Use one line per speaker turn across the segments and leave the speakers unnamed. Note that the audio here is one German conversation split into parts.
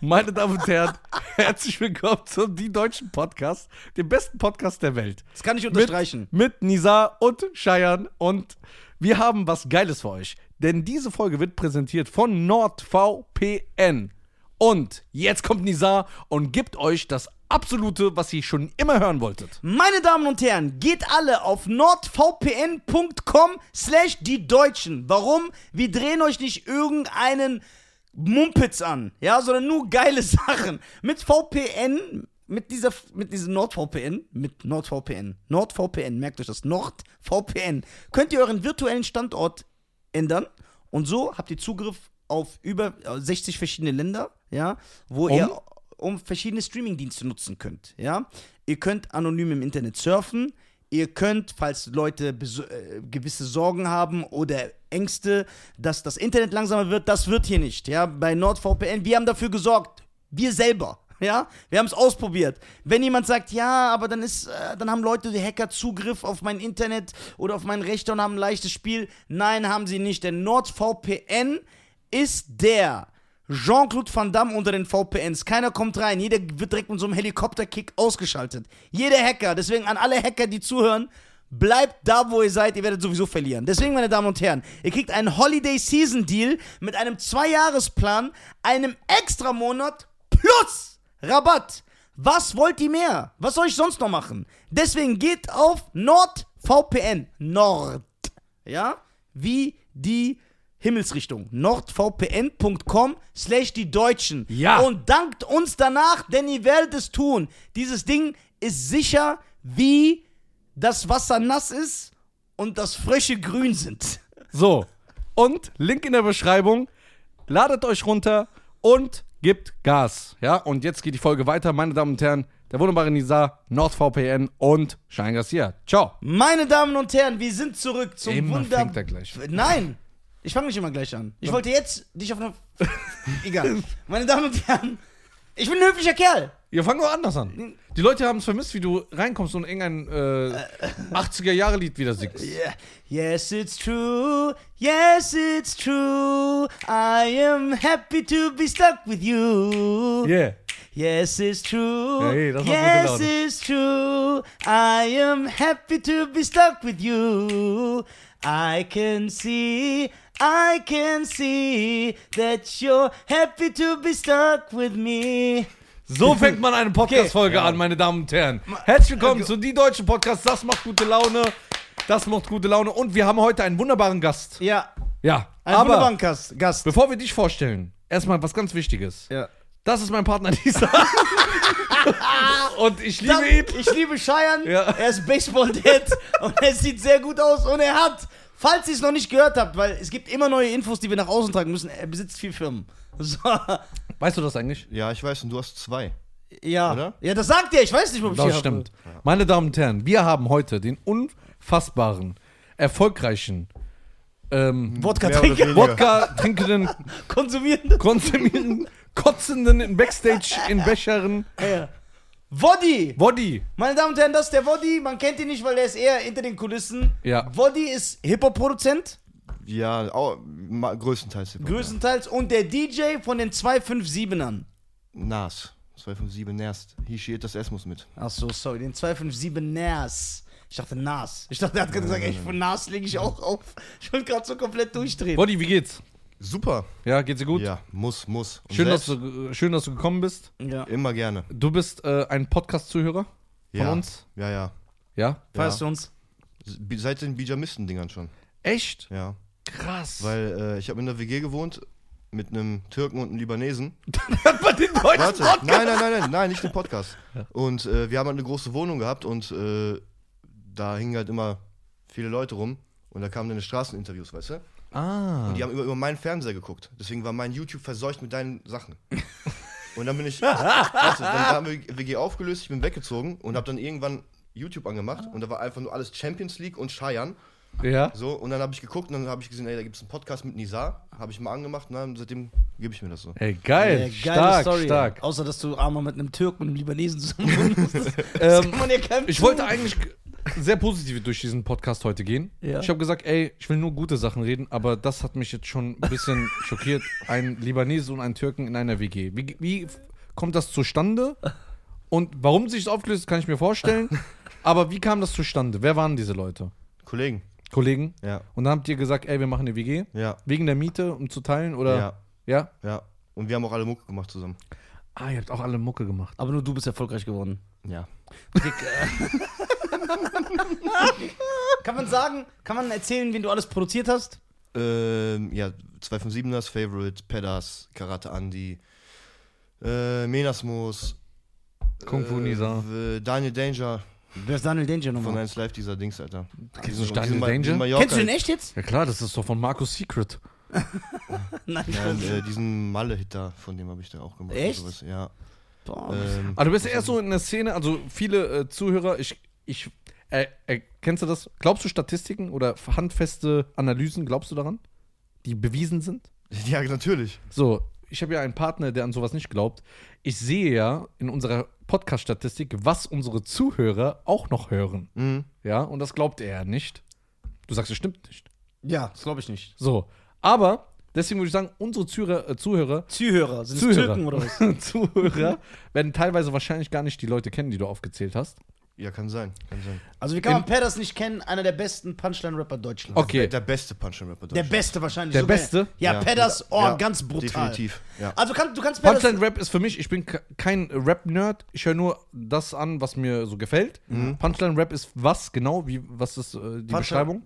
Meine Damen und Herren, herzlich willkommen zum Die Deutschen Podcast, dem besten Podcast der Welt.
Das kann ich unterstreichen.
Mit Nisa und Scheiern und wir haben was Geiles für euch. Denn diese Folge wird präsentiert von NordVPN. Und jetzt kommt Nisa und gibt euch das absolute, was ihr schon immer hören wolltet.
Meine Damen und Herren, geht alle auf nordvpn.com slash die Deutschen. Warum? Wir drehen euch nicht irgendeinen Mumpitz an, ja, sondern nur geile Sachen. Mit VPN, mit dieser, mit diesem NordVPN, mit NordVPN, NordVPN, merkt euch das, NordVPN, könnt ihr euren virtuellen Standort ändern und so habt ihr Zugriff auf über äh, 60 verschiedene Länder, ja, wo ihr um verschiedene Streamingdienste nutzen könnt, ja. Ihr könnt anonym im Internet surfen, ihr könnt, falls Leute beso- äh, gewisse Sorgen haben oder Ängste, dass das Internet langsamer wird, das wird hier nicht, ja. Bei NordVPN, wir haben dafür gesorgt, wir selber. Ja, wir haben es ausprobiert. Wenn jemand sagt, ja, aber dann ist, äh, dann haben Leute, die Hacker Zugriff auf mein Internet oder auf meinen Rechner und haben ein leichtes Spiel. Nein, haben sie nicht, denn NordVPN ist der Jean-Claude Van Damme unter den VPNs. Keiner kommt rein. Jeder wird direkt mit so einem Helikopterkick ausgeschaltet. Jeder Hacker. Deswegen an alle Hacker, die zuhören, bleibt da, wo ihr seid. Ihr werdet sowieso verlieren. Deswegen, meine Damen und Herren, ihr kriegt einen Holiday Season Deal mit einem Zwei-Jahres-Plan, einem Extra-Monat plus Rabatt. Was wollt ihr mehr? Was soll ich sonst noch machen? Deswegen geht auf NordVPN. Nord. Ja? Wie die Himmelsrichtung. nordvpn.com slash die Deutschen.
Ja.
Und dankt uns danach, denn ihr werdet es tun. Dieses Ding ist sicher, wie das Wasser nass ist und das Frösche grün sind.
So, und Link in der Beschreibung. Ladet euch runter und gebt Gas. Ja, und jetzt geht die Folge weiter, meine Damen und Herren. Der wunderbare Nisa, NordVPN und Schein Garcia. Ciao.
Meine Damen und Herren, wir sind zurück zum
Immer
Wunder...
fängt er gleich.
Nein, ich fange nicht immer gleich an. Ich wollte jetzt dich auf eine... Egal. Meine Damen und Herren, ich bin ein höflicher Kerl.
Ja, fang doch anders an. Die Leute haben es vermisst, wie du reinkommst und irgendein äh, 80er-Jahre-Lied wieder singst.
Yeah. Yes, it's true. Yes, it's true. I am happy to be stuck with you.
Yeah.
Yes, it's true.
Hey, das macht
yes,
gute
it's true. I am happy to be stuck with you. I can see, I can see that you're happy to be stuck with me.
So fängt man eine Podcast-Folge
Okay.
an, meine Damen und Herren. Herzlich willkommen zu Die Deutschen Podcast. Das macht gute Laune. Das macht gute Laune. Und wir haben heute einen wunderbaren Gast.
Ja,
Ja,
ein
aber
wunderbarer Gast. Gast.
bevor wir dich vorstellen, erstmal was ganz Wichtiges.
Ja.
Das ist mein Partner Lisa. und ich liebe
Dann,
ihn.
ich liebe Scheiern.
Ja.
Er ist Baseball-Dead und er sieht sehr gut aus und er hat, falls ihr es noch nicht gehört habt, weil es gibt immer neue Infos, die wir nach außen tragen müssen, er besitzt vier Firmen. So,
Weißt du das eigentlich?
Ja, ich weiß, und du hast zwei.
ja.
Oder?
Ja, das sagt er. Ich weiß nicht, ob ich die
Das
habe.
stimmt. Meine Damen und Herren, wir haben heute den unfassbaren, erfolgreichen, ähm,
Wodka
Mehr oder
trinken,
weniger.
Wodka trinkenden,
konsumieren.
konsumierenden, kotzenden in Backstage in Bechern.
Ja. Woddy!
Body.
Meine Damen und Herren, das ist der Woddy. Man kennt ihn nicht, weil er ist eher hinter den Kulissen.
Ja.
Woddy ist Hip-Hop-Produzent,
Ja, au, ma, größtenteils. Hip-Hop,
größtenteils, und der DJ von den 257ern.
Ja. Nas. 257 Nerst. Hier steht das Esmus mit.
Ach so, sorry, den 257 Nas. Ich dachte Nas. Ich dachte, er hat gerade gesagt, ey, von Nas lege ich auch auf. Ich wollte gerade so komplett durchdrehen.
Body, wie geht's?
Super.
Ja, geht's dir gut?
Ja, muss, muss. Und
Schön dass,
selbst-
du, äh, schön, dass du gekommen bist.
Ja.
Immer gerne. Von
Du bist äh, ein Podcast-Zuhörer von
ja.
uns.
Ja, ja.
Ja.
Feierst du uns?
S- bi- Seit den Bijamisten-Dingern schon.
Echt?
Ja.
Krass.
Weil äh, ich habe in der WG gewohnt mit einem Türken und einem Libanesen.
Hört man den Deutschen
Warte, nein, nein, nein, nein, nein, nicht den Podcast. Und äh, wir haben halt eine große Wohnung gehabt und äh, da hingen halt immer viele Leute rum und da kamen dann die Straßeninterviews, weißt du?
Ah.
Und die haben über, über meinen Fernseher geguckt. Deswegen war mein YouTube verseucht mit deinen Sachen. Und dann bin ich, warte, dann haben wir WG aufgelöst, ich bin weggezogen und habe dann irgendwann YouTube angemacht und da war einfach nur alles Champions League und Scheiern.
Ja.
So, und dann habe ich geguckt und dann habe ich gesehen, ey, da gibt es einen Podcast mit Nizar. Habe ich mal angemacht und dann, seitdem gebe ich mir das so.
Ey, geil.
Ja,
stark,
Oh,
stark.
Außer, dass du armer mit einem Türken und einem Libanesen zusammen wohnst. Das
Ähm,
kann man ja keinem
Ich
tun.
wollte eigentlich sehr positiv durch diesen Podcast heute gehen.
Ja.
Ich habe gesagt, ey, ich will nur gute Sachen reden, aber das hat mich jetzt schon ein bisschen schockiert. Ein Libanese und ein Türken in einer WG. Wie, wie f- kommt das zustande? Und warum sich das aufgelöst, hat, kann ich mir vorstellen. Aber wie kam das zustande? Wer waren diese Leute?
Kollegen.
Kollegen?
Ja.
Und dann habt ihr gesagt, ey, wir machen eine WG?
Ja.
Wegen der Miete, um zu teilen? Oder?
Ja.
ja?
Ja. Und wir haben auch alle Mucke gemacht zusammen.
Ah, ihr habt auch alle Mucke gemacht.
Aber nur du bist erfolgreich geworden.
Ja.
Kann man sagen, kann man erzählen, wen du alles produziert hast?
Ähm, ja, 257ers, Favorite, Pedas, Karate Andy, äh, Menasmus,
Kung Fu Nisa.
äh, Daniel Danger
Wer ist Daniel Danger
von
nochmal?
1 Live, dieser Dings, Alter.
Kennst
Diesen- diesen Ma- diesen Mallorca-
Kennst du den echt jetzt?
Ja klar, das ist doch von Markus Secret.
Nein.
Nein, äh, diesen Malle-Hit da, von dem habe ich da auch gemacht. und
Echt?
Sowas. Ja.
Boah,
Ähm,
Aber Ah, du bist ja erst so in der Szene, also viele äh, Zuhörer, ich, ich, äh, äh, kennst du das? Glaubst du Statistiken oder handfeste Analysen, glaubst du daran? Die bewiesen sind?
ja, natürlich.
So, ich habe ja einen Partner, der an sowas nicht glaubt. Ich sehe ja in unserer Podcast-Statistik, was unsere Zuhörer auch noch hören.
Mhm.
Ja, und das glaubt er ja nicht. Du sagst, es stimmt nicht.
ja, das glaube ich nicht.
So, aber deswegen würde ich sagen, unsere Zuhörer, äh, Zuhörer
Zuhörer, sind es
Zuhörer.
Türken oder was?
Zuhörer werden teilweise wahrscheinlich gar nicht die Leute kennen, die du aufgezählt hast.
Ja, kann sein. Kann sein.
Also wie kann man Pedders nicht kennen? Einer der besten Punchline-Rapper
Also
Deutschlands.
Okay.
Der beste Punch-Rapper
Der beste wahrscheinlich.
Der
sogar.
Beste?
Ja,
Ja.
Pedders, oh,
Oh, Ja,
ganz brutal.
definitiv, ja.
Also kann, du kannst Pedders...
Punchline Rap ist für mich, ich bin ke- kein Rap-Nerd, ich höre nur das an, was mir so gefällt.
Mhm.
Punchline Rap ist was genau? Wie, was ist äh, die Beschreibung?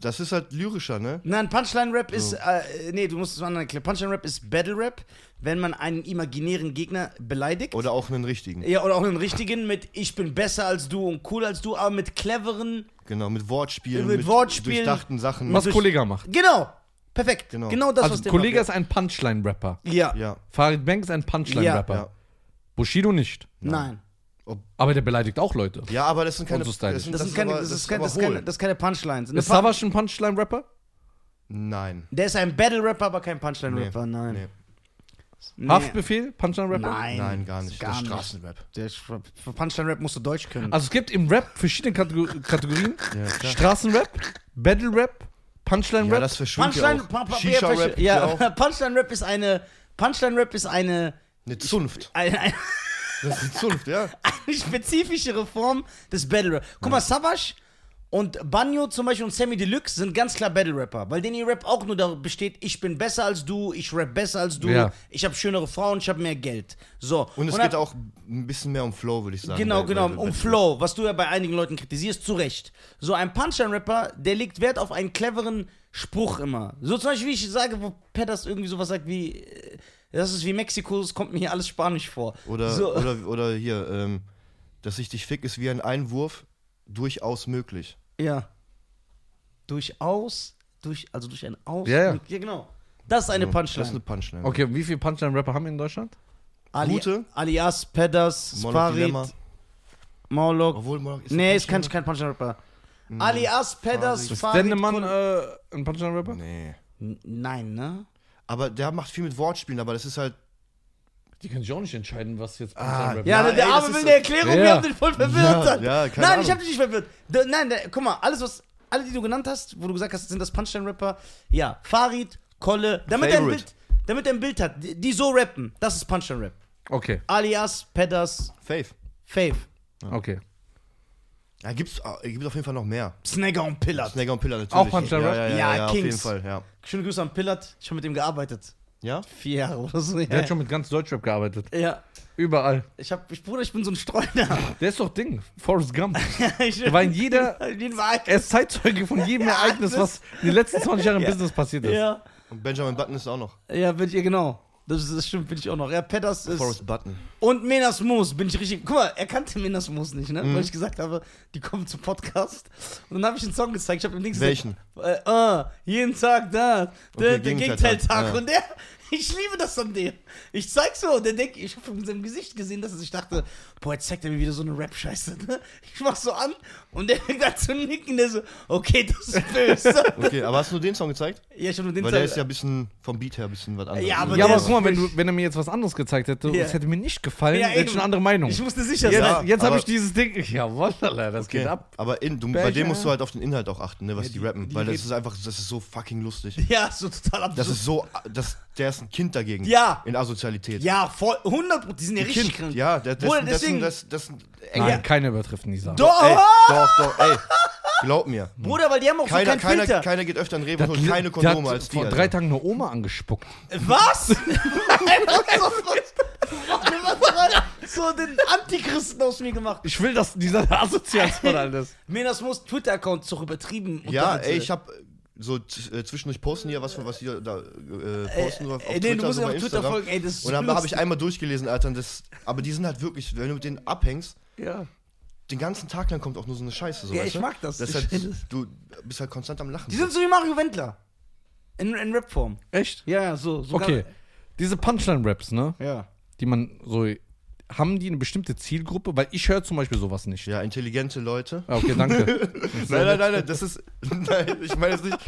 Das ist halt lyrischer, ne?
Nein, Punchline-Rap ist... Äh, nee, du musst es mal anders erklären. Punchline-Rap ist Battle-Rap, wenn man einen imaginären Gegner beleidigt.
Oder auch einen richtigen.
ja, oder auch einen richtigen mit Ich bin besser als du und cool als du, aber mit cleveren...
Genau, mit Wortspielen,
Mit
mit,
Wortspielen.
durchdachten Sachen.
Was
durch-
Kollega macht.
Genau, perfekt. Genau,
Genau.
das, was
Also
der
Kollega ist
macht.
ein Punchline Rapper.
Ja,
Ja,
Farid Bang ist ein Punchline Rapper.
ja.
Bushido nicht.
nein.
Aber der beleidigt auch Leute.
Ja, aber das sind keine.
Und so stylisch.
Das, sind keine,
aber-
das, ist keine,
aber
das, ist keine,
hohl.
das ist keine Punchlines. Eine
Ist Savas ein Punchline Rapper?
Nein.
Der ist ein Battle-Rapper, aber kein Punchline-Rapper,
Nee.
nein.
Nee.
Nee.
Haftbefehl? Punchline Rapper?
Nein,
Nein, gar nicht.
Gar
das ist
nicht.
Straßenrap.
Der Sch- für Punchline-Rap musst du Deutsch können.
Also es gibt im Rap verschiedene Kategor Kategorien.
klar.
Straßenrap, Battle Rap, Punchline Rap.
Ja, das verschwimmt ja auch.
Pa- pa-
Shisha-Rap ja
ja,
auch.
Punchline-Rap ist eine, Punchline-Rap ist eine,
Eine Zunft.
eine, eine,
Das ist eine Zunft, ja.
eine spezifischere Form des Battle-Rap. Guck mal, Savage und Banyo zum Beispiel und Sammy Deluxe sind ganz klar Battle-Rapper, weil denen ihr Rap auch nur darauf besteht, ich bin besser als du, ich rap besser als du,
Ja.
ich habe schönere Frauen, ich habe mehr Geld. So.
Und es
dann-
geht auch ein bisschen mehr um Flow, würde ich sagen.
Genau,
bei-
genau,
bei- bei-
um Flow, was du ja bei einigen Leuten kritisierst, zu Recht. So ein Punchline-Rapper, der legt Wert auf einen cleveren Spruch immer. So zum Beispiel, wie ich sage, wo Petters irgendwie sowas sagt wie, äh, das ist wie Mexiko, es kommt mir hier alles Spanisch vor.
Oder,
so,
oder, oder hier, ähm, dass ich dich fick, ist wie ein Einwurf durchaus möglich.
ja. Durchaus, durch, also durch ein Aus.
Ja, ja.
genau. Das ist eine
Das ist eine
Punchline.
Punchline.
Okay, und wie viele Punchline-Rapper haben wir in Deutschland?
Ali-
gute.
Alias, Pedders,
Moloch
Farid,
Dilemma.
Maulok.
Obwohl, Moloch ist
Nee,
ein Hm.
ist kein, kein Punchline-Rapper. Alias, Pedders,
Ist
Farid.
Dendemann
Kun-
äh, ein Punchline-Rapper?
Nee.
N- Nein, ne?
Aber der macht viel mit Wortspielen, aber das ist halt.
Die können sich auch nicht entscheiden, was jetzt
Ah,
Punchline-Rapper
Ja,
Na,
der, der
ey, das
Arme
ist
will
so-
eine Erklärung, wir
Ja.
haben den voll verwirrt.
Ja,
Alter.
ja, keine
nein, ich
Ahnung.
hab dich nicht verwirrt. Da, nein, da, guck mal, alles was, alle die du genannt hast, wo du gesagt hast, sind das Punchline-Rapper, ja, Farid, Kolle, damit er, ein
Favorite.
Bild, damit er ein Bild hat, die, die so rappen, das ist Punchline-Rap.
Okay,
Alias, Pedders,
Faith.
Faith,
okay.
Ja, gibt's, äh, gibt's auf jeden Fall noch mehr.
Snagger und Pillard.
Snagger und Pillar natürlich.
Auch Punchline
ja,
Rap?
ja, ja,
Ja,
ja, auf
Kings.
jeden Fall, ja.
Schöne Grüße an Pillard, ich hab mit ihm gearbeitet.
Ja?
Vier Jahre oder so.
Der
Ja,
hat schon mit ganz Deutschrap gearbeitet.
ja.
Überall.
ich hab, ich, Bruder, ich bin so ein Streuner.
Der ist doch Ding. Forrest Gump.
ich,
Der war in jeder.
jeden Wahl.
Er ist Zeitzeuge von jedem Ereignis, was in den letzten 20 Jahren im Business passiert ist.
Ja,
Und Benjamin Button ist auch noch.
ja, bin ich, ja, genau. Das, ist- das stimmt, bin ich auch noch. Ja, Pedders ist.
Forrest Button.
Und Menas Moos, bin ich richtig. Guck mal, er kannte Menas Moos nicht,
Mhm.
ne? Weil ich gesagt habe, die kommen zum Podcast. Und dann habe ich einen Song gezeigt. Ich habe ihm links
Welchen?
gesagt, äh, ah, äh, jeden Tag da. Der,
Okay,
der
Gegenteil-
Gegenteiltag.
ja.
Und der, Ich liebe das an dem. Ich zeig's so und der denkt, ich habe von seinem Gesicht gesehen, dass er sich dachte, boah, jetzt zeigt er mir wieder so eine Rap-Scheiße. Ne? Ich mach so an und der fängt an zu nicken, der so, okay, das ist böse.
Okay, aber hast du den Song gezeigt?
ja, ich hab nur den
Weil der
Teil-
ist ja ein bisschen vom Beat her ein bisschen was anderes.
Ja, aber
ja,
der
aber
ist
guck mal, wenn,
frisch.
du, wenn er mir jetzt was anderes gezeigt hätte,
Ja.
es hätte mir nicht gefallen,
Ja,
hätte
eben.
ich eine andere Meinung.
Ich musste sicher
jetzt
sein.
Ja,
jetzt habe
aber-
ich dieses Ding. Jawohl, Alter, das geht ab.
Aber in, du,
Becher.
bei dem musst du halt auf den Inhalt auch achten, ne, was die,
die-
rappen.
die
weil das
reden-
ist einfach, das ist so fucking lustig.
Ja, so total absurd.
Das ist so, das, der ist ein Kind dagegen.
Ja.
In Asozialität.
ja, voll, 100 Pro- die sind ja richtig
Kind,
krank.
Ja, der,
Bruder,
dessen,
deswegen-
dessen, das, das, ey,
Nein,
Ja.
keiner übertrifft Nisa.
Doch,
ey, doch, doch, ey, glaub mir.
Bruder, weil die haben auch
Keiner,
so keinen
keiner,
Filter.
keiner geht öfter in Rewe
Das
und holt
li-
keine
der hat
Kondome als die.
Vor
Alter.
drei Tagen eine Oma angespuckt.
Was? so den Antichristen aus mir gemacht.
Ich will, dass dieser asozial von alles.
Menas muss Twitter-Account ist doch übertrieben.
Ja,
unterhaltsam.
ey, ich hab äh, so z- äh, zwischendurch posten hier was von was die da äh, posten auf, auf
Ey, nee,
Twitter,
du musst
so
mir
bei
auf Twitter
Instagram.
folgen, ey, das ist
Und dann habe ich
lustig.
einmal durchgelesen, Alter, und das, aber die sind halt wirklich, wenn du mit denen abhängst,
Ja.
den ganzen Tag lang kommt auch nur so eine Scheiße. So,
Ja,
weißt
ich
du?
mag das.
das
Ich
ist halt,
find das-
du bist halt konstant am Lachen.
Die sind so wie Mario Wendler. In, in Rap-Form.
Echt?
Ja, ja, so. so
Okay. Diese Punchline-Raps, ne?
gar- Ja.
Die man so. Haben die eine bestimmte Zielgruppe? Weil ich höre zum Beispiel sowas nicht.
ja, intelligente Leute.
Ah, Okay, danke.
Nein, nein, nein, nein, das ist. Nein, ich meine es nicht.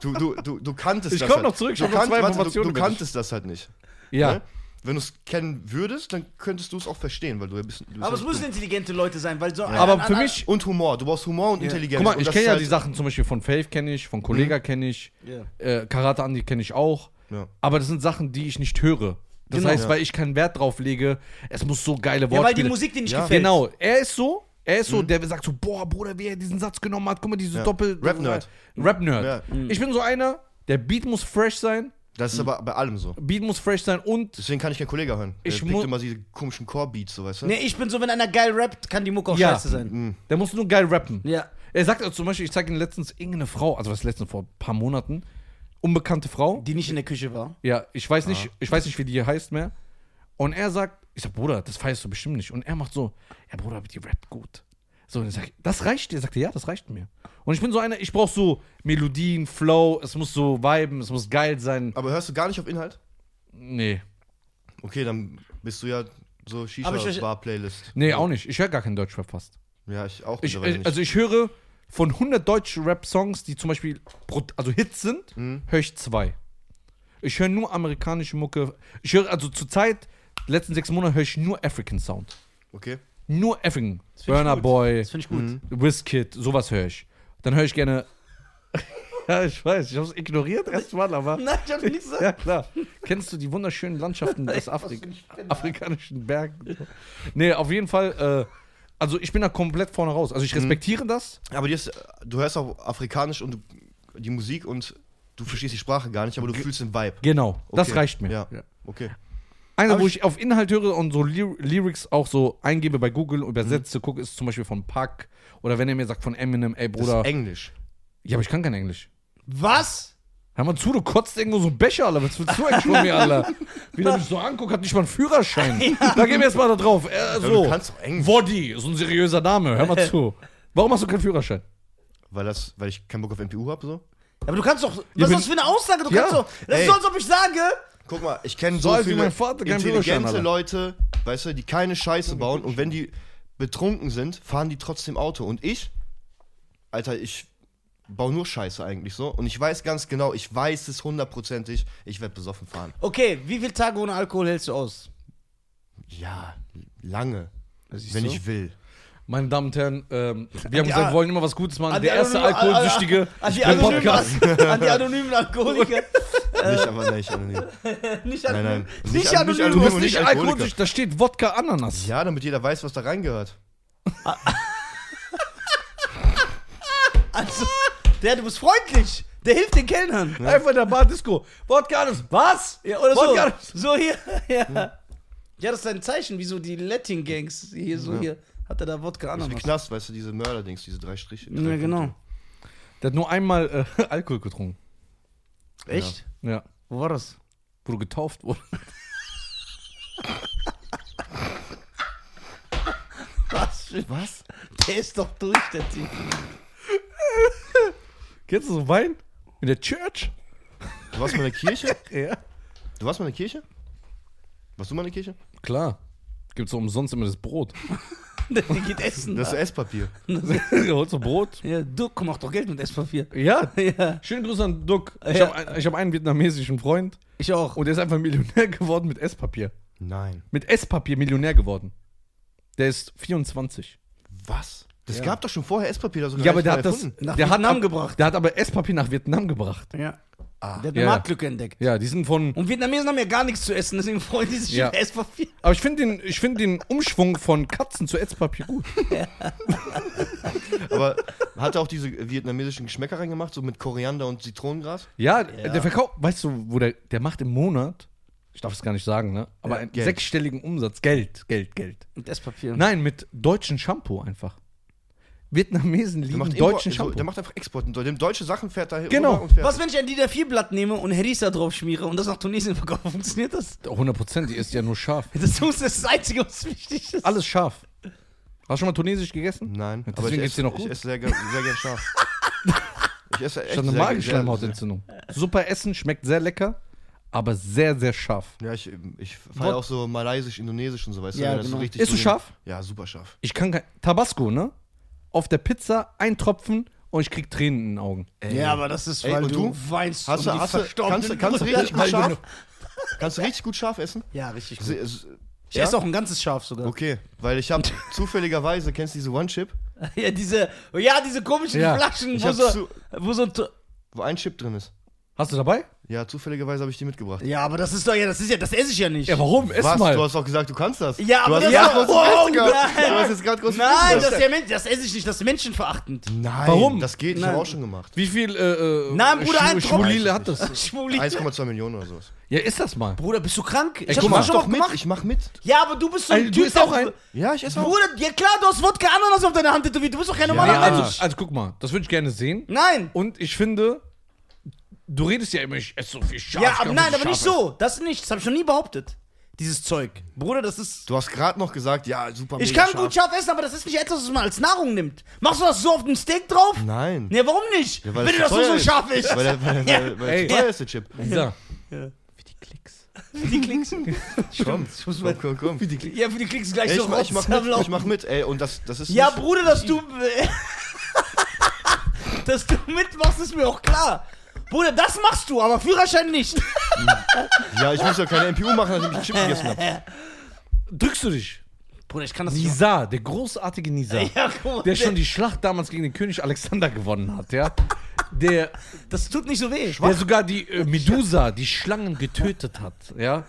Du, du, du, du kanntest
Ich
das.
komm
halt.
noch zurück, ich
du,
hab noch
kannt-
zwei
warte, du,
Informationen
du
über dich.
kanntest das halt nicht.
ja.
Ne? Wenn du es kennen würdest, dann könntest du es auch verstehen, weil du ja bist. Du bist
Aber es
ja
müssen intelligente Leute sein, weil so.
Aber
an-
für
an-
mich.
Und Humor. Du brauchst Humor und Intelligenz.
Guck mal,
Und
ich
das
kenne
ist
ja
halt-
die Sachen zum Beispiel von Faith kenne ich, von Kollega kenne ich,
Ja.
äh, Karate Andi kenne ich auch.
Mhm. Ja.
Aber das sind Sachen, die ich nicht höre. Das
Genau.
heißt,
Ja.
weil ich keinen Wert drauf lege, es muss so geile Worte
Ja, weil die Musik dir nicht
Ja. Mhm.
gefällt.
Genau, er ist so, er ist so, der sagt so, boah, Bruder, wie er diesen Satz genommen hat, guck mal, diese
Ja.
Doppel...
Rap-Nerd.
Rap-Nerd.
Mhm.
Ich bin so einer, der Beat muss fresh sein,
Das ist aber bei allem so.
Beat muss fresh sein und...
Deswegen kann ich keinen Kollege hören. Der
Hm. Ich mu-
pickt immer diese komischen Core-Beats, so weißt du?
Nee, ich bin so, wenn einer geil rappt, kann die Mucke auch
Ja.
scheiße sein.
Mhm.
Der muss nur geil rappen.
Ja.
Er sagt also zum Beispiel, ich zeig Ihnen letztens irgendeine Frau, also was letztens vor ein paar Monaten, unbekannte Frau,
Die Ah. nicht in der Küche war.
Ja, ich weiß nicht, ich weiß nicht, wie die heißt mehr. Und er sagt, ich sag, Bruder, das feierst du bestimmt nicht. Und er macht so, ja, Bruder, aber die rappt gut. So, und ich sag, das reicht dir? Sagt er, ja, das reicht mir. Und ich bin so einer, ich brauch so Melodien, Flow, es muss so viben, es muss geil sein.
Aber hörst du gar nicht auf Inhalt?
Nee.
Okay, dann bist du ja so
Aber ich verste-
Shisha-Bar-Playlist.
Nee, auch nicht. Ich höre gar keinen Deutschrap fast.
Ja, ich auch
Ich,
mittlerweile
äh, also ich höre von 100 Deutschrap-Songs, die zum Beispiel brut- also Hits sind, höre ich zwei. Ich höre nur amerikanische Mucke. Ich höre also zurzeit, die letzten sechs Monate höre ich nur African Sound.
Okay.
Nur Effing.
find ich
Burner
gut.
Boy,
Das finde ich gut.
Mhm.
Wizkid, sowas höre ich. Dann höre ich gerne. ja, ich weiß, ich habe es ignoriert erstmal, aber.
Nein, ich hab nichts gesagt.
Ja, klar. Kennst du die wunderschönen Landschaften des Afrik afrikanischen Bergen? Nee, auf jeden Fall. Äh, also, ich bin da komplett vorne raus. Also, ich respektiere das.
Aber dir ist, du hörst auch afrikanisch und du, die Musik und du verstehst die Sprache gar nicht, aber du fühlst den Vibe.
Genau, das
Okay.
reicht mir.
Ja, okay.
Einer,
Aber
wo
ich-
ich auf Inhalt höre und so Ly Lyrics auch so eingebe bei Google, übersetze, gucke, ist zum Beispiel von Puck. Oder wenn er mir sagt von Eminem, ey
Mhm. Das
Bruder.
ist Englisch.
Ja, aber ich kann kein Englisch.
Was?
Hör mal zu, du kotzt irgendwo so einen Becher, Alter. Was willst du eigentlich von mir, Alter? Wie der mich so anguckt, hat nicht mal einen Führerschein. Da gehen wir jetzt mal da drauf. Äh,
Aber
so.
Du kannst doch Englisch.
Woddy ist ein seriöser Name. Hör mal zu. Warum hast du keinen Führerschein?
Weil, das, weil ich keinen Bock auf MPU habe, so.
Aber du kannst doch. Was
Ja,
ist
bin-
das für eine Aussage? Du
Ja.
kannst doch. Das ist so,
Ey.
als ob ich sage.
Guck mal, ich kenne
So
so,
alt wie
viele
mein Vater, kein Führerschein,
intelligente
Alter.
Leute, weißt du, die keine Scheiße bauen und wenn die betrunken sind, fahren die trotzdem Auto. Und ich, Alter, ich baue nur Scheiße eigentlich so. Und ich weiß ganz genau, ich weiß es hundertprozentig, ich werde besoffen fahren.
Okay, wie viele Tage ohne Alkohol hältst du aus?
Ja, lange.
siehst
Wenn
du.
ich will.
Meine Damen und Herren, ähm, wir haben
die
gesagt,
Ar-
wir wollen immer was Gutes machen.
An
Der
die
erste
anonymen-
Alkoholsüchtige
An die,
im
anonymen,
Podcast.
an die anonymen Alkoholiker.
Nicht, aber nicht. Anonym.
nicht
Nein,
anonym.
nein.
Nicht
an-
anonym.
Du
anonym
bist
und
nicht
Alkoholiker.
alkoholsüchtig, da steht Wodka Ananas.
Ja, damit jeder weiß, was da reingehört.
Also, der, du bist freundlich. Der hilft den Kellnern.
Einfach in der Bar Disco. Wodka Ananas. Was?
Ja, oder so.
Wodka Ananas.
So hier. Ja. ja, das ist ein Zeichen, wie so die Latin-Gangs. Hier, so hier. Hat er da Wodka
Das ist wie
Ananas.
Knast, weißt du, diese Mörderdings, diese drei Striche. drei
Ja, genau.
Der hat nur einmal äh, Alkohol getrunken.
Echt?
Ja.
Wo war das?
Wo du getauft wurdest.
Was? für-
Was?
Der ist doch durch, der Typ.
Kennst du so Wein? In der Church?
Du warst mal in der Kirche?
Ja.
Du warst mal in der Kirche? Warst du mal in der Kirche?
Klar. Gibt's so umsonst immer das Brot.
Der geht essen.
Das ist Esspapier.
Holst du Brot?
ja, Duck macht doch Geld mit S4.
Ja.
Ja,
Schönen Gruß an Duck. Ich
Ja.
habe ein, ich hab einen vietnamesischen Freund
ich auch.
und der ist einfach Millionär geworden mit Esspapier.
Nein.
Mit Esspapier Millionär geworden. Der ist 24.
Was? Das gab doch schon vorher Esspapier. Das hat
Ja, aber der
gar
hat
nicht
das.
erfunden.
Nach
der
Vietnam
hat,
gebracht.
Der hat aber Esspapier nach Vietnam gebracht.
Ja.
Ah,
der hat
ja.
eine Marktlücke entdeckt.
Ja, die sind von.
Und Vietnamesen haben ja gar nichts zu essen, deswegen freuen die sich
Ja.
über S4.
Aber ich finde den, ich find den Umschwung von Katzen zu Esspapier gut.
Aber hat er auch diese vietnamesischen Geschmäcker reingemacht, so mit Koriander und Zitronengras?
Ja, der verkauft. Weißt du, wo der. Der macht im Monat. Ich darf es gar nicht sagen, ne? Aber einen
Geld.
sechsstelligen Umsatz. Geld, Geld, Geld.
Mit S-Papier.
Nein, mit deutschen Shampoo einfach. Vietnamesen lieben
Import-
deutschen
so,
Shampoo.
der macht einfach Export. Der nimmt deutsche Sachen, fährt da
Genau.
rüber und fährt.
Was, wenn ich ein DIN A4-Blatt nehme und Herisa drauf schmiere und das nach Tunesien verkaufe? Funktioniert das?
100 die ist ja nur scharf.
Das ist das Einzige, was wichtig ist.
Alles scharf. Hast du schon mal tunesisch gegessen?
Nein,
Deswegen geht's dir noch
Ich
gut.
esse sehr, ge- sehr gern scharf. ich esse echt
Ich hatte eine
sehr gern- sehr-
Magenschleimhautentzündung. Super Essen, schmeckt sehr lecker, aber sehr, sehr scharf.
Ja, ich, ich feiere auch so malaysisch, indonesisch und so, weißt
Ja,
du? wenn das so
genau.
richtig
Isst
so
du scharf?
Ja, super scharf.
Ich kann kein. Tabasco, ne? Auf der Pizza ein Tropfen und ich krieg Tränen in den Augen.
Ja, aber das ist,
Ey,
weil
und
du,
du?
weinst
Hast
um
du,
die
hast du,
verstorbenen
kannst, du- kannst du
Brüder.
richtig gut scharf? Kannst du richtig gut scharf essen?
Ja, richtig gut.
Se- es-
Ich esse auch ein ganzes Schaf sogar.
Also, Okay, weil ich habe zufälligerweise, kennst du diese One-Chip,
Ja, diese, ja, diese komischen
Ja.
Flaschen,
Ich
wo
hab
so,
zu-
wo so, ein To-
wo ein Chip drin ist?
Hast du dabei?
Ja, zufälligerweise habe ich die mitgebracht.
Ja, aber das ist doch, ja, das ist ja, das esse ich ja nicht.
Ja, warum? Ess
Was?
mal.
Du hast doch gesagt, du kannst das.
Ja,
du
aber
hast
das-
jetzt
ja,
große
wow,
Fresse gehabt.
nein.
Du hast jetzt gerade große
Nein,
Fresse
das,
gehabt.
ist ja, Men- das esse ich nicht, das ist menschenverachtend.
Nein,
Warum?
das geht. Ich
Nein.
habe auch schon gemacht.
Wie viel äh, äh,
Nein, Bruder, ein
Schwu-
Tropfen.
Schwulile hat das?
Schwuli.
1,2 Millionen oder sowas.
Ja, ist das mal.
Bruder, bist du krank? ich
guck
hab's
mal.
doch schon mal
Mach mit,
gemacht.
ich mach mit.
Ja, aber du bist so ein
Ey, du
Typ.
isst auch
der-
ein-
Ja, ich esse auch.
Bruder, ja klar, du hast Wodka Ananas auf deiner Hand tätowiert. Du bist doch kein normaler
Ja, also,
Mensch.
also guck mal, das würde ich gerne sehen.
Nein.
Und ich finde, du redest ja immer, ich esse so viel scharf.
Ja,
ich
aber
kann
nein,
so
aber nicht
scharf
so. Das nicht. Das habe ich noch nie behauptet. Dieses Zeug. Bruder, das ist.
Du hast gerade noch gesagt, ja, super
Ich
mega
kann gut scharf essen, aber das ist nicht etwas, was man als Nahrung nimmt. Machst du das so auf den Steak drauf?
Nein.
Nee, warum nicht?
Ja, weil
Wenn du
das
das
zu
nur so
teuer ist.
scharf ist.
Weil der, weil,
Ja.
weil, weil
Ey.
der teuerste Chip.
essen. Ja.
Für die Klicks. Für die Klicks.
Komm, komm, komm, komm.
ja, für die Klicks gleich
Ey,
so
ich, mach- ich mach
Rotz am
mit,
Laufen.
ich mach mit, ey, und das, das ist
Ja,
nicht-
Bruder, dass du. dass du mitmachst, ist mir auch klar. Bruder, das machst du, aber Führerschein nicht.
Ja, ich muss ja keine MPU machen, nachdem ich einen Chip gegessen habe.
Drückst du dich?
Bruder, ich kann das nicht.
Nizar, der großartige Nizar.
Ja, guck mal,
der schon die Schlacht damals gegen den König Alexander gewonnen hat, ja. Der,
das tut nicht so weh.
der sogar die äh, Medusa, die Schlangen getötet hat, ja.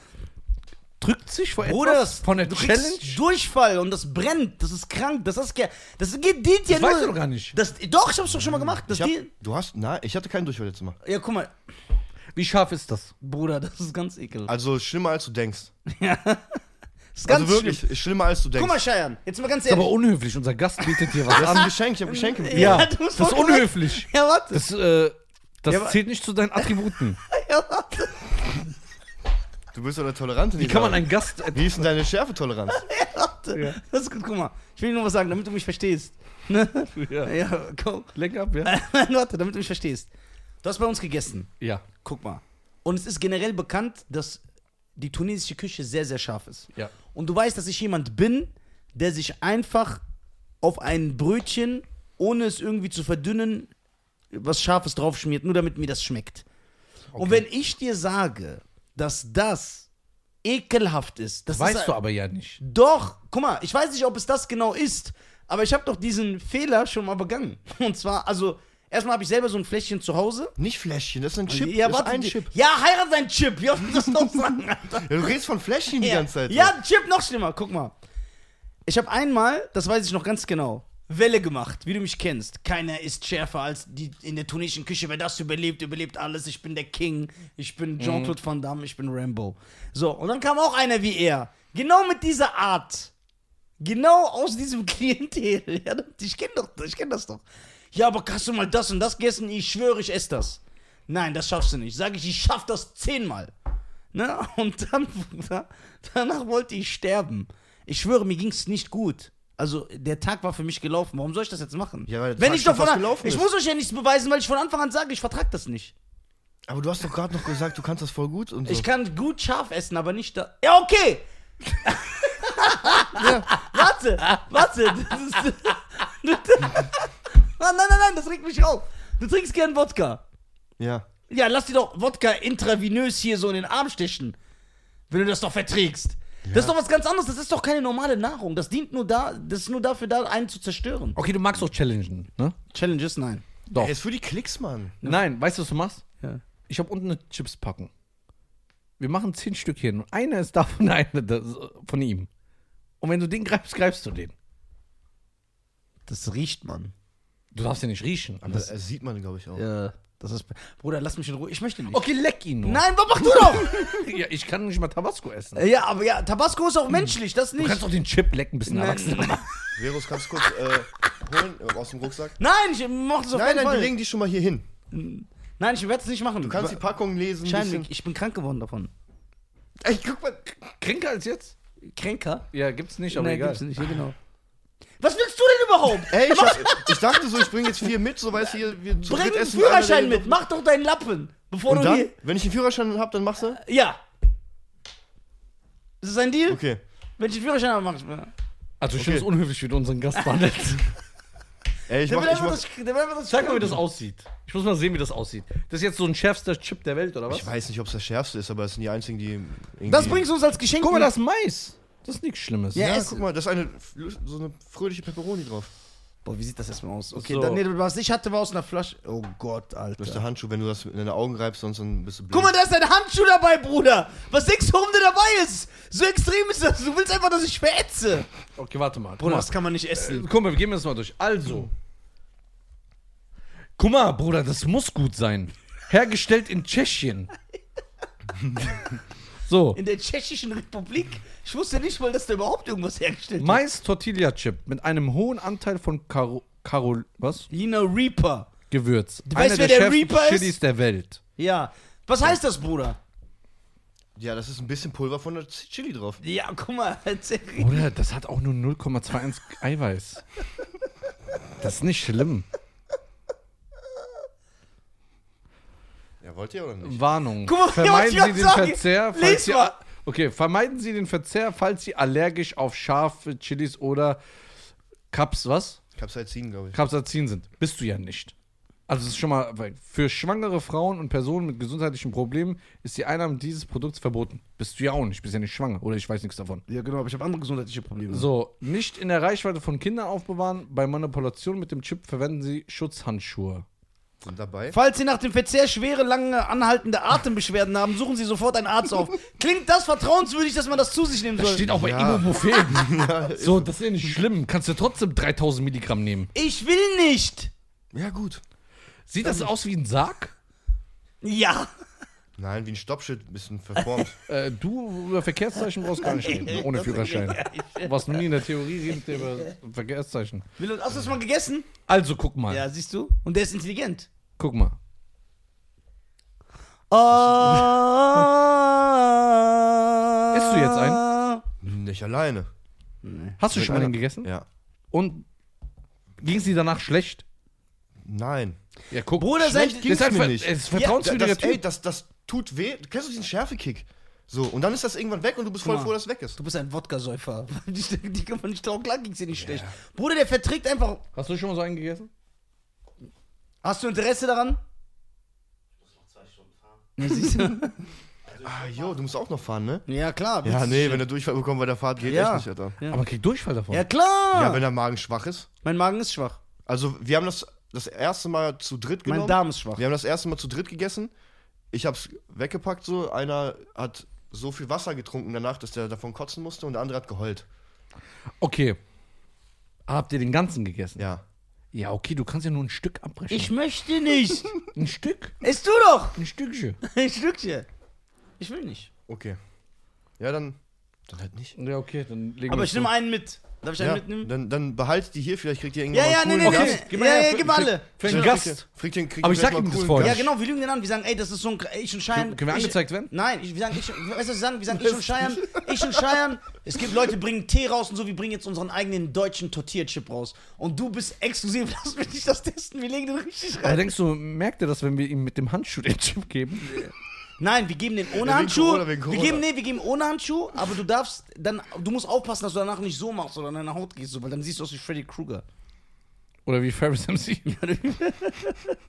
Drückt sich vor
Bruder,
etwas,
das,
von der
du
Challenge.
kriegst Durchfall und das brennt, das ist krank, das ist ge- das geht dir ja
Das
nur.
weißt du doch gar nicht.
Das, doch, ich hab's doch schon mal gemacht. Das
Ich hab,
die,
du hast, nein, ich hatte keinen Durchfall letztes Mal.
ja, guck mal,
Wie scharf ist das?
Bruder, das ist ganz ekelhaft.
Also schlimmer als du denkst.
Das ist ganz
also wirklich,
schlimm.
schlimmer als du denkst.
Guck mal, Scheiern, jetzt mal ganz
Ist aber
ehrlich.
unhöflich. Unser Gast bietet dir was
das ist ein
an.
Geschenk, ich habe Geschenke bekommen.
Ja,
du
das
musst
ist
voll korrekt.
unhöflich.
Ja, warte.
Das, äh, das
aber-
zählt nicht zu deinen Attributen.
Ja, warte.
Du bist doch der Tolerante.
Wie kann man einen Gast.
Wie ist denn deine Schärfetoleranz?
Ja, warte. Das ist gut, guck mal. Ich will dir nur was sagen, damit du mich verstehst. Ne?
Ja.
Ja, komm.
äh, Lenk ab, ja?
Nein, warte, damit du mich verstehst. Du hast bei uns gegessen.
Ja.
Guck mal. Und es ist generell bekannt, dass die tunesische Küche sehr, sehr scharf ist.
Ja.
Und du weißt, dass ich jemand bin, der sich einfach auf ein Brötchen, ohne es irgendwie zu verdünnen, was Scharfes draufschmiert, nur damit mir das schmeckt. Und wenn ich dir sage, dass das ekelhaft ist, das ist
Weißt du aber ja nicht.
doch, guck mal, ich weiß nicht, ob es das genau ist, aber ich habe doch diesen Fehler schon mal begangen. Und zwar, also, erstmal habe ich selber so ein Fläschchen zu Hause.
Nicht Fläschchen, das ist ein Chip.
ja,
das ist
warte,
ein
die-
Chip.
Ja, heirat dein Chip. Ja, das doch sagen, Alter.
Ja, du redest von Fläschchen die ganze Zeit.
Ja, ein Chip noch schlimmer. Guck mal. Ich habe einmal, das weiß ich noch ganz genau, Welle gemacht, wie du mich kennst. Keiner ist schärfer als die in der tunesischen Küche. Wer das überlebt, überlebt alles. Ich bin der King. Ich
Mhm.
bin Jean-Claude Van Damme. Ich bin Rambo. So, und dann kam auch einer wie er. Genau mit dieser Art. Genau aus diesem Klientel. Ja, ich kenne doch, ich kenne das doch. Ja, aber hast du mal das und das gegessen? Ich schwöre, ich esse das. Nein, das schaffst du nicht. Sag ich, ich schaff das zehnmal. Ne? Und dann, Bruder, danach wollte ich sterben. Ich schwöre, mir ging's nicht gut. Also, der Tag war für mich gelaufen. Warum soll ich das jetzt machen?
Ja, weil der
Wenn
Tag
ich doch
schon
von
fast
an,
gelaufen
Ich
ist.
muss euch ja nichts beweisen, weil ich von Anfang an sage, ich vertrag das nicht.
Aber du hast doch gerade noch gesagt, du kannst das voll gut und so.
Ich kann gut scharf essen, aber nicht da. Ja, okay! Warte, warte. Das ist, du, nein, nein, nein, nein, das regt mich auf. Du trinkst gern Wodka.
ja.
Ja, lass dir doch Wodka intravenös hier so in den Arm stechen. Wenn du das doch verträgst. Das ist doch was ganz anderes. Das ist doch keine normale Nahrung. Das dient nur da, das ist nur dafür da, einen zu zerstören.
Okay, du magst auch Challengen, ne?
Challenges, nein.
Doch.
Er ist für die Klicks, Mann.
Nein, weißt du, was du machst?
Ja.
Ich habe unten eine Chipspackung. Wir machen zehn Stückchen und einer ist davon, einer das, von ihm. Und wenn du den greifst, greifst du den.
Das riecht man.
Du darfst den nicht riechen. Aber
Das, das sieht man, glaube ich, auch.
Ja. Das ist. Bruder, lass mich in Ruhe. Ich möchte nicht.
okay, leck ihn nur.
Nein, was mach du doch?
Ja, ich kann nicht mal Tabasco essen.
Äh, ja, aber ja, Tabasco ist auch menschlich, das
Du
nicht.
kannst doch den Chip lecken, bisschen
Nein.
erwachsener machen.
Verus, kannst du kurz äh, holen äh, aus dem Rucksack?
Nein, ich mach das auf
Nein,
keinen
nein,
Fall.
wir legen die schon mal hier hin.
Nein, ich werde es nicht machen.
Du kannst die Packung lesen. ein
Wahrscheinlich,
bisschen.
ich bin krank geworden davon.
Ey, guck mal.
Kränker als jetzt?
Kränker?
Ja, gibt's nicht,
Nein, gibt's nicht, ja, genau. Was willst du denn überhaupt?
Ey, ich, hab, ich dachte so, ich bringe jetzt viel mit, so weißt du, hier, wir zu
Bring
dritt
den
essen, einer, der-
Führerschein mit, mach doch deinen Lappen. Bevor
Und
du
dann,
hier.
wenn ich einen Führerschein hab, dann machst du?
Ja. Ist das ein Deal?
Okay.
Wenn ich den Führerschein habe, mach ich mir.
Also, ich finde es
Okay.
unhöflich, wie du unseren Gast behandelst.
Ey, ich
Der
mach,
will
ich
einfach
mach.
das. Der will einfach das.
Sag mal, wie das aussieht. Ich muss mal sehen, wie das aussieht. Das ist jetzt so ein schärfster Chip der Welt, oder was?
Ich weiß nicht, ob es das Schärfste ist, aber es sind die einzigen, die. Irgendwie
Das bringst du uns als Geschenk.
Guck mal, das ist Mais. Das ist nichts Schlimmes.
Ja,
Ja,
es-
guck mal, das ist eine, so eine fröhliche Pepperoni drauf.
Boah, wie sieht das erstmal aus? Okay,
So.
dann, nee, was ich hatte, war aus einer Flasche. Oh Gott,
Das ist der
Alter.
Handschuh, wenn du das in deine Augen reibst, sonst dann bist du blöd.
Guck mal, da ist ein Handschuh dabei, Bruder. Was denkst du, warum der dabei ist? So extrem ist das. Du willst einfach, dass ich verätze.
Okay, warte mal.
Bruder,
guck,
das kann man nicht
mal.
essen.
guck mal, wir gehen das mal durch. Also. Guck mal, Bruder, das muss gut sein. Hergestellt in Tschechien. so.
In der Tschechischen Republik? Ich wusste nicht mal, dass da überhaupt irgendwas hergestellt wird.
Mais-Tortilla-Chip mit einem hohen Anteil von Karo, Karol, was?
Lina Reaper.
Gewürz. Du
weißt, wer der Reaper ist?
Chilis der Welt.
Ja. Was heißt das, Bruder?
Ja, das ist ein bisschen Pulver von der Z- Chili drauf.
Ja, guck mal. erzähl.
Bruder, das hat auch nur 0,21 Eiweiß. Das ist nicht schlimm.
Ja, wollt ihr oder nicht?
Warnung.
Guck mal, ja,
vermeiden
was
Sie
ich
den
sagen.
Verzehr,
Lies
falls Sie,
mal.
Okay, vermeiden Sie den Verzehr, falls Sie allergisch auf scharfe Chilis oder Caps, was?
Ich hab's halt ziehen, glaube ich.
Capsaicin sind. Bist du ja nicht. Also es ist schon mal weil für schwangere Frauen und Personen mit gesundheitlichen Problemen ist die Einnahme dieses Produkts verboten. Bist du ja auch nicht, bist ja nicht schwanger oder ich weiß nichts davon.
Ja, genau, aber ich habe andere gesundheitliche Probleme.
So, nicht in der Reichweite von Kindern aufbewahren. Bei Manipulation mit dem Chip verwenden Sie Schutzhandschuhe.
Sind dabei?
Falls Sie nach dem Verzehr schwere, lange anhaltende Atembeschwerden haben, suchen Sie sofort einen Arzt auf. Klingt das vertrauenswürdig, dass man das zu sich nehmen soll?
Steht auch bei
Ja.
Ibuprofen. so, das ist ja nicht schlimm. Kannst du trotzdem 3000 Milligramm nehmen.
ich will nicht.
Ja, gut.
Sieht das aus wie ein Sarg?
Ja.
Nein, wie ein Stoppschild, ein bisschen verformt.
Äh, du über Verkehrszeichen brauchst gar nicht reden, ohne Führerschein. Du warst noch nie in der Theorie redet ihr über Verkehrszeichen.
Will- Hast du das mal gegessen?
Also guck mal,
Ja, siehst du? Und der ist intelligent.
guck mal.
Isst Ah.
Isst du jetzt
einen?
nicht alleine.
Hast du schon mal
einer-
den gegessen?
Ja.
Und ging es dir danach schlecht?
Nein.
Ja, guck.
Bruder, sein-
schlecht
ging's
ging's mir
mir
nicht.
nicht.
Es ist
Ja,
Da,
vertrauenswürdiger
das,
Typ.
ey, das, das tut weh. Kennst du diesen Schärfekick? So, und dann ist das irgendwann weg und du bist voll
mal.
froh, dass es weg ist.
Du bist ein Wodka-Säufer. Die, die kann man nicht trauen, klar ging's dir nicht schlecht. Bruder, der verträgt einfach.
Hast du schon mal so einen gegessen?
Hast du Interesse daran? Ja, siehst du?
Ah, jo, du musst auch noch fahren, ne?
ja, klar.
Ja,
witzig.
nee, wenn er Durchfall bekommt bei der Fahrt, geht
Ja.
echt nicht, Alter.
Ja.
Aber krieg Durchfall davon.
Ja, klar.
Ja, wenn der Magen schwach ist.
mein Magen ist schwach.
Also, wir haben das das erste Mal zu dritt genommen.
Mein Darm ist schwach.
Wir haben das erste Mal zu dritt gegessen. Ich hab's weggepackt so. Einer hat so viel Wasser getrunken danach, dass der davon kotzen musste und der andere hat geheult.
Okay. Habt ihr den ganzen gegessen?
Ja.
Ja, okay, du kannst ja nur ein Stück abbrechen.
Ich möchte nicht.
ein Stück?
Isst du doch.
Ein Stückchen.
Ein Stückchen. Ich will nicht.
Okay. Ja, dann Dann halt nicht.
Ja, okay, dann legen
Aber
wir
ich nehme einen mit. Darf ich einen
Ja,
mitnehmen?
dann, dann behalt die hier, vielleicht kriegt ihr irgendwann
Ja, ja, nee,
mal
nee,
einen coolen
nee.
Gast.
Gib
Gib
mal
ja,
her,
ja,
für-
gib alle.
Für
Ja,
einen
kriegt
Gast.
ihr- Kriegt ihr, kriegt
Aber
ihr
ich sag
vielleicht
ihm
mal einen
das
coolen
vorher.
Ja,
Gast.
genau, wir lügen den an. Wir sagen, ey, das ist so ein. Ich und Schein.
Können wir angezeigt werden?
Nein, ich, wir sagen, ich, weißt du, was wir sagen? Wir sagen, ich und Scheiern, ich und Scheiern. Es gibt Leute, bringen Tee raus und so, wir bringen jetzt unseren eigenen deutschen Tortilla-Chip raus. Und du bist exklusiv, lass mich nicht das testen, wir legen den richtig
Aber
rein.
Äh, denkst du, merkt er das, wenn wir ihm mit dem Handschuh den Chip geben?
Nein, wir geben den ohne
wegen
Handschuh.
Corona, wegen
Wir
Corona.
geben, nee, wir geben ohne Handschuh, aber du darfst dann, du musst aufpassen, dass du danach nicht so machst oder an deine Haut gehst, so, weil dann siehst du aus wie Freddy Krueger.
Oder wie Ferris MC?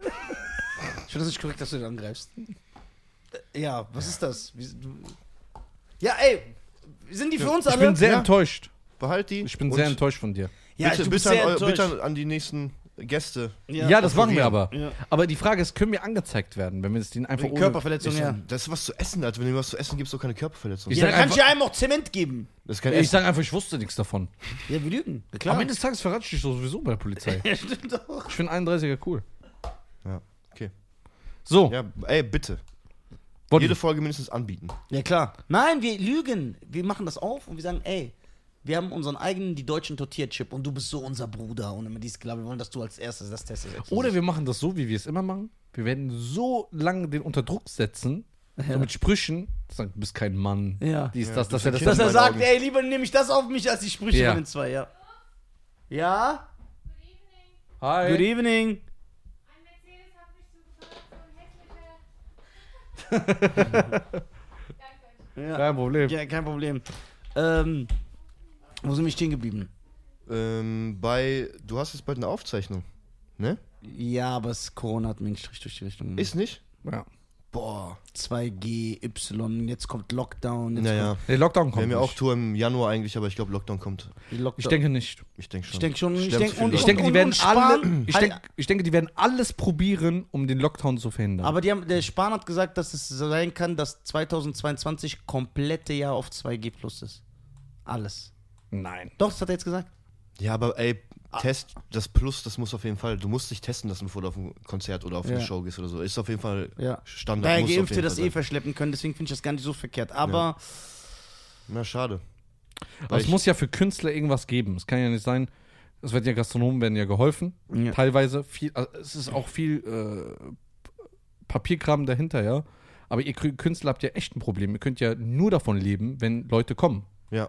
Ich finde das nicht korrekt, dass du den angreifst. Äh, Ja, was ist das? Wie, du, ja, ey, sind die für uns
Ich
alle?
bin sehr
Ja.
enttäuscht.
Behalt die.
Ich bin
und
sehr enttäuscht von dir.
ja,
bitte,
du bist
bitte,
sehr
an, eu-
enttäuscht.
bitte an, an die nächsten Gäste.
Ja, das machen wir aber. Aber die Frage ist, können wir angezeigt werden, wenn wir es denen einfach
Wegen
ohne...
Körperverletzung,
Ich,
ja.
Das ist was zu essen, Alter. Wenn du was zu essen gibst, so keine Körperverletzung.
Ich
Ja,
sag
dann kann ich
einfach-
ja einem auch Zement geben.
Das ist kein
Ich
Essen.
sage einfach, ich wusste nichts davon.
Ja, wir lügen.
Am Ende des Tages verrate ich dich sowieso bei der Polizei.
Ja, stimmt doch.
Ich finde 31er cool.
Ja, okay.
So,
Ja, ey, bitte.
Body.
Jede Folge mindestens anbieten.
Ja, klar. Nein, wir lügen. Wir machen das auf und wir sagen, ey, wir haben unseren eigenen, die deutschen Tortilla-Chip und du bist so unser Bruder und immer dies klar. Wir wollen, dass du als erstes das testest.
Oder wir machen das so, wie wir es immer machen. Wir werden so lange den unter Druck setzen, so mit Sprüchen, sagen, du bist kein Mann,
Ja.
dies,
Ja,
das,
du
dass
bist
er
ein
das
Dass
in
er
meinen
sagt,
Augen.
ey, lieber nehme ich das auf mich, als die Sprüche
Ja.
von den zwei, ja. Ja? Good
Hi.
evening.
Ein Mercedes hat mich so gefragt, so ein hässlicher. Danke euch.
Ja,
Kein Problem.
ja kein Problem. Ähm, wo sind wir stehen geblieben?
Ähm, bei, du hast jetzt bald eine Aufzeichnung, ne?
Ja, aber es Corona hat mir einen Strich durch die Richtung gemacht.
Ist nicht?
Ja.
Boah.
2G, Y, jetzt kommt Lockdown. Jetzt
Naja.
Der Lockdown kommt
Wir haben ja auch
nicht.
Tour im Januar eigentlich, aber ich glaube, Lockdown kommt.
kommt Lockdown.
Ich denke nicht.
Ich denke schon.
Ich denke schon, ich
Sterben
denke,
zu viele
Ich
Und-
denke, die werden alle,
Spahn-
ich, denk, ich denke, die werden alles probieren, um den Lockdown zu verhindern.
aber die haben, der Spahn hat gesagt, dass es so sein kann, dass 2022 komplette Jahr auf 2G plus ist. Alles.
Nein.
Doch, das hat er jetzt gesagt.
Ja, aber ey, Test, das Plus, das muss auf jeden Fall. Du musst dich testen lassen, bevor du auf ein Konzert oder auf
Ja.
eine Show gehst oder so. Ist auf jeden Fall
Ja.
Standard.
Da
muss auf
Geimpfte
jeden
das
Fall
eh verschleppen können, deswegen finde ich das gar nicht so verkehrt. Aber
sein.
eh
Na, schade.
Aber Also es
ich-
muss ja für Künstler irgendwas geben. Es kann ja nicht sein, es wird ja Gastronomen werden ja geholfen.
Ja.
Teilweise viel, also es ist auch viel äh, Papierkram dahinter, ja. Aber ihr Kü- Künstler habt ja echt ein Problem. Ihr könnt ja nur davon leben, wenn Leute kommen.
Ja.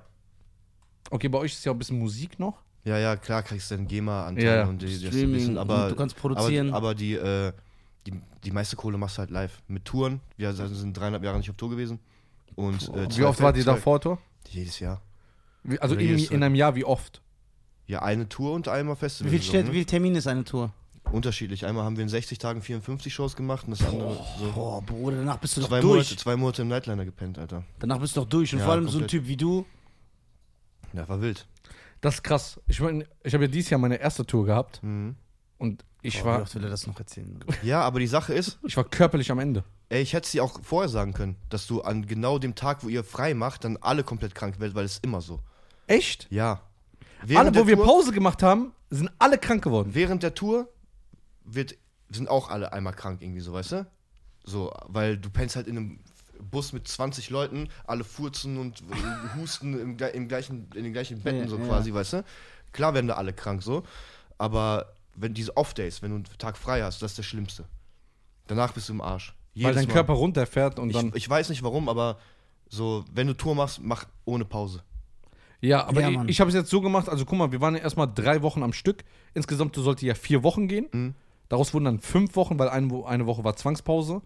Okay, bei euch ist ja auch ein bisschen Musik noch.
Ja, ja, klar kriegst du den GEMA-Anteil
Ja, ja.
und die, das
Streaming
bisschen, aber,
und du kannst produzieren.
Aber, aber die, äh, die, die meiste Kohle machst du halt live. Mit Touren. Wir sind dreieinhalb Jahre nicht auf Tour gewesen. Und, äh,
Wie
zwei-
oft wart ihr
zwei-
da vor Tor?
Jedes Jahr.
Wie- Also
Oder
in,
jedes Jahr.
in einem Jahr, wie oft?
Ja, eine Tour und einmal Festival.
wie viel, Städte-
ne?
wie viel Termin ist eine Tour?
Unterschiedlich. Einmal haben wir in 60 Tagen 54 Shows gemacht und das andere so
Boah, Bruder, danach bist du doch
zwei
durch.
Monate, zwei Monate im Nightliner gepennt, Alter.
Danach bist du doch durch. Und
Ja,
vor allem so ein
komplett.
Typ wie du.
Ja, war wild.
Das ist krass. Ich meine, ich habe ja dieses Jahr meine erste Tour gehabt
Mhm.
und ich
Boah, wie
war,
oft will er das noch erzählen?
Ja, aber die Sache ist,
ich war körperlich am Ende.
ey, ich hätte sie auch vorher sagen können, dass du an genau dem Tag, wo ihr frei macht, dann alle komplett krank werdet, weil es ist immer so.
Echt?
Ja.
Alle,
Während
wo
der
wir
Tour-
Pause gemacht haben, sind alle krank geworden.
Während der Tour wird, sind auch alle einmal krank, irgendwie so, weißt du? So, weil du pennst halt in einem Bus mit 20 Leuten, alle furzen und husten im, gle- im gleichen, in den gleichen Betten,
Ja,
so
ja.
quasi, weißt du? Klar werden da alle krank, so. Aber wenn diese Off-Days, wenn du einen Tag frei hast, das ist das Schlimmste. Danach bist du im Arsch.
Weil
Jedes
dein
Mal.
Körper runterfährt und dann.
ich, ich weiß nicht warum, aber so, wenn du Tour machst, mach ohne Pause.
Ja, aber
Ja,
ich,
Mann.
ich habe es jetzt so gemacht, also guck mal, wir waren ja erstmal drei Wochen am Stück. Insgesamt sollte ja vier Wochen gehen. Daraus wurden dann fünf Wochen, weil eine, Wo- eine Woche war Zwangspause.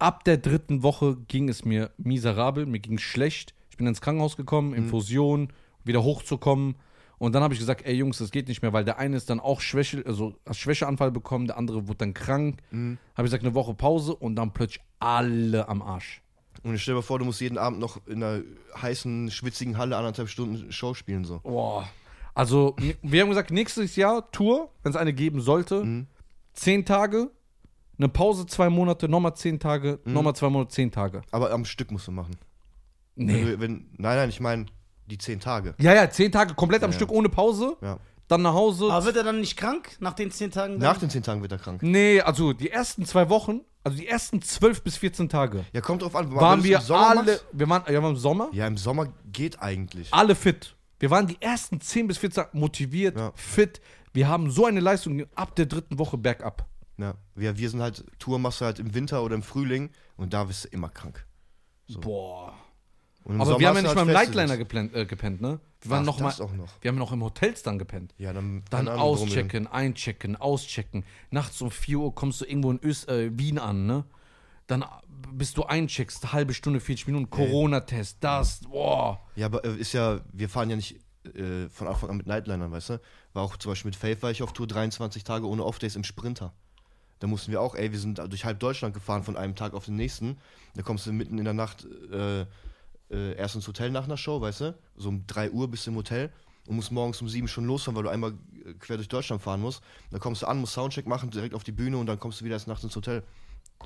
Ab der dritten Woche ging es mir miserabel, mir ging schlecht. Ich bin ins Krankenhaus gekommen, Infusion, wieder hochzukommen. Und dann habe ich gesagt, ey Jungs, das geht nicht mehr, weil der eine ist dann auch Schwäche, also hat Schwächeanfall bekommen, der andere wurde dann krank. Habe ich gesagt, eine Woche Pause und dann plötzlich alle am Arsch.
Und ich stell dir vor, du musst jeden Abend noch in einer heißen, schwitzigen Halle anderthalb Stunden Show spielen, so.
Boah. Also, n- wir haben gesagt, nächstes Jahr Tour, wenn es eine geben sollte,
Mhm.
zehn Tage, eine Pause zwei Monate, nochmal zehn Tage,
Mhm.
nochmal zwei Monate, zehn Tage.
Aber am Stück musst du machen. Wenn,
Nee.
du- wenn, nein, nein, ich meine die zehn Tage.
Ja, ja, zehn Tage komplett am Stück ohne Pause,
Ja.
dann nach Hause.
Aber wird er dann nicht krank nach den zehn Tagen?
Nach den zehn Tagen wird er krank.
nee, also die ersten zwei Wochen also die ersten 12 bis 14 Tage,
Ja, kommt drauf an.
waren
wenn du's
wir
im Sommer
alle, Ah.
machst-
wir waren, ja, wir waren im Sommer,
Ja, im Sommer geht eigentlich.
alle fit. Wir waren die ersten 10 bis 14 Tage motiviert,
Ja.
fit. Wir haben so eine Leistung ab der dritten Woche bergab.
Ja. Wir, wir sind halt, Tour machst du halt im Winter oder im Frühling und da bist du immer krank.
Boah.
Und im
Aber
Sommer
wir haben ja
hast du
nicht
halt
mal im
Festivals.
Nightliner gepennt, äh, gepennt, ne? Wir waren
Ach,
noch mal,
das auch noch.
Wir haben noch im Hotels dann gepennt.
Ja, dann,
Dann
keine Ahnung, warum wir-
auschecken, einchecken, auschecken. Nachts um 4 Uhr kommst du irgendwo in Ös äh, Wien an, ne? Dann äh, bist du eincheckst, halbe Stunde, 40 Minuten, Corona-Test, das, boah.
Ja, aber äh, ist ja, wir fahren ja nicht äh, von Anfang an mit Nightlinern, weißt du? War auch zum Beispiel mit Faith war ich auf Tour 23 Tage ohne Off-Days im Sprinter. Da mussten wir auch, ey, wir sind durch halb Deutschland gefahren von einem Tag auf den nächsten. Da kommst du mitten in der Nacht äh, äh, erst ins Hotel nach einer Show, weißt du? So um 3 Uhr bist du im Hotel und musst morgens um 7 schon losfahren, weil du einmal äh, quer durch Deutschland fahren musst. Da kommst du an, musst Soundcheck machen, direkt auf die Bühne und dann kommst du wieder erst nachts ins Hotel.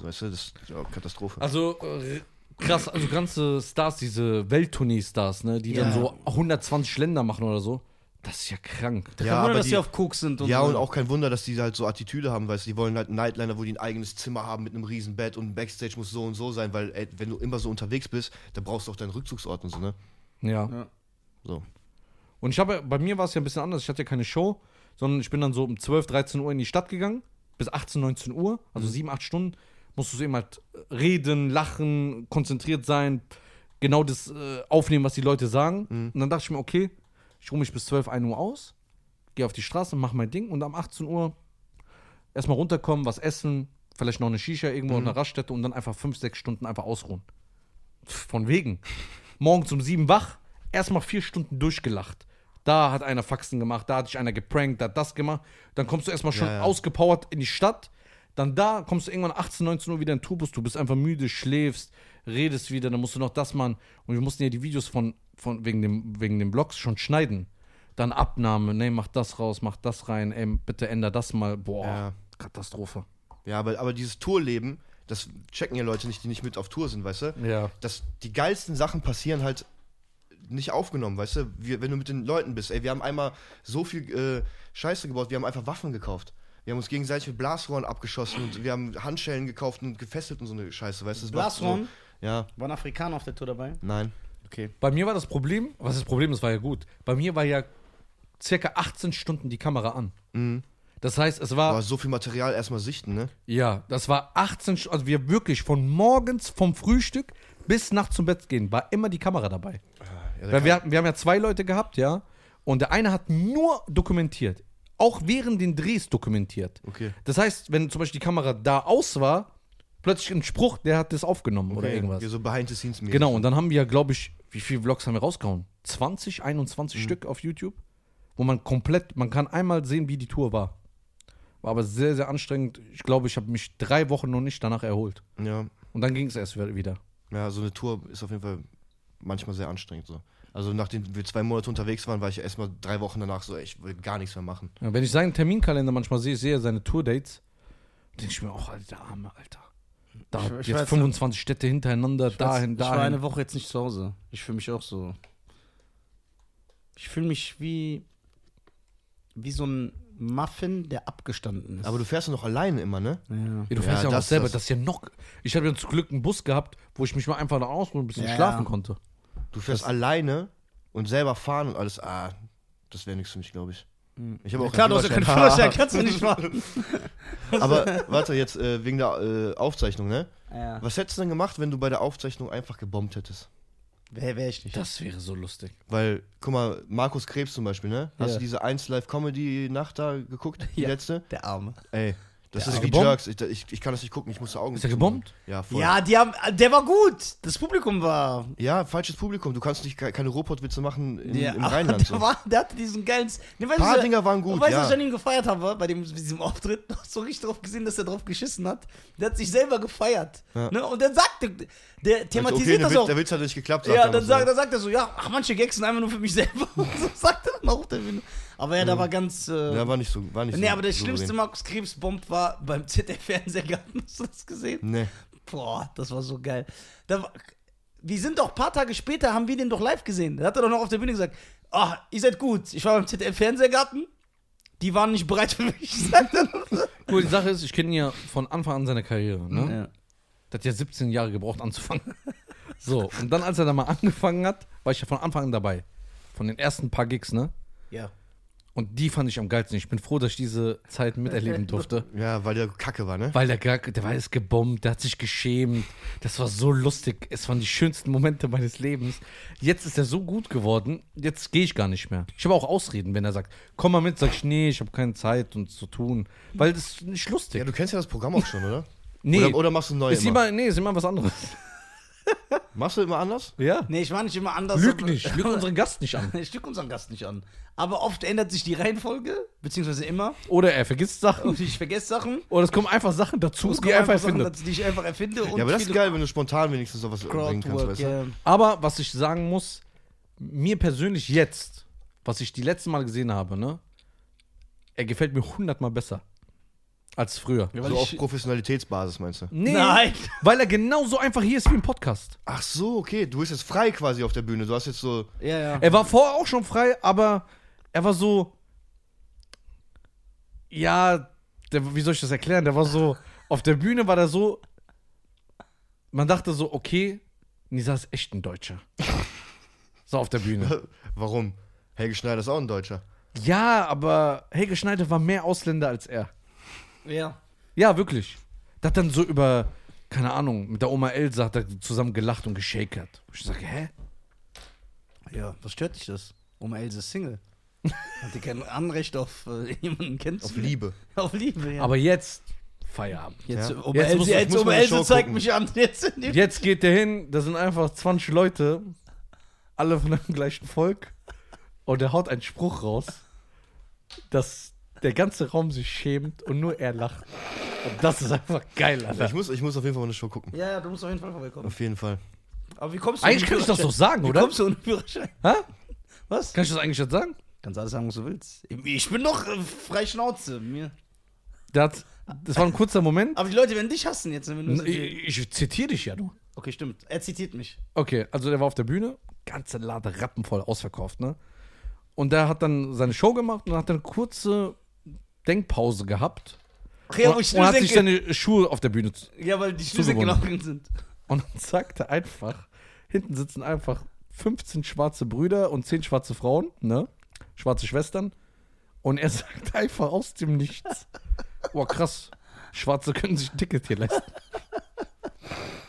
Weißt du, das ist ja, Katastrophe.
Also äh, krass, also ganze Stars, diese Welttournee-Stars, ne? Die dann
Ja.
so 120 Länder machen oder so. Das ist ja krank.
Kein Wunder,
aber
dass
die-
die auf Koks sind.
Ja,
so.
und auch kein Wunder, dass die halt so Attitüde haben, weißt du, die wollen halt einen Nightliner, wo die ein eigenes Zimmer haben mit einem riesen Bett und Backstage muss so und so sein, weil ey, wenn du immer so unterwegs bist, dann brauchst du auch deinen Rückzugsort und so, ne?
Ja.
So.
Und ich habe, bei mir war es ja ein bisschen anders. Ich hatte ja keine Show, sondern ich bin dann so um 12, 13 Uhr in die Stadt gegangen, bis 18, 19 Uhr, also sieben, acht Stunden. Musstest du eben halt reden, lachen, konzentriert sein, genau das äh, aufnehmen, was die Leute sagen. Und dann dachte ich mir, okay, ich ruhe mich bis 12, 1 Uhr aus, gehe auf die Straße, mache mein Ding und am 18 Uhr erstmal runterkommen, was essen, vielleicht noch eine Shisha irgendwo in der Raststätte und dann einfach fünf, sechs Stunden einfach ausruhen. Pff, Von wegen. Morgens um sieben wach, erstmal vier Stunden durchgelacht. Da hat einer Faxen gemacht, da hat dich einer geprankt, da hat das gemacht. Dann kommst du erstmal schon
Ja, ja.
ausgepowert in die Stadt. Dann da kommst du irgendwann 18, 19 Uhr wieder in den Tourbus, du bist einfach müde, schläfst, redest wieder, dann musst du noch das machen. Und wir mussten ja die Videos von, von wegen, dem, wegen den Blogs schon schneiden. Dann Abnahme, nee, mach das raus, mach das rein, ey, bitte änder das mal. Boah,
Ja.
Katastrophe.
Ja, aber, aber dieses Tourleben, das checken ja Leute nicht, die nicht mit auf Tour sind, weißt du?
Ja.
Dass die geilsten Sachen passieren halt nicht aufgenommen, weißt du? Wir, wenn du mit den Leuten bist, ey, wir haben einmal so viel äh, Scheiße gebaut, wir haben einfach Waffen gekauft. Wir haben uns gegenseitig mit Blasrohren abgeschossen und wir haben Handschellen gekauft und gefesselt und so eine Scheiße, weißt du? Das war
Blasrohren?
So, ja,
Waren Afrikaner auf der Tour dabei?
nein.
Okay.
Bei mir war das Problem, was das Problem, das war ja gut. Bei mir war ja circa 18 Stunden die Kamera an.
Mhm.
Das heißt, es war,
Aber so viel Material erstmal sichten, ne?
ja, das war 18 Stunden, also wir wirklich von morgens, vom Frühstück bis nachts zum Bett gehen, war immer die Kamera dabei.
Ah, Ja, da
Weil
kann-
wir, hatten- wir haben ja zwei Leute gehabt, ja. Und der eine hat nur dokumentiert. Auch während den Drehs dokumentiert.
Okay.
Das heißt, wenn zum Beispiel die Kamera da aus war, plötzlich ein Spruch, der hat das aufgenommen oder
Okay,
irgendwas.
hier So behind the scenes -mäßig.
Genau, und dann haben wir, glaube ich, wie viele Vlogs haben wir rausgehauen? 20, 21
Mhm.
Stück auf YouTube, wo man komplett, man kann einmal sehen, wie die Tour war. War aber sehr, sehr anstrengend. Ich glaube, ich habe mich drei Wochen noch nicht danach erholt.
Ja.
Und dann ging es erst wieder.
ja, so eine Tour ist auf jeden Fall manchmal sehr anstrengend so. Also nachdem wir zwei Monate unterwegs waren, war ich erstmal drei Wochen danach so, ey, ich will gar nichts mehr machen.
Ja, wenn ich seinen Terminkalender manchmal sehe, ich sehe seine Tourdates, denke ich mir auch, Alter, der Arme, Alter. Da
Ich- ich
jetzt
weiß-
25 Städte hintereinander, dahin,
ich war
dahin.
eine Woche jetzt nicht zu Hause. Ich fühle mich auch so. Ich fühle mich wie. wie so ein Muffin, der abgestanden ist.
Aber du fährst ja noch alleine immer, ne?
ja.
Ja, du fährst ja,
Ja,
auch
das-
selber, das,
das-
ist ja noch. Ich habe ja zum Glück einen Bus gehabt, wo ich mich mal einfach da ausruhen, ein bisschen
Ja.
schlafen konnte.
Du fährst alleine und selber fahren und alles. Ah, das wäre nichts für mich, glaube ich. Ich habe auch
Klar, du hast Hm. ja keinen Führerschein, kannst du nicht machen.
Aber warte, jetzt äh, wegen der äh, Aufzeichnung, ne?
Ja.
Was hättest du denn gemacht, wenn du bei der Aufzeichnung einfach gebombt hättest?
Wer wär ich nicht?
Das wäre so lustig.
Weil, guck mal, Markus Krebs zum Beispiel, ne? Hast
Ja.
du diese 1 Live Comedy Nacht da geguckt, die
Ja.
letzte?
Der Arme.
Ey, das ist wie
gebombt?
Jerks. Ich, ich, ich kann das nicht gucken, ich muss die Augen.
Ist er
zu-
gebombt?
Ja, voll. Ja.
Ja, die haben, der war gut. Das Publikum war.
falsches Publikum. Du kannst nicht ke- keine Robotwitze machen in,
Ja,
im
aber
Rheinland.
Der,
So. Also,
war, der hatte diesen geilen. Ne, weißt
Paar
du,
Dinger waren gut,
Weißt du,
ja.
was ich an ihm gefeiert habe, bei dem, diesem Auftritt? Noch so richtig drauf gesehen, dass er drauf geschissen hat. Der hat sich selber gefeiert.
Ja.
Ne? Und dann sagt, der- der thematisiert
der
das auch.
Der Witz hat nicht geklappt.
ja,
er
dann
noch
sagt, dann sagt er so, ja, ach, manche Gags sind einfach nur für mich selber. Und so sagt er dann auch auf der Bühne. Aber ja, da war ganz. Äh,
Hm. Ja, war nicht so. War nicht
nee,
so,
aber der
so
schlimmste
gesehen.
Markus Krebs-Bomb war beim ZDF-Fernsehgarten. Hast du das gesehen?
Nee.
Boah, das war so geil. Da, war- wir sind doch ein paar Tage später, haben wir den doch live gesehen. Da hat er doch noch auf der Bühne gesagt, ah, ihr seid gut. Ich war beim ZDF-Fernsehgarten Die waren nicht bereit für mich. Ich sag das.
Cool, die Sache ist, ich kenne ihn ja von Anfang an seiner Karriere. Ne? Der hat ja 17 Jahre gebraucht anzufangen. So, und dann, als er da mal angefangen hat, war ich ja von Anfang an dabei. Von den ersten paar Gigs, ne?
ja.
Und die fand ich am geilsten. Ich bin froh, dass ich diese Zeit miterleben durfte.
Ja, weil der Kacke war, ne?
Weil der, gar- der war jetzt gebombt, der hat sich geschämt. Das war so lustig. Es waren die schönsten Momente meines Lebens. Jetzt ist er so gut geworden, jetzt gehe ich gar nicht mehr. Ich habe auch Ausreden, wenn er sagt, komm mal mit, sag ich, nee, ich habe keine Zeit und zu tun. Weil das ist nicht lustig.
Ja, du kennst ja das Programm auch schon, oder?
nee,
Oder, oder machst du neu
ist
immer?
immer, nee, ist immer was anderes.
Machst du immer anders?
Ja.
Nee, ich war nicht immer anders.
Lüg
aber-
nicht, lüg unseren Gast nicht an.
Ich lüg unseren Gast nicht an. Aber oft ändert sich die Reihenfolge, beziehungsweise immer.
Oder er vergisst Sachen.
Und ich vergesse Sachen.
Oder es kommen einfach Sachen dazu,
Es
die
kommen
er einfach
Sachen,
findet.
die ich einfach erfinde. Und
Ja, aber das ist
viele
geil, wenn du spontan wenigstens noch was bringen kannst,
Crowdwork,
weißt du?
ja.
Aber was ich sagen muss, mir persönlich jetzt, was ich die letzten Mal gesehen habe, ne, er gefällt mir hundertmal besser als früher.
Ja, weil
So auf
ich-
Professionalitätsbasis meinst du?
Nee,
Nein.
weil er genauso einfach hier ist wie im Podcast.
Ach so, okay. Du bist jetzt frei quasi auf der Bühne. Du hast jetzt so.
Ja, ja.
Er war vorher auch schon frei, aber er war so, ja, der, wie soll ich das erklären? Der war so, auf der Bühne war der so, man dachte so, okay, Nisa ist echt ein Deutscher. So auf der Bühne.
Warum? Helge Schneider ist auch ein Deutscher.
Ja, aber Helge Schneider war mehr Ausländer als er.
ja.
Ja, wirklich. Der hat dann so über, keine Ahnung, mit der Oma Elsa hat er zusammen gelacht und geschakert. Ich sage, hä?
Ja, was stört dich das? Oma Else ist Single. Hat die kein Anrecht auf äh, jemanden
Auf
kennenzulernen?
Liebe.
Auf Liebe, ja.
Aber jetzt Feierabend.
jetzt,
Ja.
Oma
Jetzt
Else,
muss-
jetzt
muss man
Oma
die
Else
Show
zeigt
gucken.
mich an. Jetzt,
Jetzt geht der hin, da sind einfach 20 Leute, alle von einem gleichen Volk. Und er haut einen Spruch raus, dass der ganze Raum sich schämt und nur er lacht. Und das ist einfach geil, Alter.
Ich muss, ich muss auf jeden Fall mal eine Show gucken.
ja, ja, du musst auf jeden Fall vorbeikommen.
Auf jeden Fall.
Aber wie kommst du
Eigentlich
ohne
kann ich das doch
Führerschein?
sagen,
Wie
oder?
kommst du ohne Führerschein?
Hä?
Was?
Kann ich das eigentlich jetzt sagen?
Kannst alles sagen, was du willst. Ich bin noch äh, frei Schnauze. Mir.
Der hat, das war ein kurzer Moment.
Aber die Leute werden dich hassen jetzt, wenn du das erzählst.
Ich, ich zitiere dich ja nur.
Okay, stimmt. Er zitiert mich.
Okay, also der war auf der Bühne, ganze Lade rappenvoll ausverkauft, ne? Und der hat dann seine Show gemacht und hat dann eine kurze Denkpause gehabt.
Ach ja,
und,
wo ich
und hat sich
Schnürsenkel...
seine Schuhe auf der Bühne zu-
Ja, weil die Schnürsenkel
zugebunden.
drin sind.
und dann sagt er einfach, hinten sitzen einfach 15 schwarze Brüder und 10 schwarze Frauen, ne? Schwarze Schwestern. Und er sagt einfach aus dem Nichts. Boah, krass. Schwarze können sich ein Ticket hier leisten.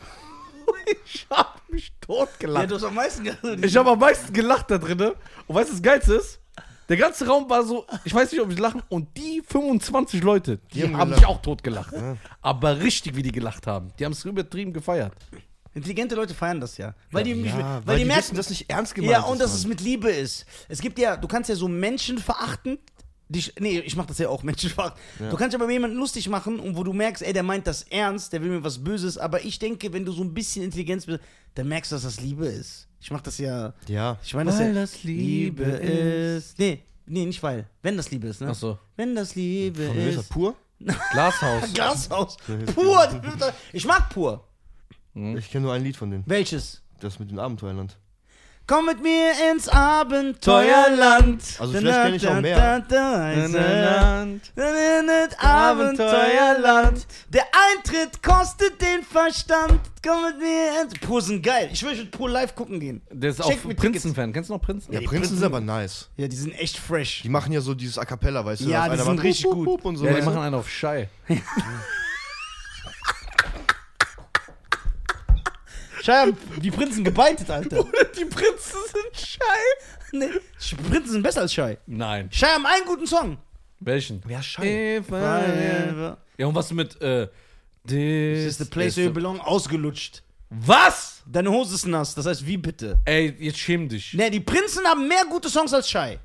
Ich hab mich totgelacht.
Ja, du hast am meisten gelacht.
Ich habe am meisten gelacht da drin. Und weißt du, das Geilste ist? Der ganze Raum war so, ich weiß nicht, ob ich lachen. Und die 25 Leute, die,
Die haben
haben,
gelacht.
sich auch tot gelacht. Aber richtig, wie die gelacht haben. Die haben es übertrieben gefeiert.
Intelligente Leute feiern das ja. Weil die, mich,
Ja,
weil die, merken,
wissen, dass nicht ernst gemeint
ja, und
ist.
dass es mit Liebe ist. Es gibt ja, du kannst ja so Menschen verachten. Dich, nee, ich mach das ja auch, Menschen verachten. Du kannst ja bei jemandem lustig machen und wo du merkst, ey, der meint das ernst, der will mir was Böses, aber ich denke, wenn du so ein bisschen Intelligenz bist, dann merkst du, dass das Liebe ist. Ich mach das ja.
Ja.
Ich meine das ja.
Weil das Liebe
ist. Nee, nee, nicht weil. Wenn das Liebe ist, ne?
Ach so.
Wenn das Liebe
Von mir ist das
ist.
pur.
Glashaus.
Glashaus. Pur. Ich mag pur.
Ich kenne nur ein Lied von denen.
Welches?
Das mit dem Abenteuerland.
Komm mit mir ins Abenteuerland.
Also vielleicht kenn ich auch mehr.
Abenteuerland. Der Eintritt kostet den Verstand. Komm mit mir ins Pur sind geil. Ich will mit Pur live gucken gehen.
Der ist
Schenk
auch
mir
Prinzen-Fan. Kennst du noch Prinzen?
Ja,
die
Prinzen
Prinzen-
ist aber nice.
Ja, die sind echt fresh.
Die machen ja so dieses A Cappella, weißt du?
Ja,
dass
die
einer
sind
macht
richtig
Hup,
gut.
Hup, Hup Und so,
ja, die
weißt
machen
du?
einen auf Schei.
Scheiße, die Prinzen gebeitet, Alter.
Die Prinzen sind Schei.
Nee, Prinzen sind besser als Schei.
Nein.
Schei haben einen guten Song.
Welchen?
Ja,
Äh,
scheiße.
If I- Ja, und was mit, äh,
This is the place where you belong. Ausgelutscht.
Was?
Deine Hose ist nass. Das heißt, wie bitte?
Ey, jetzt schäm dich.
Ne, die Prinzen haben mehr gute Songs als Shai.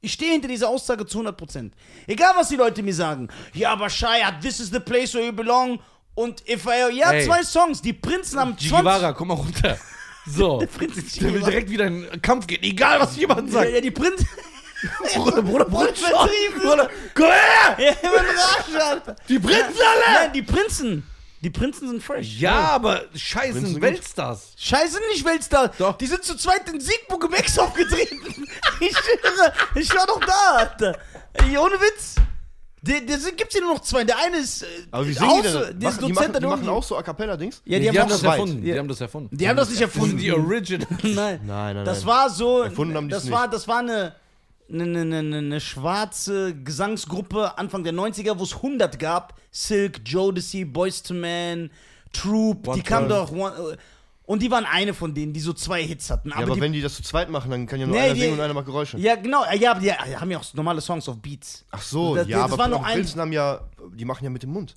Ich stehe hinter dieser Aussage zu 100%. Egal, was die Leute mir sagen. Ja, aber Shai hat This is the place where you belong und If I... Ja,
Ey.
zwei Songs. Die Prinzen haben
Gigi
20...
Guevara, komm mal runter. So. der
Prinz ist
will
Guevara.
direkt wieder in den Kampf gehen, egal was jemand
Ja,
sagt.
ja, die Prinzen...
Bruder, Bruder, Bruder, Bruder,
übertrieben.
Bruder, komm her!
ja, immer ein Arsch, Alter.
Die Prinzen alle!
Nein, die Prinzen. Die Prinzen sind fresh.
Ja, aber scheißen
Prinzen
Weltstars.
Scheiße nicht, Weltstar.
Doch.
Die sind zu zweit in Siegburg im Ex aufgetreten. ich schwöre, ich war doch da, Alter. Ey, ohne Witz. Der, der sind, gibt's hier nur noch zwei. Der eine ist. äh,
Aber wie singen die
Haus-
denn?
Der ist
Machen- die,
Dozent
machen,
an
die
der
machen
Uni.
auch so A Cappella-Dings?
Ja, die,
Die,
haben,
haben
auch
das
zwei.
erfunden.
Ja.
Die haben das erfunden.
Die haben das nicht erfunden.
Die Original.
Nein.
Nein, nein,
Das
nein.
war so.
Erfunden haben die
das
es
war,
nicht.
das war eine, eine, eine, eine, eine schwarze Gesangsgruppe Anfang der 90er, wo es 100 gab. Silk, Jodeci, Boyz II Men, Troop,
One
die kamen doch.
Twelve.
One, und die waren eine von denen, die so zwei Hits hatten. Aber,
Ja, aber
die,
wenn die das zu zweit machen, dann kann ja nur
Nee,
einer
die-
singen und einer macht Geräusche.
ja, genau. Ja, aber die haben ja auch normale Songs auf Beats.
Ach so,
Das-
ja,
das
aber
war nur ein-
Prinzen haben ja, die machen ja mit dem Mund.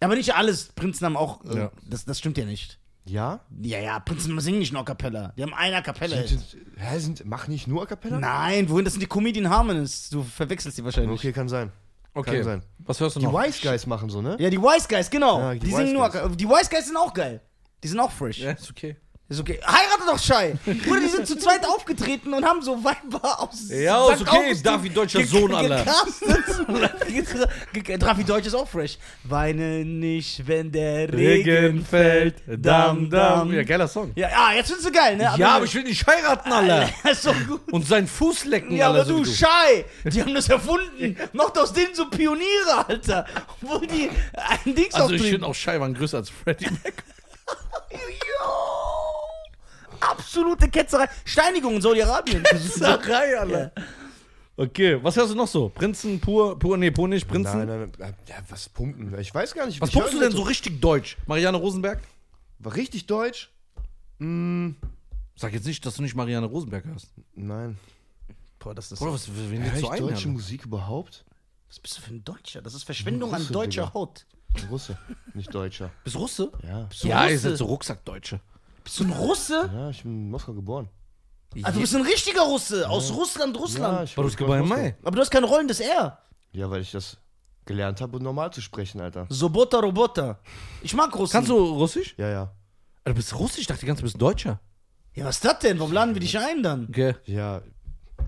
Aber nicht alles. Prinzen haben auch. Äh,
Ja.
das, das stimmt ja nicht.
Ja?
Ja, ja, Prinzen singen nicht nur A Cappella. Die haben eine A Cappella.
Sind, sind, hä, sind, machen nicht nur A Cappella?
Nein, wohin? Das sind die Comedian Harmonists. Du verwechselst die wahrscheinlich.
Okay, kann sein.
Okay. genau.
Kann sein.
Was hörst du
Die
noch?
Wise Guys machen so, ne?
Ja, die Wise Guys, genau.
Ja,
die
die
singen
Wise
nur.
Guys.
Ak- Die Wise Guys sind auch geil. Die sind auch fresh.
Ja, ist okay.
Ist okay. Heirate doch Schei. Bruder, die sind zu zweit aufgetreten und haben so Weiber aus.
Ja, ist
St.
okay,
Augustin
Davi Deutscher
ge-
Sohn, Alter.
gecastet. Ge- ge- ge- Davi Deutsch ist auch fresh. Weine nicht, wenn der Regen.
Regen fällt,
dam, dam.
Ja, geiler Song.
Ja, ah, jetzt findest du geil, ne?
Ja, aber ich will nicht heiraten, alle.
ist so gut.
Und seinen Fuß lecken,
Ja,
alle.
aber
so
du
wie
Schei, die haben das erfunden. Macht aus denen so Pioniere, Alter. Obwohl die ein Dings
Also ich
auftreten.
finde auch Scheiwan größer als Freddie Mac.
Jo! Absolute Ketzerei. Steinigung in Saudi-Arabien.
Ketzerei, Alter. Okay, was hörst du noch so? Prinzen pur, pur, nee, pur nicht, Prinzen.
Nein, nein, nein. Ja, was pumpen? Ich weiß gar nicht.
Was
ich höre
pumpst du
nicht
denn so richtig deutsch? Marianne Rosenberg?
War richtig deutsch?
Sag jetzt nicht, dass du nicht Marianne Rosenberg hörst.
Nein.
Boah, das ist.
Bro, was, wen
Hör
lädst
ich
du ein?
deutsche
Alter?
Musik überhaupt?
Was bist du für ein Deutscher? Das ist Verschwendung
Russe,
an deutscher
Digga.
Haut.
Ein Russe, nicht Deutscher.
Bist Russe?
Ja.
Bist du
Ja,
Russe?
ihr seid so Rucksackdeutsche.
Bist du ein Russe?
Ja, ich bin in Moskau geboren.
Also, du bist ein richtiger Russe. Aus Russland,
Ja,
Russland.
ich
Warum
bin
ist Geburtstag im Mai?
Aber du hast kein rollendes R.
Ja, weil ich das gelernt habe, um normal zu sprechen, Alter.
Sobota, Robota. Ich mag Russen.
Kannst du Russisch?
Ja, ja.
Alter, du bist Russisch, ich dachte die ganze Zeit, du bist Deutscher.
Ja, was ist das denn? Warum laden wir dich ein dann?
Okay.
Ja,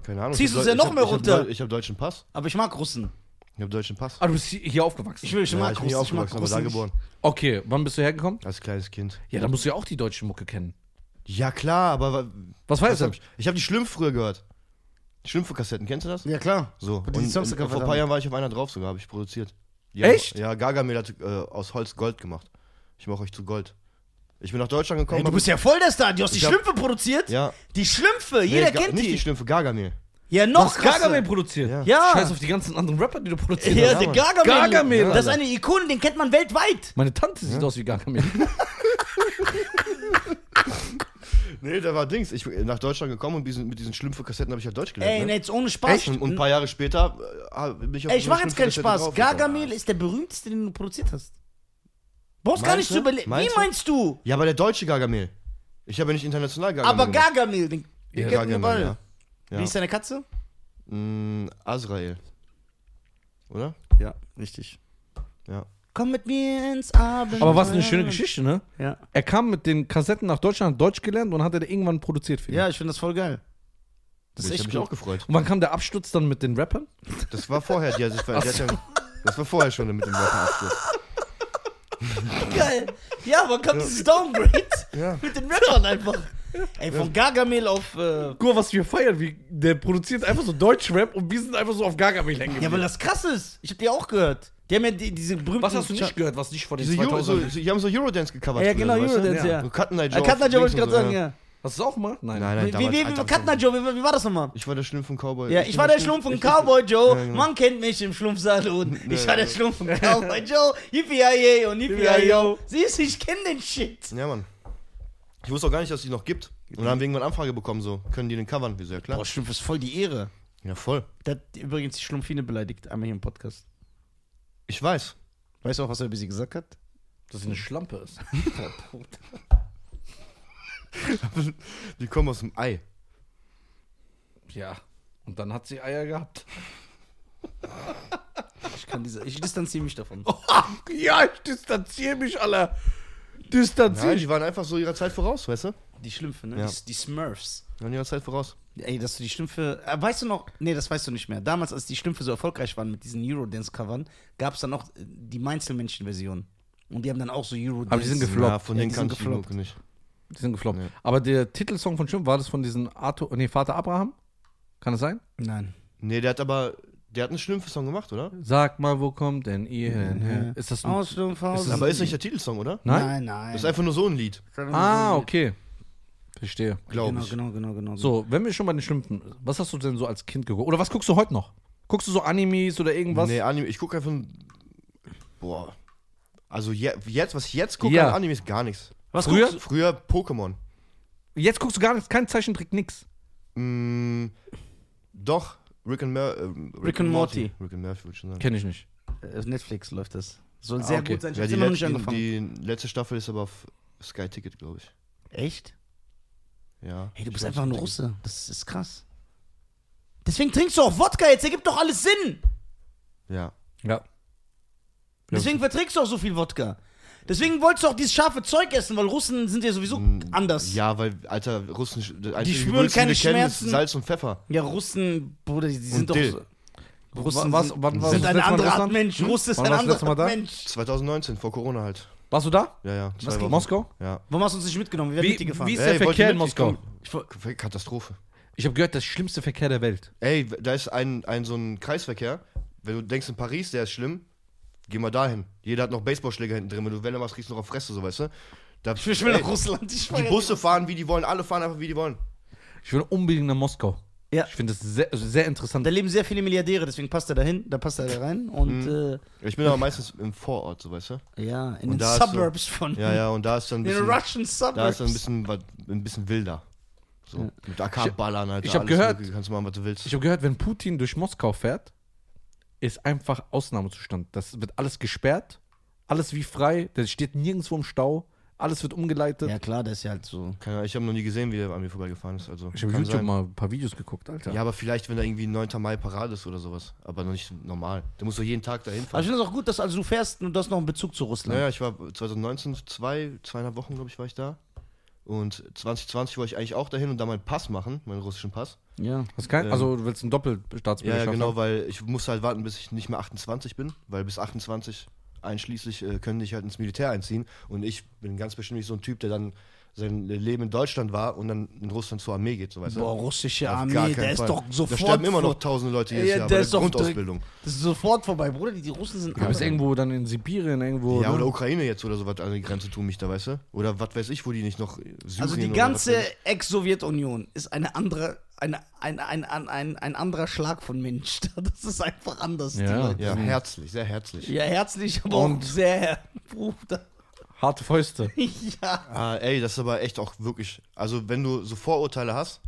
keine Ahnung.
Ziehst
Ich hab
du's ja
Deu-
noch
ich hab-
mehr
ich hab
runter.
Deu- Ich habe deutschen Pass.
Aber ich mag Russen.
Ich habe deutschen Pass.
Ah, du bist hier- hier aufgewachsen.
Ich will, ich
ja,
mag
ich bin
Russen.
hier
Ich mag
aufgewachsen, aber da
Russen.
geboren.
Okay, wann bist du hergekommen?
Als kleines Kind.
Ja, dann musst du ja auch die deutsche Mucke kennen.
Ja, klar, aber wa-
Was weißt
was
du?
hab ich, ich habe die Schlümpf früher gehört. Schlümpfe-Kassetten, kennst du das?
Ja, klar.
So, und,
die
und
Songs
vor ein paar Jahren war ich auf einer drauf sogar, habe ich produziert. Die
Echt?
Haben, ja, Gargamel hat äh, aus Holz Gold gemacht. Ich mache euch zu Gold. Ich bin nach Deutschland gekommen.
Ey, du
hab-
bist ja voll der Star. Du hast die
Ich hab-
Schlümpfe produziert.
ja.
Die Schlümpfe, jeder
Nee, Ga-
kennt
Nicht
die.
die Schlümpfe, Gargamel.
ja, noch krasser.
Gargamel produziert.
Ja.
Ja.
Scheiß auf die ganzen anderen Rapper, die du produziert
Ja,
hast.
der Gargamel.
Gargamel,
Das ist
Alter.
eine Ikone, den kennt man weltweit.
Meine Tante sieht aus wie Gargamel.
Nee, da war Dings. Ich bin nach Deutschland gekommen und diesen, mit diesen Schlümpfe-Kassetten habe ich ja Deutsch gelernt.
Ey,
ne?
nee, jetzt ohne Spaß.
Und, und ein paar Jahre später äh, bin ich auf
Ey, ich
diese
mach jetzt keinen
Schlümpfe-Kassetten
Spaß.
draufgekommen.
Gargamel ist der berühmteste, den du produziert hast. Brauchst gar nicht
Meinst du?
zu überlegen. Wie
Meinst du?
meinst du?
Ja, aber der deutsche Gargamel. Ich habe ja nicht international Gargamel.
Aber
gemacht.
Gargamel, den, den
Ja,
kennt man
ne? Gargamel,
überall.
ja.
Wie
Ja.
ist deine Katze?
Mm, Azrael. Oder?
Ja, richtig.
Ja.
Komm mit mir ins Abend.
Aber was eine schöne Geschichte, ne?
Ja,
Er kam mit den Kassetten nach Deutschland, hat Deutsch gelernt und hat er irgendwann produziert für ihn.
ja ich finde das voll geil. Das ist
ich habe
echt
mich auch
gut.
gefreut.
Und wann kam der Absturz dann mit den Rappern?
Das war vorher, die, das, war, die hat ja, das war vorher schon mit dem Wochenabschluss.
Geil. Ja, man kommt dieses Downgrade
Ja.
mit den Rappern einfach. Ey, von Gargamel auf äh,
Guck mal, was wir feiern. Wie, der produziert einfach so Deutschrap und wir sind einfach so auf Gargamel hängen
Ja,
geblieben.
weil das krass ist. Ich hab die auch gehört. Die haben ja die, diese berühmten.
was hast du nicht gehört, was nicht vor den
Diese Euro, so,
2000
so, die haben so Eurodance gecovert.
Ja,
früher,
genau,
so, weißt du?
Eurodance, ja.
Ja.
So Cut Night
Ja,
Joe.
Cut Night Joe wollte
auf
ich gerade
links äh,
sagen,
und so,
ja.
Hast du das auch gemacht? Nein.
Nein,
Wie,
nein,
wie,
damals,
wie,
Alter,
Cut Night Joe, wie, wie war das nochmal?
Ich war der Schlumpf von Cowboy.
Ja, ich war der Schlumpf von Cowboy Joe.
genau.
Man kennt mich im Schlumpfsalon. Ich
Nee.
war der Schlumpf von Cowboy Joe. Yippie und Yippie
Yippie-yay-yo.
Siehst du, ich kenn den Shit.
Ja, Mann. Ich wusste auch gar nicht, dass es die noch gibt. Und
Mhm.
dann haben wir irgendwann Anfrage bekommen, so, können die den covern? Wieso, ja klar.
Schlumpf ist voll die Ehre.
Ja, voll.
Der hat übrigens die Schlumpfine beleidigt, einmal hier im Podcast.
Ich weiß.
Weißt du auch, was er über sie gesagt hat?
Dass sie eine Schlampe ist.
Die kommen aus dem Ei.
ja. Und dann hat sie Eier gehabt.
Ich kann diese. Ich distanziere mich davon.
ja, ich distanziere mich, Alter. Distanziere
Nein, die waren einfach so ihrer Zeit voraus, weißt du?
Die Schlümpfe, ne?
Ja.
Die, die Smurfs.
Die waren ihrer Zeit voraus.
Ey, dass du die Schlümpfe. Äh, weißt du noch? Nee, das weißt du nicht mehr. Damals, als die Schlümpfe so erfolgreich waren mit diesen Eurodance-Covern, gab es dann auch äh, die Meinzelmännchen-Version. Und die haben dann auch so Euro
Aber die sind
Dance.
gefloppt.
Ja, von
Ja,
denen
die
kann
sind
ich die Mucke
gefloppt.
nicht.
Die sind gefloppt.
Nee.
Aber der Titelsong von Schimpf war das von diesem Arthur, nee, Vater Abraham? Kann das sein?
Nein.
Nee, der hat aber, der hat einen Schlümpfe-Song gemacht, oder?
Sag mal, wo kommt denn ihr hin? Ist das ein,
Aus dem Faust.
Aber ist nicht der Titelsong, oder?
Nein?
Nein,
Das
nein.
ist einfach nur so ein Lied,
Ah, okay. Verstehe.
glaube
genau,
ich.
genau, genau, genau.
So, wenn wir schon bei den Schimpfen, was hast du denn so als Kind geguckt? Oder was guckst du heute noch? Guckst du so Animes oder irgendwas?
Nee, Anime, ich gucke einfach. Boah. Also je, jetzt, was ich jetzt gucke,
Ja.
an Anime ist gar nichts.
Was
früher?
guckst
Früher Pokémon.
Jetzt guckst du gar nichts, kein Zeichentrick, nix.
Mm, doch, Rick and, Mer äh, Rick
and
Rick and Murphy, würde ich schon sagen.
Kenn ich nicht.
Auf Netflix läuft das. Soll sehr
okay.
gut sein. Ich
Ja,
hab's
die,
immer noch nicht
letzte,
angefangen.
die letzte Staffel ist aber auf Sky Ticket, glaube ich.
Echt?
Ja.
Hey, du
Ich
bist
weiß
einfach ein
nicht.
Russe. Das ist krass. Deswegen trinkst du auch Wodka jetzt, ergibt doch alles Sinn.
Ja.
Ja.
Deswegen verträgst du auch so viel Wodka. Deswegen wolltest du auch dieses scharfe Zeug essen, weil Russen sind ja sowieso anders.
Ja, weil, Alter, Russen. Die
spüren keine Schmerzen.
Salz und Pfepper.
Ja, Russen, Bruder, die, die sind doch.
Dill.
so- Russen
was,
sind,
wann warst
sind
du das letzte Mal
eine
in
andere Art
Russland?
Mensch.
Hm?
Russen ist
Wann
ein
warst du das
anderer
letzte Mal da?
Mensch.
2019, vor Corona halt.
Warst du da?
Ja, ja. zwei Wochen.
Moskau?
Ja.
Warum hast du uns nicht mitgenommen? Wir wären
Wie,
mit dir gefahren.
wie ist der
wollt ihr
Verkehr
mit?
in Moskau?
Ich komm- Katastrophe.
Ich habe gehört, das schlimmste Verkehr der Welt.
Ey, da ist ein, ein so ein Kreisverkehr. Wenn du denkst, in Paris, der ist schlimm, geh mal dahin. Jeder hat noch Baseballschläger hinten drin. Wenn du Welle machst, kriegst du noch auf Fresse, so weißt du. Da,
ich will schon wieder nach Russland. Ich
die
schwöre.
Busse fahren, wie die wollen. Alle fahren einfach, wie die wollen.
Ich will unbedingt nach Moskau.
Ja.
Ich finde das sehr, also sehr interessant.
Da leben sehr viele Milliardäre, deswegen passt er da hin, da passt er da rein. Und
Ich bin aber meistens im Vorort, so weißt du.
äh, ja, in
Und
den
da ist so-
Suburbs von.
Ja, ja, und da ist dann ein
In den
bisschen,
Russian Suburbs.
da ist dann ein bisschen, was- ein bisschen wilder. So, mit AK-Ballern halt.
ich hab gehört-
Kannst du machen, was du willst.
Ich habe gehört, wenn Putin durch Moskau fährt, ist einfach Ausnahmezustand. Das wird alles gesperrt, alles wie frei, das steht nirgendwo im Stau, alles wird umgeleitet.
ja, klar, das ist ja halt so.
Keine Ahnung, ich habe noch nie gesehen, wie der an mir vorbeigefahren ist. Also,
Ich habe
kann
YouTube
sein.
mal ein paar Videos geguckt, Alter.
Ja, aber vielleicht, wenn da irgendwie 9. Mai Parade ist oder sowas. Aber noch nicht normal. Du musst doch jeden Tag dahin fahren.
Aber ich finde es auch gut, dass also du fährst und du hast noch einen Bezug zu Russland.
Naja, ich war 2019, zwei, zweieinhalb Wochen, glaube ich, war ich da. Und 2020 wollte ich eigentlich auch dahin und da meinen Pass machen, meinen russischen Pass.
Ja.
Hast kein,
Ähm,
also du willst einen
Ja,
Doppelstaatsbürgerschaft?
ja, genau,
haben?
weil ich musste halt warten, bis ich nicht mehr 28 bin, weil bis 28 einschließlich äh, können dich halt ins Militär einziehen. Und ich bin ganz bestimmt nicht so ein Typ, der dann sein Leben in Deutschland war und dann in Russland zur Armee geht, so weißt
Boah,
du.
russische
Auf gar
Armee,
keinen
der ist
Fall.
doch sofort.
Da sterben immer noch
vor-
tausende Leute
Ja,
jedes
der
Jahr, aber
ist doch
Grundausbildung.
Das ist sofort vorbei, Bruder. Die, die Russen sind.
Du bist irgendwo dann in Sibirien, irgendwo.
Ja,
ne?
oder Ukraine jetzt oder sowas an die Grenze tun mich da, weißt du? Oder was weiß ich, wo die nicht noch äh, Syrien
also die
oder
ganze
was weiß
Ex-Sowjetunion ist eine andere, eine, ein, ein, ein, ein, ein anderer Schlag von Mensch. Das ist einfach anders. die
Ja.
Leute.
ich. Ja, herzlich, sehr herzlich.
Hm. ja herzlich, aber auch
Und-
sehr, Bruder.
Harte Fäuste.
ja.
Ah, ey, das ist aber echt auch wirklich. Also, wenn du so Vorurteile hast,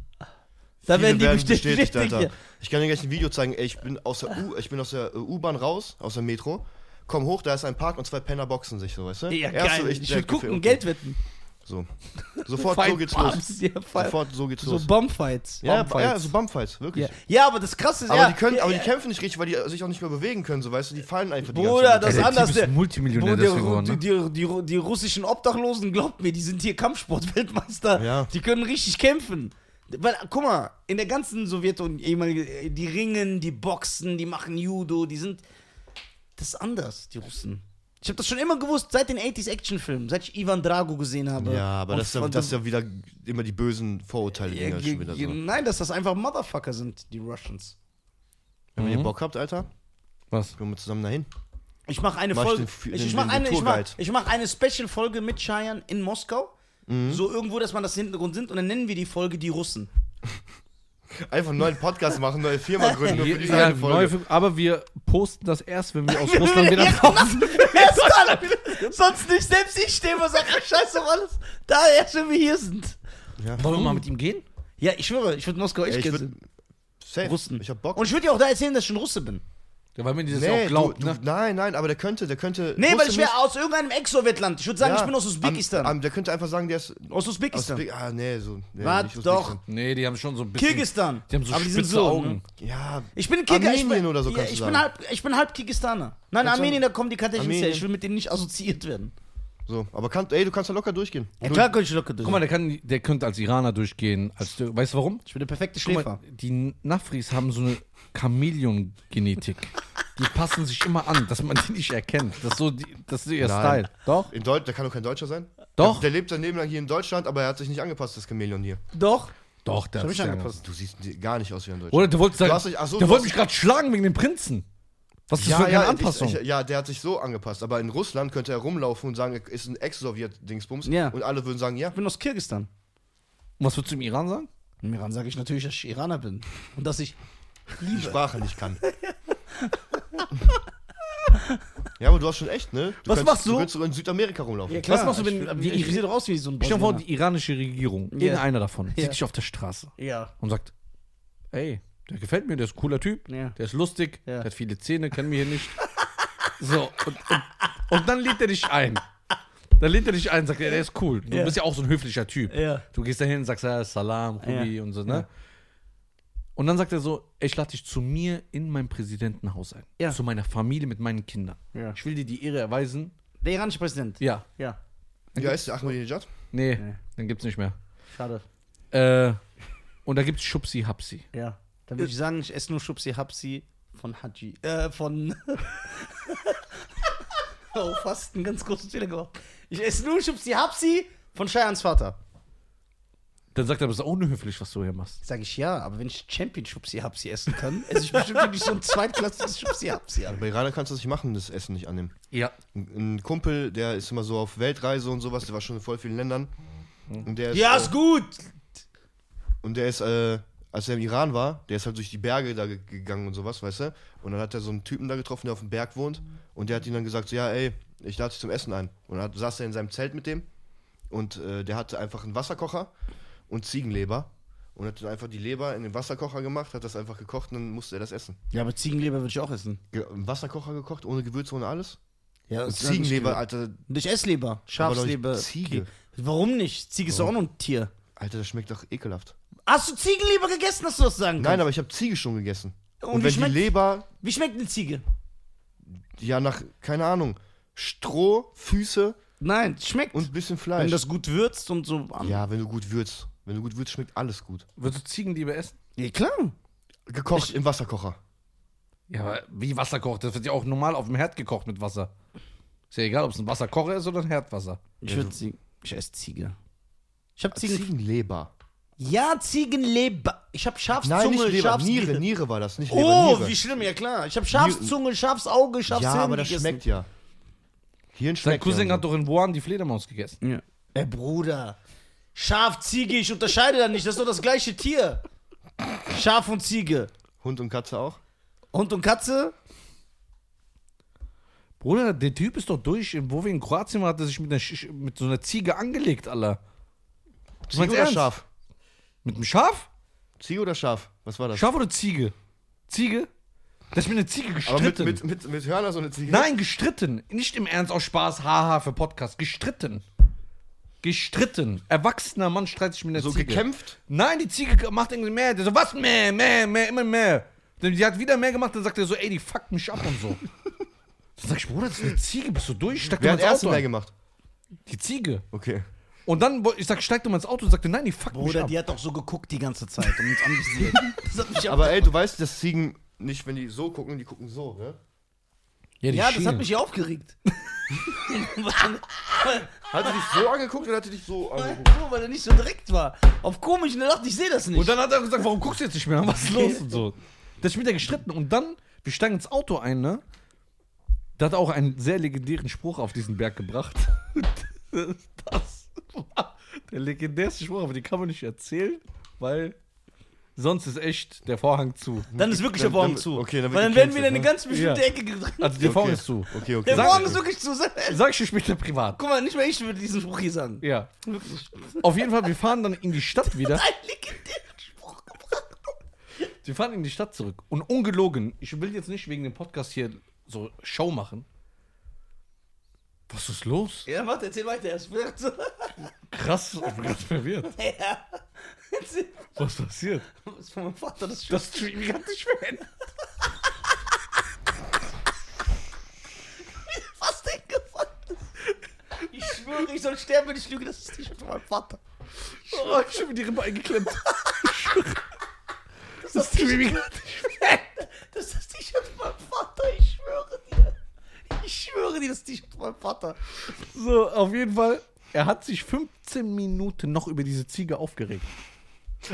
Da
viele
werden die bestimmt
bestätigt,
richtig.
Alter. Ich kann dir gleich ein Video zeigen. Ey, ich bin aus der U, ich bin aus der äh, U-Bahn raus, aus der Metro. Komm hoch, da ist ein Park und zwei Penner boxen sich, so weißt du?
Ja,
Erst
geil.
so
Ich,
direkt
will gucken,
okay,
Geld wetten.
So. Sofort so
Fight
geht's los.
Bums. Ja, Fight-
Sofort so geht's
so
los.
Bombfights.
Ja,
Bumpfights.
ja, so Bumpfights, wirklich.
Ja. ja, aber das Krasse ist
Aber
ja,
die können,
ja,
aber die
ja.
kämpfen nicht richtig, weil die sich auch nicht mehr bewegen können, so weißt du, die fallen einfach die
Bruder,
ganze
das
Also,
Zeit.
der
anders,
Typ
der-
ist Multimillionär
Bruder,
deswegen geworden.
die,
Ne?
die, die, die russischen Obdachlosen, glaubt mir, die sind hier Kampfsportweltmeister.
Ja.
Die können richtig kämpfen. Weil, guck mal, in der ganzen Sowjetunion, ehemalige- äh, die ringen, die boxen, die machen Judo, die sind. Das ist anders, die Russen. Ich habe das schon immer gewusst, seit den 80s Actionfilmen, seit ich Ivan Drago gesehen habe.
Ja, aber
Und-
das ist, ja,
und-
das ist ja wieder immer die bösen Vorurteile, die
Ja,
ja,
ge-
schon wieder so.
ge- Äh, Nein, dass das einfach Motherfucker sind, die Russians.
Wenn ihr Bock habt, Alter,
Was?
können wir zusammen dahin.
Ich mache eine
Mach ich
Folge.
den F-
ich, ich
den-
mache
den
eine, ich mach,
Tourguide.
ich mach eine Special-Folge mit Cheyenne in Moskau.
Mhm.
So irgendwo, dass man das Hintergrund sind. Und dann nennen wir die Folge die Russen.
Einfach einen neuen Podcast machen, neue Firma gründen nur für diese
Ja,
eine
neue,
Folge.
Film- aber wir posten das erst, wenn wir aus Russland
genau.
wieder
Ja,
raus sind.
erst dann, sonst nicht. Selbst ich stehe und sage, ach, scheiß auf alles. Da erst, wenn wir hier sind.
Wollen wir mal mit ihm gehen?
Ja, ich schwöre, ich würde Moskau
Ey,
echt
ich
gerne
würde
sehen.
safe.
Russen.
Ich hab Bock.
Und ich würde ja auch da erzählen, dass ich ein Russe bin.
Ja, weil mir dieses
nee,
ja auch glaubt.
du,
ne?
du, nein, nein, aber der könnte, der könnte.
Nee, weil
Russe
ich
nicht-
wäre aus irgendeinem Ex-Sowjetland. Ich würde sagen,
Ja,
ich bin aus Usbekistan.
am- am- der könnte einfach sagen, der ist
aus
aus
Usbekistan.
Usbek- Ah, nee, so. Nee,
Warte,
nicht
doch.
Usbekistan.
Nee, die haben schon so ein bisschen.
Kirgistan.
Die haben so
Aber die sind
spitze
so, ne?
Augen.
Ja,
Ich bin Kirgistan. Ich, bin,
Armenien oder so
ja,
kannst du
ich,
sagen.
bin halb, ich bin halb Kirgistaner. Nein,
Kannst du-
Armenien, da kommen die Kartäschens her.
Armenien.
Ich will mit denen nicht assoziiert werden.
so. Aber kann, ey, du kannst da locker durchgehen.
Ja,
Du-
klar, könnte ich locker durch.
Guck mal, der, kann, der könnte als Iraner durchgehen. Als, Tür- weißt du warum?
ich bin der perfekte
Guck
Schläfer.
mal, die Nafris haben so eine Chamäleon-Genetik. Die passen sich immer an, dass man die nicht erkennt. Das ist, so die, das ist ihr
Nein.
Style. Doch?
In Deutsch, der kann doch kein Deutscher sein.
Doch.
Der, der lebt sein Leben lang hier in Deutschland, aber er hat sich nicht angepasst, das Chamäleon hier.
Doch.
Doch, der
hab
hat
ich
sich
angepasst.
Du siehst gar nicht aus wie ein Deutscher.
Oder der wollte
Du
sagen,
hast dich- ach so,
der
du
wollte
hast-
mich gerade schlagen wegen dem Prinzen. Was ist das für eine Anpassung?
Ich, ich, ja, der hat sich so angepasst. Aber in Russland könnte er rumlaufen und sagen, er ist ein Ex-Sowjet-Dingsbums.
Ja.
Und alle würden sagen, ja.
Ich bin aus Kirgistan.
Und was würdest du im Iran sagen?
Im Iran sage ich natürlich, dass ich Iraner bin. Und dass ich.
Die Sprache nicht kann. ja, aber du hast schon echt, ne? Du
Was
könntest,
machst du?
Du könntest sogar in Südamerika rumlaufen.
Klar,
was machst du,
ich-
wenn
Ich, ich,
die-
ich sehe doch aus wie so ein
Stell dir vor,
Bosnier.
die iranische Regierung, irgendeiner davon,
Ja.
sieht dich auf der Straße
Ja.
und sagt, ey, der gefällt mir, der ist ein cooler Typ,
Ja.
der ist lustig,
Ja.
der hat viele Zähne, kennen wir hier nicht. so, und, und, und dann lädt er dich ein. Dann lädt er dich ein und sagt, ja, der ist cool. Du
Ja.
bist ja auch so ein höflicher Typ.
Ja.
Du gehst dahin und sagst, ja, Salam, Rubi
Ja.
und so, ne? Und dann sagt er so, ey, ich lade dich zu mir in mein Präsidentenhaus ein.
Ja.
Zu meiner Familie mit meinen Kindern.
Ja.
Ich will dir die Ehre erweisen.
Der iranische Präsident.
Ja.
Ja.
Wie heißt der Ahmadinejad?
Nee,
Nee.
dann gibt's nicht mehr.
Schade.
Äh, und da gibt's Schubsi Hapsi.
Ja. Dann würde ich sagen, ich esse nur Schubsi Hapsi von Haji. Äh, von. oh, fast einen ganz großen Fehler gemacht. Ich esse nur Schubsi Hapsi von Scheians Vater.
Dann sagt er, das ist auch unhöflich, was du hier machst.
Sage ich ja, aber wenn ich Champion Schubsi Hapsi essen kann, esse ich bestimmt nicht so ein zweitklassiges Schubsi Hapsi an.
Bei Iraner kannst du das nicht machen, das Essen nicht annehmen.
Ja.
Ein ein Kumpel, der ist immer so auf Weltreise und sowas, der war schon in voll vielen Ländern. Und der ist,
Ja,
äh,
ist gut!
Und der ist, äh, als er im Iran war, der ist halt durch die Berge da ge- gegangen und sowas, weißt du? Und dann hat er so einen Typen da getroffen, der auf dem Berg wohnt. Und der hat ihn dann gesagt, so, ja, ey, ich lade dich zum Essen ein. Und dann hat, saß er in seinem Zelt mit dem. Und äh, der hatte einfach einen Wasserkocher und Ziegenleber. Und hat dann einfach die Leber in den Wasserkocher gemacht, hat das einfach gekocht und dann musste er das essen.
Ja, aber Ziegenleber würde ich auch essen.
Ge Im Wasserkocher gekocht, ohne Gewürze, ohne alles.
Ja,
Und Ziegenleber, Alter,
Und ich esse Leber. Schafsleber.
Ziege.
Warum nicht? Ziege ist doch auch nur ein Tier.
Alter, das schmeckt doch ekelhaft.
Hast du Ziegenleber gegessen, dass du das sagen kannst?
Nein, aber ich habe Ziege schon gegessen.
Und
Und,
wie
wenn
schmeckt's?
die Leber
Wie schmeckt eine Ziege?
ja nach, keine Ahnung, Stroh, Füße
Nein, schmeckt.
und ein bisschen
wenn
Fleisch.
das gut würzt und so.
ja, wenn du gut würzt. Wenn du gut würzt, schmeckt alles gut.
Würdest du Ziegenliebe essen?
Ja, klar.
Gekocht im Wasserkocher.
Ja, aber wie Wasser kocht? Das wird ja auch normal auf dem Herd gekocht mit Wasser. Ist ja egal, ob es ein Wasserkocher ist oder ein Herdwasser.
Ich
Also-
würde Ziege. Ich esse Ziege. Ich habe Ziegen.
Ziegenleber.
Ja, Ziegenleber. Ich habe Schafszunge,
Nein, nicht Leber,
Schafsniere.
Niere, Niere war das, nicht
Oh,
Leber, Niere.
wie schlimm, ja klar. Ich habe Schafszunge, Schafsauge, Schafshirn
ja, aber das
gegessen.
schmeckt ja.
Sein
Hirn schmeckt
Cousin
ja.
hat doch in Wuhan die Fledermaus gegessen.
Ja. Ey, Bruder. Schaf, Ziege, ich unterscheide da nicht. Das ist doch das gleiche Tier. Schaf und Ziege.
Hund und Katze auch?
Hund und Katze?
Bruder, der Typ ist doch durch. Wo wir in Kroatien waren, hat er sich mit, einer, Sch- mit so einer Ziege angelegt, Alter. Du
Ziege
meinst
oder
ernst?
Schaf?
Mit einem Schaf?
Ziege oder Schaf? Was war das?
Schaf oder Ziege? Ziege? Das ist mit einer Ziege
aber
gestritten.
mit, mit, mit, mit Hörner so eine Ziege?
Nein, gestritten. Nicht im Ernst aus Spaß, haha, für Podcast. Gestritten. Gestritten. Erwachsener Mann streitet sich mit einer
So
Ziege.
gekämpft?
Nein, die Ziege macht irgendwie mehr. Der so, was mehr, mehr, mehr, immer mehr. Denn die hat wieder mehr gemacht, dann sagt er so, ey, die fuckt mich ab und so. Dann sag ich, Bruder, das ist eine Ziege, bist du durch? Steig doch
Wer
mal
hat
ins
erst
Auto.
mehr
Ein.
gemacht?
Die Ziege.
Okay.
Und dann, wo- ich sag, steig doch mal ins Auto und sagte, nein, die fuckt mich
Bruder,
ab.
die hat doch so geguckt die ganze Zeit und uns angesehen. Das hat mich
Aber ey, du weißt, dass Ziegen nicht, wenn die so gucken, die gucken so, ne?
ja, die
ja, das
schielen.
hat mich ja aufgeregt.
Hat sie dich so angeguckt oder hat sie dich so angeguckt?
Nur weil er nicht so direkt war. Auf komisch, und er dachte, ich sehe das nicht.
Und dann hat er gesagt, warum guckst du jetzt nicht mehr? Was ist los und so. Das ist mit der gestritten. Und dann, wir steigen ins Auto ein, ne? Da hat er auch einen sehr legendären Spruch auf diesen Berg gebracht. Das war der legendärste Spruch, aber den kann man nicht erzählen, weil sonst ist echt der Vorhang zu.
Dann ist wirklich
Dann-
der Vorhang
dann-
zu.
okay, dann wird
Weil dann werden wir in
gecancelt,
eine
ne? Äh,
ganz bestimmte
Ja.
Ecke gedrängt.
Also der Vorhang
Okay.
ist zu.
Okay, okay.
Der
Sag-
Vorhang ist wirklich zu.
Sag ich dir später privat.
Guck mal, nicht mal ich würde diesen Spruch hier sagen.
Ja.
Wirklich.
Auf jeden Fall, wir fahren dann in die Stadt wieder.
Ein legendärer Spruch gebracht.
Wir fahren in die Stadt zurück. Und ungelogen, ich will jetzt nicht wegen dem Podcast hier so Show machen. Was ist los?
Ja, warte, erzähl weiter. Er ist verwirrt.
Krass, ich bin ganz verwirrt.
Ja. Erzähl.
Was passiert?
Das ist von meinem Vater das Schiff.
Das Streaming hat sich verändert.
Was denn gefunden? Ich schwöre, ich soll sterben, wenn ich lüge. Das ist nicht von meinem Vater.
Oh, ich bin mit die Rippe eingeklemmt.
Das ist das T-Shirt. Das ist das T-Shirt von meinem Vater, ich die das T-Shirt von meinem Vater.
So, auf jeden Fall. Er hat sich 15 Minuten noch über diese Ziege aufgeregt.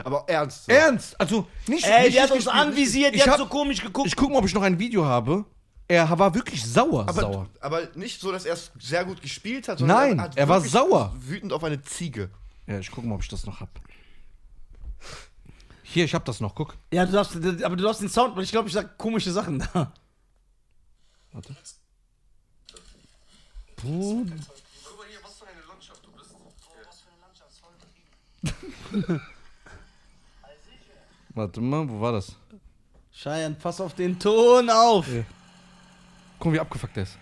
Aber ernst. So.
Ernst? Also nicht.
Ey,
nicht
die hat uns
gespielt.
anvisiert, die
Ich
hat
hab-
so komisch geguckt.
Ich gucke mal, ob ich noch ein Video habe. Er war wirklich sauer.
Aber,
sauer.
aber nicht so, dass er es sehr gut gespielt hat, sondern
Nein,
hat
er war
wirklich
sauer.
Wütend auf eine Ziege.
Ja, ich gucke mal, ob ich das noch hab. Hier, ich hab das noch. Guck.
Ja, du darfst, aber du darfst den Sound, weil ich glaube, ich sag komische Sachen da.
Warte. Bruder.
Guck mal hier, was für eine Landschaft du bist. Oh, was für eine Landschaft, voll übertrieben.
Warte mal, wo war das?
Cheyenne, pass auf den Ton auf.
Ja. Guck mal, wie abgefuckt er ist.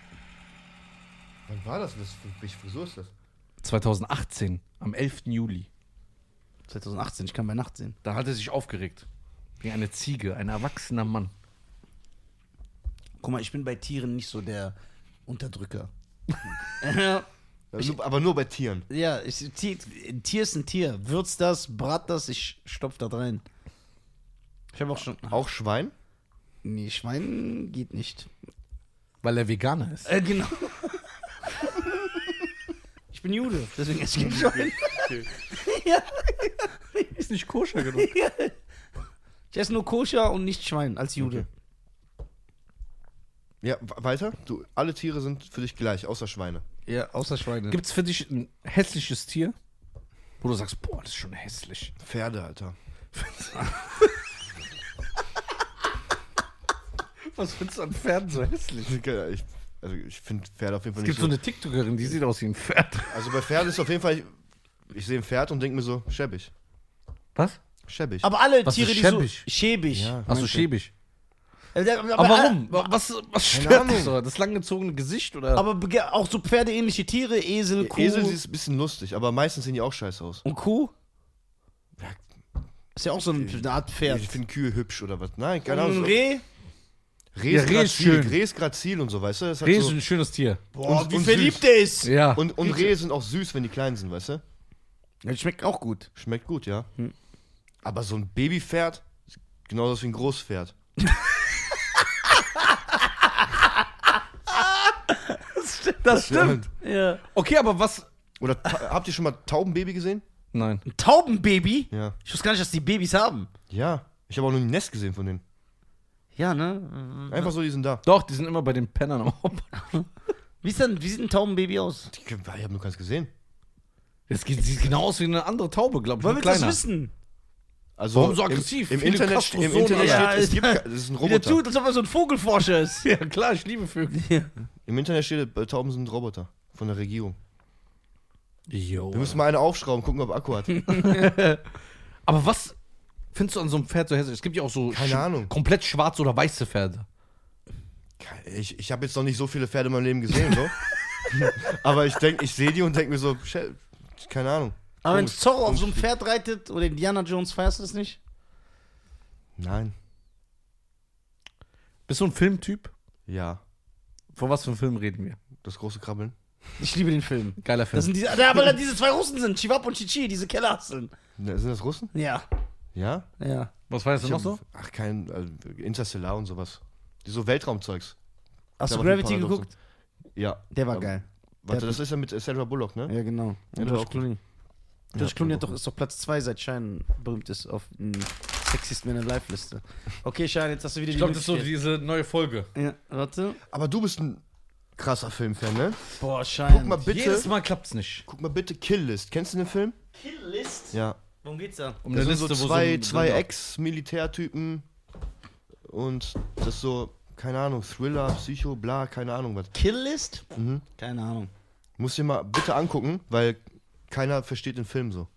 Wann war das? Was für, welche Frisur ist das?
2018, am 11. Juli.
2018, ich kann bei Nacht sehen.
Da hat er sich aufgeregt. Wie eine Ziege, ein erwachsener Mann.
Guck mal, ich bin bei Tieren nicht so der Unterdrücker.
Aber nur- aber nur bei Tieren.
ja, ich, Tier, Tier ist ein Tier. Würz das, brat das, ich stopf das rein. Ich habe auch schon.
Auch Schwein?
Nee, Schwein geht nicht.
Weil er Veganer ist.
Äh, genau. ich bin Jude, deswegen esse ich kein Schwein. ja,
Ist nicht koscher genug.
ich esse nur Koscher und nicht Schwein als Jude.
Ja, w- weiter? Du, alle Tiere sind für dich gleich, außer Schweine.
Ja, außer Schweine.
Gibt's für dich ein hässliches Tier? Wo du sagst, boah, das ist schon hässlich.
Pferde, Alter.
Was findest du an Pferden so hässlich?
Geil, Ich, also ich finde Pferde auf jeden Fall
Es
nicht
gibt so eine TikTokerin, die sieht aus wie ein Pferd.
Also bei Pferden ist auf jeden Fall, ich, ich sehe ein Pferd und denke mir so, schäbig.
Was?
Schäbig.
aber alle
Was
Tiere,
ist
die so.
schäbig?
Schäbig.
Achso, schäbig.
Aber,
Aber warum? Wa- Was, was stört
Ahnung.
dich so? Das langgezogene Gesicht oder?
Aber bege- auch so pferdeähnliche Tiere, Esel, Kuh
Esel sieht ein bisschen lustig, aber meistens sehen die auch scheiße aus.
und Kuh.
Ja.
Ist ja auch so eine, eine Art Pferd.
Ich finde Kühe hübsch oder was. Nein, keine
Und
Ahnung.
ein
so-
Reh?
Reh
Ja,
ist
Reh ist
grazil,
schön.
Reh ist grazil und so, weißt du? Das hat
Reh ist
so,
ein schönes Tier.
Boah,
Und-
wie
und
verliebt
süß.
er ist.
Ja.
Also und, und Rehe sind auch süß, wenn die klein sind, weißt du?
Das schmeckt auch gut.
Schmeckt gut, ja. Aber so ein Babypferd, sieht genauso aus wie ein Großpferd.
das stimmt.
Ja.
Okay, aber was.
Oder ta- habt ihr schon mal Taubenbaby gesehen?
Nein.
Ein Taubenbaby?
Ja.
Ich wusste gar nicht, dass die Babys haben.
Ja. Ich habe auch nur ein Nest gesehen von denen.
Ja, ne?
Einfach so, die sind da.
Doch, die sind immer bei den Pennern am Hauptbahnhof.
Wie, ist denn, wie sieht ein Taubenbaby aus?
Ich habe nur keins gesehen.
Das geht- sieht genau aus wie eine andere Taube, glaube ich.
Wollen
nur
wir das
kleiner.
wissen?
Also
Warum so aggressiv?
Im, im
Viele
Internet,
Castros
im
Sohn,
Internet
Alter.
steht, es gibt,
Ja,
ke- das ist ein
Wie der
Roboter.
tut, als ob er so ein Vogelforscher ist.
Ja, klar, ich liebe Vögel.
Im Internet steht, äh, Tauben sind Roboter von der Regierung.
Jo.
Wir müssen mal eine aufschrauben, gucken, ob Akku hat.
Aber was findest du an so einem Pferd so hässlich? Es gibt ja auch so
Keine
sch-
Ahnung.
komplett schwarze oder weiße Pferde.
Ich, ich habe jetzt noch nicht so viele Pferde in meinem Leben gesehen, so. Aber ich denke, ich sehe die und denke mir so, Schä- keine Ahnung.
Aber wenn
Komisch.
Zorro auf so einem Pferd reitet oder Indiana Jones, feierst du das nicht?
Nein.
Bist du ein Filmtyp?
Ja.
Von was für einem Film reden wir?
Das große Krabbeln.
Ich liebe den Film.
Geiler
Das
Film.
sind diese, da, aber da diese zwei Russen sind, Chivap und Chichi, diese Kellerhasseln.
Na, sind das Russen?
Ja,
Ja.
ja.
Was weißt du
Ich
noch
hab,
so?
Ach, kein also, Interstellar und sowas. Die so Weltraumzeugs.
Hast
Da
du
war viel
Gravity
Paradoxon.
geguckt?
Ja.
Der war
Ähm,
geil.
Warte,
Der-
das ist ja mit äh, Sandra Bullock, ne?
Ja, genau.
der
Und
war
George
auch
Clooney. George
Ja,
Clooney
der
hat doch, ist doch Platz 2 seit Shine berühmt ist auf ähm, Sexiest Man Alive Liste. Okay, Shine, jetzt hast du wieder
Ich glaube, das ist so diese neue Folge.
Ja, warte.
Aber du bist ein krasser Filmfan, ne?
Boah,
Guck
Shine.
mal bitte,
Jedes Mal klappt's nicht.
guck mal bitte Kill List. Kennst du den Film?
Kill List?
Ja.
Worum geht's da?
Um
Das
eine
sind
Liste,
so
wo
zwei,
ein-
zwei Ex-Militärtypen und das so, keine Ahnung, Thriller, Psycho, bla, keine Ahnung was.
Kill List? Mhm. Keine Ahnung.
Muss dir mal bitte angucken, weil keiner versteht den Film so.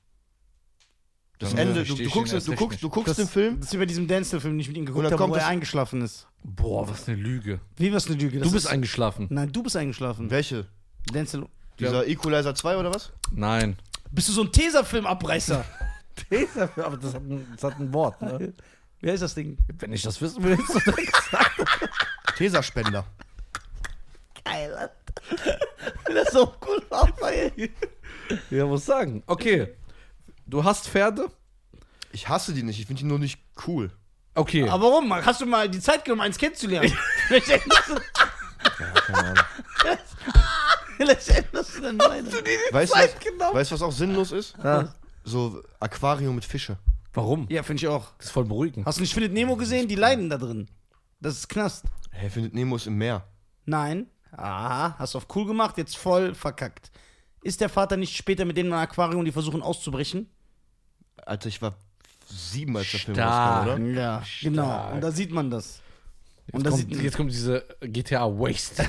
Das
Ja,
Ende, du,
versteh
du,
ich
guckst,
ihn
du,
erst recht
guckst,
nicht.
du guckst
Das-
den Film.
Das ist über diesem Denzel-Film, den ich mit ihm
Und
geguckt
dann
habe,
kommt
wo er
das-
eingeschlafen ist.
Boah, was eine Lüge.
Wie was eine Lüge?
Du bist eingeschlafen.
Nein, du bist eingeschlafen.
Welche?
Denzel.
Dieser Equalizer 2 oder was?
Nein.
Bist du so ein Tesafilm-Abreißer?
Aber das hat ein, das hat ein Wort, ne?
Wer ist das Ding?
Wenn ich das wissen will, hättest du direkt gesagt.
Tesaspender.
Geil. das ist so cool, Raphael.
Ja, muss sagen. Okay. Du hast Pferde?
Ich hasse die nicht, ich finde die nur nicht cool.
Okay.
Aber warum? Hast du mal die Zeit genommen, eins kennenzulernen? Vielleicht denkst du- Letztendlich das ist dann meine.
Weißt du,
Zeit
was,
genommen.
weißt, du, was auch sinnlos ist? So Aquarium mit Fische.
Warum?
Ja, finde ich auch.
Das ist voll beruhigend.
Hast du nicht Findet Nemo gesehen? Die leiden da drin. Das ist Knast.
Hä, findet Nemo ist im Meer.
Nein. Aha, hast du auf cool gemacht, jetzt voll verkackt. Ist der Vater nicht später mit denen im Aquarium, die versuchen auszubrechen?
Alter, Also ich war sieben, als der Film
Stark.
rauskam, oder?
Ja, genau. Und da sieht man das. Und da sieht
Kommt, jetzt kommt diese GTA Waste.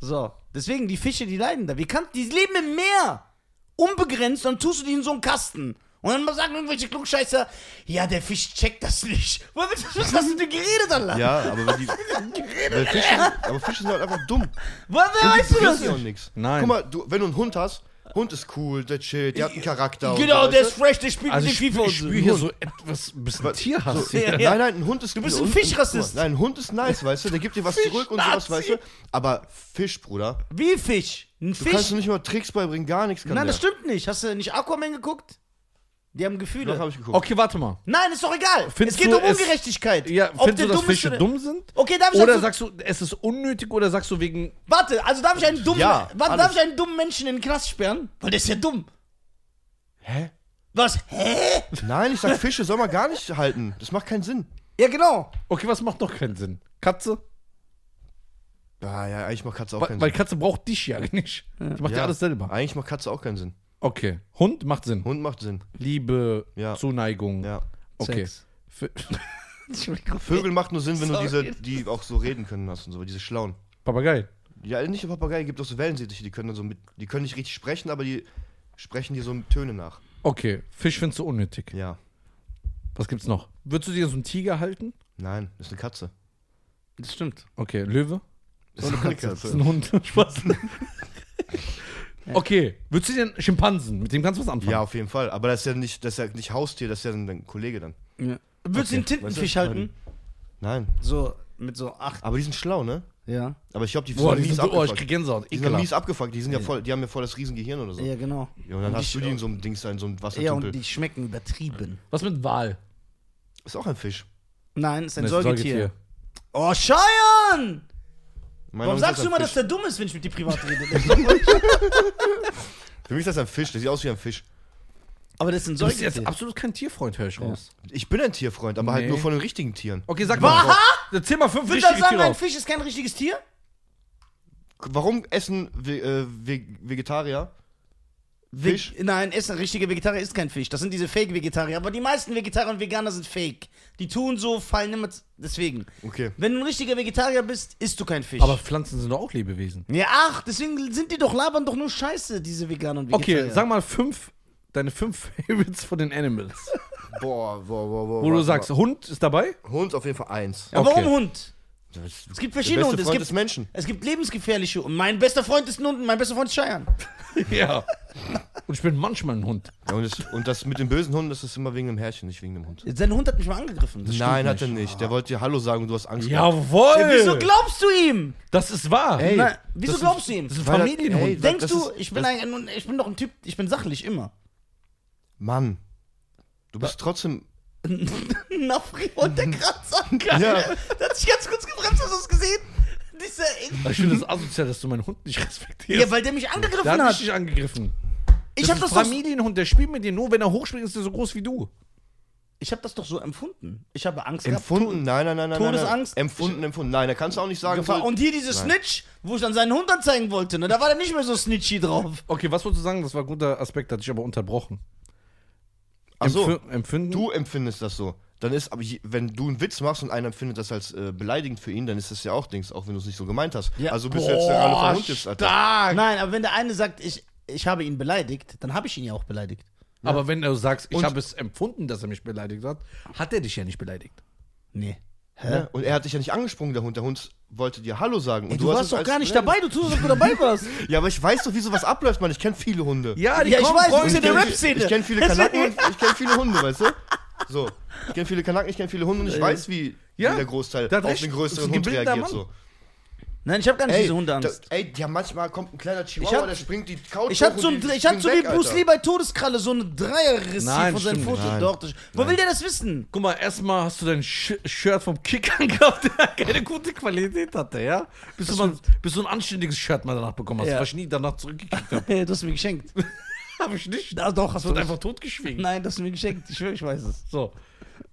So, deswegen, die Fische, die leiden da. Wie kann, die leben im Meer. Unbegrenzt, dann tust du die in so einen Kasten. Und dann sagen irgendwelche Klugscheißer, ja, der Fisch checkt das nicht. Woher willst du, was hast du denn geredet, Allah?
Ja, aber wenn die. weil Fische, aber Fische sind halt einfach dumm.
Woher weißt du
Die
das?
wissen ja auch nix.
Nein.
Guck mal, du, wenn du einen Hund hast, Hund ist cool, der chillt, der hat einen Charakter. und
Genau,
so,
der
weißt
ist fresh, der spielt
Also
mit
ich,
dem FIFA
ich
und so.
spüre hier so etwas, ein bisschen
Was?
Tierhass.
du?
hier.
Ja, ja.
Nein, nein, ein Hund ist Du
bist ein
cool.
Fischrassist.
Nein, ein Hund ist nice, weißt du, der gibt dir was zurück und sowas, weißt
Fischnazi.
du. Aber Fisch, Bruder,
Wie Fisch? Ein
du kannst
Fisch?
ihm nicht mal Tricks beibringen, gar nichts kann
Nein, das
der.
stimmt nicht. Hast du nicht Aquaman geguckt? Die haben Gefühle.
Doch, hab ich geguckt.
Okay, warte mal.
Nein, ist doch egal.
Findest
es geht
du
um
es-
Ungerechtigkeit.
Ja,
Ob
findest
der
du, dass
dumm ist
Fische
oder-
dumm sind?
Okay, darf ich
Oder
dazu-
sagst du, es ist unnötig oder sagst du wegen.
Warte, also darf ich einen dummen,
Ja,
warte, darf
alles.
ich einen dummen Menschen in den Knast sperren? Weil der ist ja dumm.
Hä?
Was? Hä?
Nein, ich sag, Fische soll man gar nicht halten. Das macht keinen Sinn.
Ja, genau.
Okay, was macht noch keinen Sinn? Katze?
Ah, ja, eigentlich macht Katze auch
Weil,
keinen
weil
Sinn.
Katze braucht dich ja nicht. Die macht ja.
Ja.
alles selber.
Eigentlich macht Katze auch keinen Sinn.
Okay. Hund macht Sinn.
Hund macht Sinn.
Liebe,
Ja.
Zuneigung.
Ja.
Okay.
Sex.
F-
Vögel macht nur Sinn, wenn du diese,
Sorry.
die auch so reden können hast und so, diese Schlauen.
Papagei.
Ja, also nicht nur Papagei, gibt auch so Wellensittiche, die können dann so mit, die können nicht richtig sprechen, aber die sprechen dir so Töne nach.
Okay. Fisch findest du unnötig.
Ja.
Was gibt's noch? Würdest du dir so einen Tiger halten?
Nein, das ist eine Katze.
Das stimmt.
Okay, Löwe?
Das ist eine Katze.
Das ist ein Hund. Spaß. okay. Würdest du dir einen Schimpansen? Mit dem kannst du was anfangen.
Ja, auf jeden Fall. Aber das ist ja nicht, das ist ja nicht Haustier, das ist ja ein, ein Kollege dann.
Ja. Würdest du den Tintenfisch
Weißt du,
halten?
Nein.
So, mit so acht.
Aber die sind schlau, ne?
Ja.
Aber ich glaube, die sind
Boah,
dann
die
mies
sind so, oh, ich
abgefuckt.
krieg Gänsehaut.
die sind dann
Ekelhaft.
mies abgefuckt, die sind ja voll, die haben ja voll das Riesengehirn oder so.
Ja, genau.
Ja, und dann hast du die in so einem Dings da, in so einem
Ja, und
Wassertümpel.
die schmecken übertrieben.
Was mit Wal?
ist auch ein Fisch.
Nein, ist ein
Das ist
Säugetier. Oh, Scheiern!
Mein
Warum
Hund ist
sagst
ein
du immer, dass
Fisch.
der dumm ist, wenn ich mit dir privat rede?
Für mich ist das ein Fisch, der sieht aus wie ein Fisch.
Aber das ist ein
Du bist jetzt
Säugetier.
absolut kein Tierfreund, höre ich raus.
Ich bin ein Tierfreund, aber halt
Nee.
nur von den richtigen Tieren.
Okay, sag mal. Jetzt Zähl mal fünf
Würdest du
richtige
sagen,
Tiere
ein
auf.
Fisch ist kein richtiges Tier?
Warum essen Ve äh, Ve Vegetarier?
Ve-
Fisch?
Nein, ist ein richtiger Vegetarier ist kein Fisch. Das sind diese Fake-Vegetarier. Aber die meisten Vegetarier und Veganer sind Fake. Die tun so, fallen immer. z- Deswegen.
Okay.
Wenn du ein richtiger Vegetarier bist, isst du kein Fisch.
Aber Pflanzen sind doch auch Lebewesen.
ja, ach, deswegen sind die doch labern doch nur Scheiße, diese Veganer und
Okay,
Vegetarier.
sag mal fünf, deine fünf Favorites von den Animals.
Boah, boah, boah, boah.
Wo du
warte
sagst, Hund ist dabei?
mal. Hund auf jeden Fall eins.
Ja, warum
okay.
Hund? Es gibt verschiedene
beste
Hunde. Es
Freund
gibt,
ist Menschen.
es gibt lebensgefährliche Hunde. Mein bester Freund ist ein Hund, und mein bester Freund ist Scheiern.
Ja. Und ich bin manchmal ein Hund.
Ja, und, das, und das mit den bösen Hunden, das ist immer wegen dem Herrchen, nicht wegen dem Hund.
Sein Hund hat mich mal angegriffen. Das
Nein, hat er nicht. Der wollte dir Hallo sagen und du hast Angst. gehabt.
Jawohl!
stimmt. Wieso glaubst du ihm?
das ist wahr.
Ey,
Nein, wieso
das
glaubst du ihm?
das ist ein
Weil-
Familienhund.
ey,
Denkst
das
du,
ist-
ich bin,
das-
ein, ich bin doch ein Typ, ich bin sachlich immer.
Mann, du bist trotzdem.
Nafri und der Kratzer.
Ja.
Das hat sich ganz kurz gebremst, hast du es gesehen? Dieser
Ich finde es das asozial, dass du meinen Hund nicht respektierst.
ja, weil der mich
der
angegriffen
hat mich
hat.
nicht angegriffen.
Ich habe
ist
das,
ein
doch-
Familienhund, der spielt mit dir nur, wenn er hochspringt, ist er so groß wie du.
ich hab das doch so empfunden. Ich habe Angst gehabt.
Empfunden? Nein, nein, nein, nein.
Todesangst?
Nein. Empfunden, empfunden. Nein, da kannst du auch nicht sagen.
Gefahr.
so-
Und hier diese Snitch, wo ich dann seinen Hund anzeigen wollte, ne? da war der nicht mehr so snitchy drauf.
Okay, was wolltest du sagen? Das war ein guter Aspekt, hat dich aber unterbrochen.
Ach so.
Empf-
Hm.
Empfinden?
du empfindest das so. Dann ist, aber je- wenn du einen Witz machst und einer empfindet das als äh, beleidigend für ihn, dann ist das ja auch Dings, auch wenn du es nicht so gemeint hast.
Ja.
Also bist du jetzt der alle vom Hund jetzt, Alter.
stark.
Nein, aber wenn der eine sagt, ich, ich habe ihn beleidigt, dann habe ich ihn ja auch beleidigt.
Aber wenn du sagst, ich
Und-
habe es empfunden, dass er mich beleidigt hat, hat er dich ja nicht beleidigt.
Nee. Hä?
Ne? Und er hat dich ja nicht angesprungen, der Hund. Der Hund wollte dir Hallo sagen. Und
Ey, du,
hast es
warst doch
als
gar nicht
beleidigt.
dabei, du tust, als ob du dabei warst.
Ja, aber ich weiß doch, wie sowas abläuft, Mann. Ich kenne viele Hunde.
Ja,
Ja, ich weiß, du
Freunde.
bist in der
kenn-
Rap-Szene.
Ich kenne viele Kanaken und ich kenne viele Hunde, weißt du? So. Ich kenne viele Kanaken, ich kenne viele Hunde und ich weiß, wie,
Ja.
wie der Großteil
Der hat
auf
recht.
den
Ist
größeren
ein
Hund
gebildeter
reagiert.
Mann.
So.
Nein, ich habe gar nicht
Ey,
diese Hundeangst.
Da, ey, ja, manchmal kommt ein kleiner Chihuahua,
Ich hab-
der springt die Couch
Ich hatte
hoch
so,
und
ein-
die
ich hatte so wie
springen weg,
Bruce
Alter.
Lee bei Todeskralle so eine Dreierriss
Nein,
von seinem
stimmt
Foto.
nicht. Nein.
Doch, das, wo will der das wissen?
Guck mal, erstmal hast du dein Sch Shirt vom Kick angehabt, der keine gute Qualität hatte, ja? Bis du, mal, bis du ein anständiges Shirt mal danach bekommen hast,
Ja.
was ich nie danach zurückgekriegt habe.
Hey, du hast mir geschenkt.
Hab ich nicht.
Da, doch, hast
Das wird einfach totgeschwiegen.
Nein, das hast du mir geschenkt. Ich schwöre, ich weiß es.
So.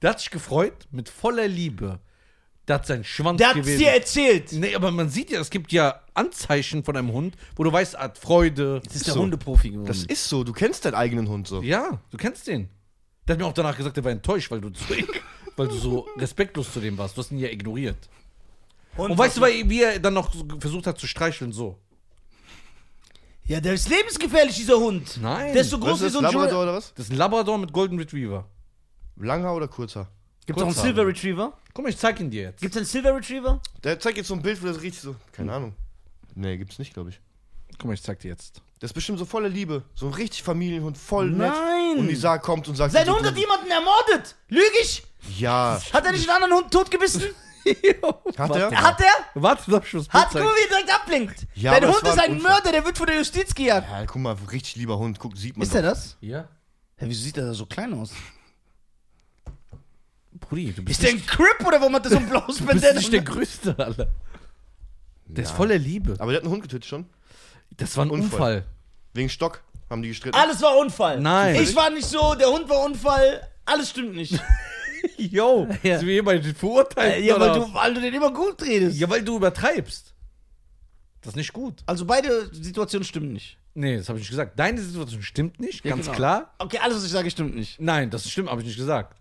Der hat sich gefreut, mit voller Liebe. Der hat seinen Schwanz
Der hat's
gewesen.
dir erzählt.
Nee, aber man sieht ja, es gibt ja Anzeichen von einem Hund, wo du weißt, er hat Freude.
Das ist der
So.
Hundeprofi geworden.
Das ist so, du kennst deinen eigenen Hund so.
Ja, du kennst den. Der hat mir auch danach gesagt, er war enttäuscht, weil du, zu, weil du so respektlos zu dem warst. Du hast ihn ja ignoriert. Und weißt du, weil- wie er dann noch so versucht hat zu streicheln, so.
Ja, der ist lebensgefährlich, dieser Hund.
Nein.
Der ist so groß
Was
wie
ist
so
das,
ein
Labrador
Labrador.
oder was?
Das ist ein Labrador mit Golden Retriever.
Langer oder kurzer?
Gibt es auch einen
Kurzhaar.
Silver Retriever?
Guck mal, ich zeig ihn dir jetzt.
Gibt es einen Silver Retriever?
Der zeigt jetzt so ein Bild, wo das richtig so. Keine
Hm.
Ahnung. Nee, gibt's nicht, glaube ich.
Guck mal, ich zeig dir jetzt.
Das ist bestimmt so voller Liebe. So ein richtig Familienhund, voll nett.
Nein.
Und Nizar kommt und sagt:
Sein
so-
Hund hat jemanden ermordet. Lüge ich?
Ja.
Hat er nicht einen anderen Hund totgebissen?
Hat er?
Hat er?
Warte, darf ich was
Hat, guck
zeigen?
mal, wie er direkt ablenkt.
Ja,
Dein
aber es
Hund
war
ist
ein
ein
Unfall.
Mörder, der wird von der Justiz gejagt.
Ja, guck mal, richtig lieber Hund. Guck, sieht man.
Ist er das?
Ja.
Hä, wieso sieht er da so klein aus?
Brudi, du bist,
Ist der ein Crip oder warum hat er so ein blaues
du bist
Bandana?
nicht der Größte, Alter. Der ist voller Liebe.
doch. Aber der hat einen Hund getötet schon.
Das war ein
Unfall.
Unfall.
Wegen Stock haben die gestritten.
Alles war Unfall.
Nein.
Ich war nicht so, der Hund war Unfall. Alles stimmt nicht.
Yo,
Ja.
sind wir jemanden verurteilt?
ja, weil
oder?
du, weil du den immer gut redest.
ja, weil du übertreibst. Das ist nicht gut.
Also beide Situationen stimmen nicht.
Nee, das habe ich nicht gesagt. Deine Situation stimmt nicht,
Ja,
ganz
genau.
klar.
Okay, alles, was ich sage, stimmt nicht.
Nein, das stimmt, habe ich nicht gesagt.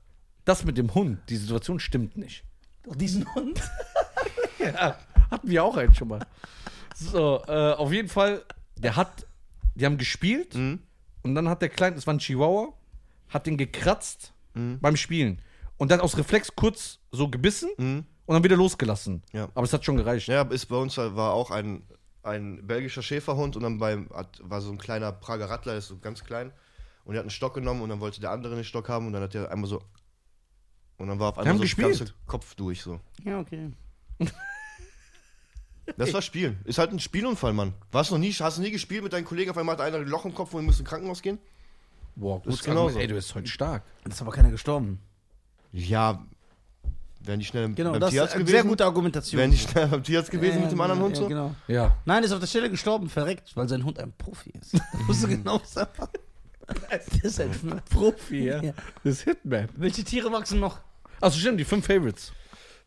Das mit dem Hund, die Situation stimmt nicht.
Doch diesen Hund.
Ja, hatten wir auch einen schon mal. So, äh, auf jeden Fall, der hat, die haben gespielt
Mhm.
und dann hat der Kleine, das war ein Chihuahua, hat den gekratzt
Mhm.
beim Spielen und dann aus Reflex kurz so gebissen und dann wieder losgelassen.
Mhm. Ja.
Aber es hat schon gereicht.
Ja, ist bei uns war auch ein, ein belgischer Schäferhund und dann beim, hat, war so ein kleiner Prager Rattler, der ist so ganz klein. Und der hat einen Stock genommen und dann wollte der andere den Stock haben und dann hat der einmal so. Und dann war auf einmal
haben
so der
gespielt.
ganze Kopf durch so.
Ja, okay.
Das war Spielen. Ist halt ein Spielunfall, Mann. Warst du noch nie, hast du nie gespielt mit deinen Kollegen, auf einmal hat einer ein Loch im Kopf und wir müssen ins Krankenhaus gehen?
Boah, gut,
Das ist genauso. Mhm.
ey, du bist heute stark.
Das ist aber keiner gestorben.
Ja, wären die schnell
Genau,
beim
das ist
Tierarzt
eine
gewesen?
sehr gute Argumentation.
Wären die schnell beim Tierarzt gewesen mit dem anderen Hund
ja,
so?
Genau.
Ja.
Nein, ist auf der Stelle gestorben, verreckt, weil sein Hund ein Profi ist. Das musst du genau sagen. Das ist ein Profi,
ja. Das ist Hitman.
Welche Tiere wachsen noch?
Achso, stimmt, die fünf Favorites.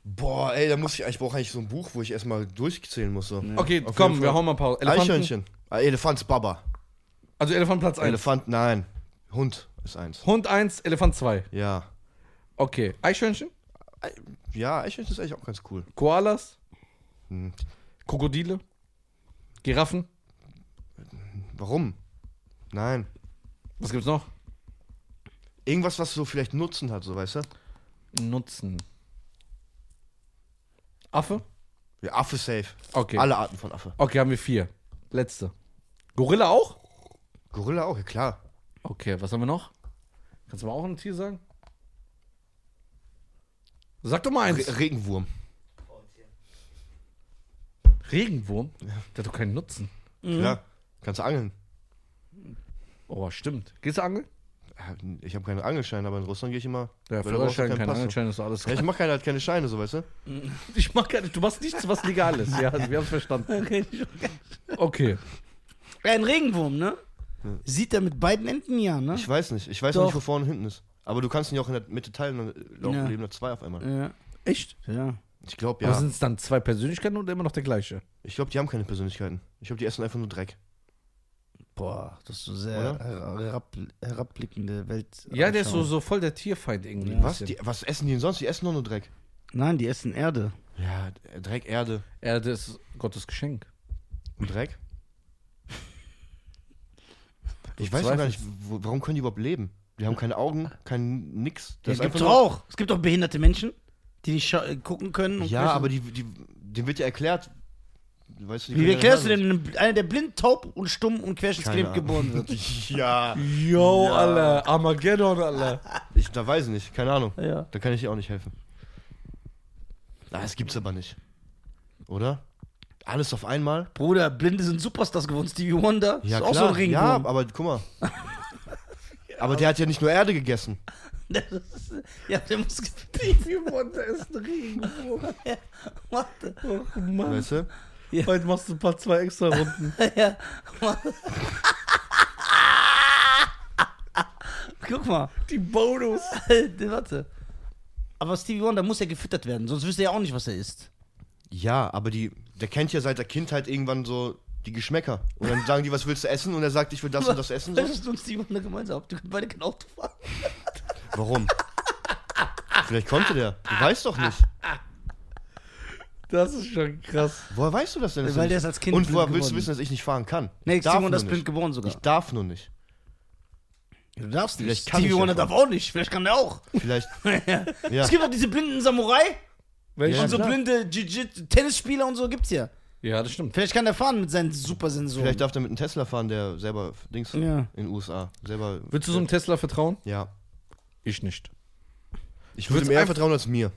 Boah, ey, da muss ich, ich brauche eigentlich so ein Buch, wo ich erstmal durchzählen muss. So.
Okay,
Auf
komm,
jeden
wir
Fall.
hauen mal ein paar.
Eichhörnchen. Ah, Elefantsbaba.
Also Elefant Platz 1.
Elefant, nein. Hund ist eins.
Hund 1, Elefant 2.
Ja.
Okay, Eichhörnchen,
Ei- Ja, Eichhörnchen ist eigentlich auch ganz cool.
Koalas,
Hm.
Krokodile, Giraffen.
Warum? Nein.
Was gibt's noch?
Irgendwas, was so vielleicht Nutzen hat, so weißt du?
Nutzen. Affe?
Ja, Affe safe.
Okay.
Alle Arten von Affe.
Okay, haben wir vier. Letzte. Gorilla auch?
Gorilla auch, ja klar.
Okay, was haben wir noch? Kannst du mal auch ein Tier sagen? Sag doch mal eins.
Re Regenwurm.
Regenwurm? Der hat doch keinen Nutzen.
Klar. Kannst du angeln.
Oh, stimmt. Gehst du angeln?
Äh, Ich habe keinen Angelschein, aber in Russland gehe ich immer.
Ja,
weil da brauchst du
Führerschein,
keinen
kein
Pass.
Angelschein, ist alles
Ja, ich mach keine, hat keine Scheine, so weißt du?
Ich mach gar nicht, du machst nichts, was legal ist. Ja, also wir haben es verstanden. Okay.
Ein Regenwurm, ne? Sieht er mit beiden Enden ja, ne?
Ich weiß nicht. Ich weiß noch
Doch.
nicht, wo vorne und hinten ist. Aber du kannst ihn ja auch in der Mitte teilen, dann laufen
Ja.
leben da zwei auf einmal.
Ja.
Echt?
ja.
Ich glaube,
Ja. Aber
ja.
sind es dann zwei Persönlichkeiten oder immer noch der gleiche?
Ich glaube, die haben keine Persönlichkeiten. Ich glaube, die essen einfach nur Dreck.
Boah, das ist so sehr
Oder?
her- herab herabblickende Welt.
Ja, der ist so,
Anschauung.
so voll der Tierfeind irgendwie.
Ja.
Was? Die, was essen die denn sonst? Die essen doch nur Dreck.
Nein, die essen Erde.
Ja, Dreck, Erde
Erde ist Gottes Geschenk.
und Dreck. Ich
Du
weiß noch gar nicht,
zweifelst.
wo, warum können die überhaupt leben? Die haben keine Augen, kein nix.
Das ja,
Das ist
gibt's
einfach nur-
auch. Es gibt auch behinderte Menschen, die nicht scha- äh, gucken können. Und
Ja,
wissen-
aber die, die, dem wird ja erklärt. Weißt du, die
Wie
können
erklärst du
ja
denn einem- einer, der blind, taub und stumm und querschnittsgelähmt
Keine
geboren wird?
Ja,
Yo, ja. alle. Armageddon, alle.
ich, da weiß ich nicht, keine Ahnung.
Ja.
Da kann ich dir auch nicht helfen. Ah, das gibt's aber nicht. Oder? Alles auf einmal?
Bruder, Blinde sind Superstars geworden. Stevie Wonder ist auch so ein Ring.
Ja, aber guck mal. aber der hat ja nicht nur Erde gegessen.
ja, der muss
Stevie Wonder ist ein Regenbogen.
Warte.
Oh Mann.
Weißt du?
Heute machst du ein paar zwei extra Runden.
Ja. Warte. Guck mal.
Die Bonus.
Warte. Aber Stevie Wonder muss ja gefüttert werden, sonst wüsste er ja auch nicht, was er isst.
Ja, aber die, der kennt ja seit der Kindheit irgendwann so die Geschmäcker. Und dann sagen die, was willst du essen? Und er sagt, ich will das und das essen. So.
Hast du und Stevie Wonder gemeinsam? Habt ihr könnt beide kein Auto fahren?
Warum? Vielleicht konnte der. Du weißt doch nicht.
Das ist schon krass.
Woher weißt du das denn? dass
Weil
er
der
nicht-
ist als Kind
Und woher
blind
willst du
geworden.
wissen, dass ich nicht fahren kann?
Nee,
ich
Stevie
darf nur
Wonder ist
nicht.
blind geboren sogar.
Ich darf nur nicht.
du darfst nicht.
Vielleicht kann
Stevie
ich
Wonder
ja
darf auch nicht. Vielleicht kann er auch.
Vielleicht. ja.
Es gibt auch diese blinden Samurai
Welche?
und so
klar.
blinde Jiu-Jitsu- Tennisspieler und so gibt's ja.
Ja, das stimmt.
Vielleicht kann er fahren mit seinen Supersensoren.
Vielleicht darf der mit einem Tesla fahren, der selber Dings
Ja.
in den USA. Selber.
Würdest du so einem Tesla vertrauen?
Ja.
Ich nicht.
Ich würde ihm eher vertrauen als mir.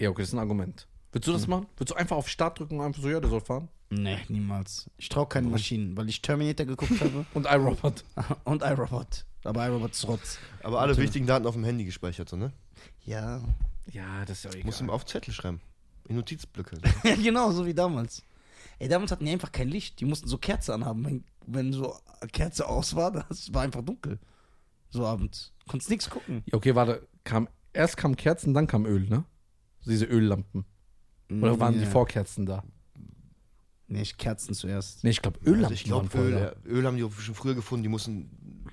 Ja, okay, das ist ein Argument. Würdest du das machen? Würdest du einfach auf Start drücken und einfach so, ja, der soll fahren?
Nee, niemals. Ich traue keinen Maschinen, weil ich Terminator geguckt habe
Und iRobot.
und iRobot. Aber iRobot ist Rotz.
Aber alle wichtigen Daten auf dem Handy gespeichert, so, ne?
Ja.
Ja, das ist ja egal.
Muss ihm auf Zettel schreiben. In Notizblöcke.
ja, genau, so wie damals. Ey, damals hatten die einfach kein Licht. Die mussten so Kerze anhaben. Wenn, wenn so Kerze aus war, das war einfach dunkel. So abends. Konntest nichts gucken.
Ja, okay, warte. Kam, erst kam Kerzen, dann kam Öl, ne? Diese Öllampen. Oder waren die
Ja.
Vorkerzen da?
Nee, ich Kerzen zuerst.
Ne, ich glaube, Öllampen
Also ich glaube,
waren
Öl,
vorher da.
ja, Öl haben die schon früher gefunden. Die mussten.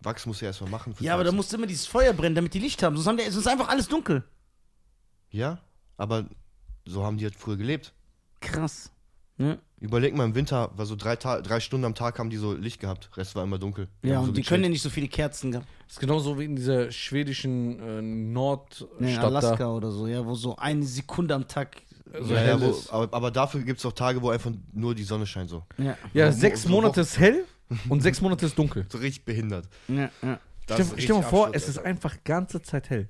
Wachs muss ja erstmal machen. fürs
Ja, aber da
Wachsen.
musste immer dieses Feuer brennen, damit die Licht haben. Sonst, haben die, sonst ist einfach alles dunkel.
Ja, aber so haben die halt früher gelebt.
Krass. Ne?
Überleg mal, im Winter war so drei, Ta drei Stunden am Tag haben die so Licht gehabt. Rest war immer dunkel.
Ja,
haben
und
so
die
gechillt.
können ja nicht so viele Kerzen. ge-
Das ist genauso wie in dieser schwedischen äh, Nordstadt
Nee, Alaska
da.
oder so, ja, wo so eine Sekunde am Tag.
So
ja,
hell
ja, wo,
ist.
aber, aber dafür gibt es auch Tage, wo einfach nur die Sonne scheint so.
Ja,
Ja,
so-
sechs
so
Monate
Wochen-
ist hell und sechs Monate ist dunkel.
So richtig behindert.
ja, ja.
Das
Stell,
ist
stell mal
richtig
vor,
absurd,
es ist
Alter.
einfach ganze Zeit hell.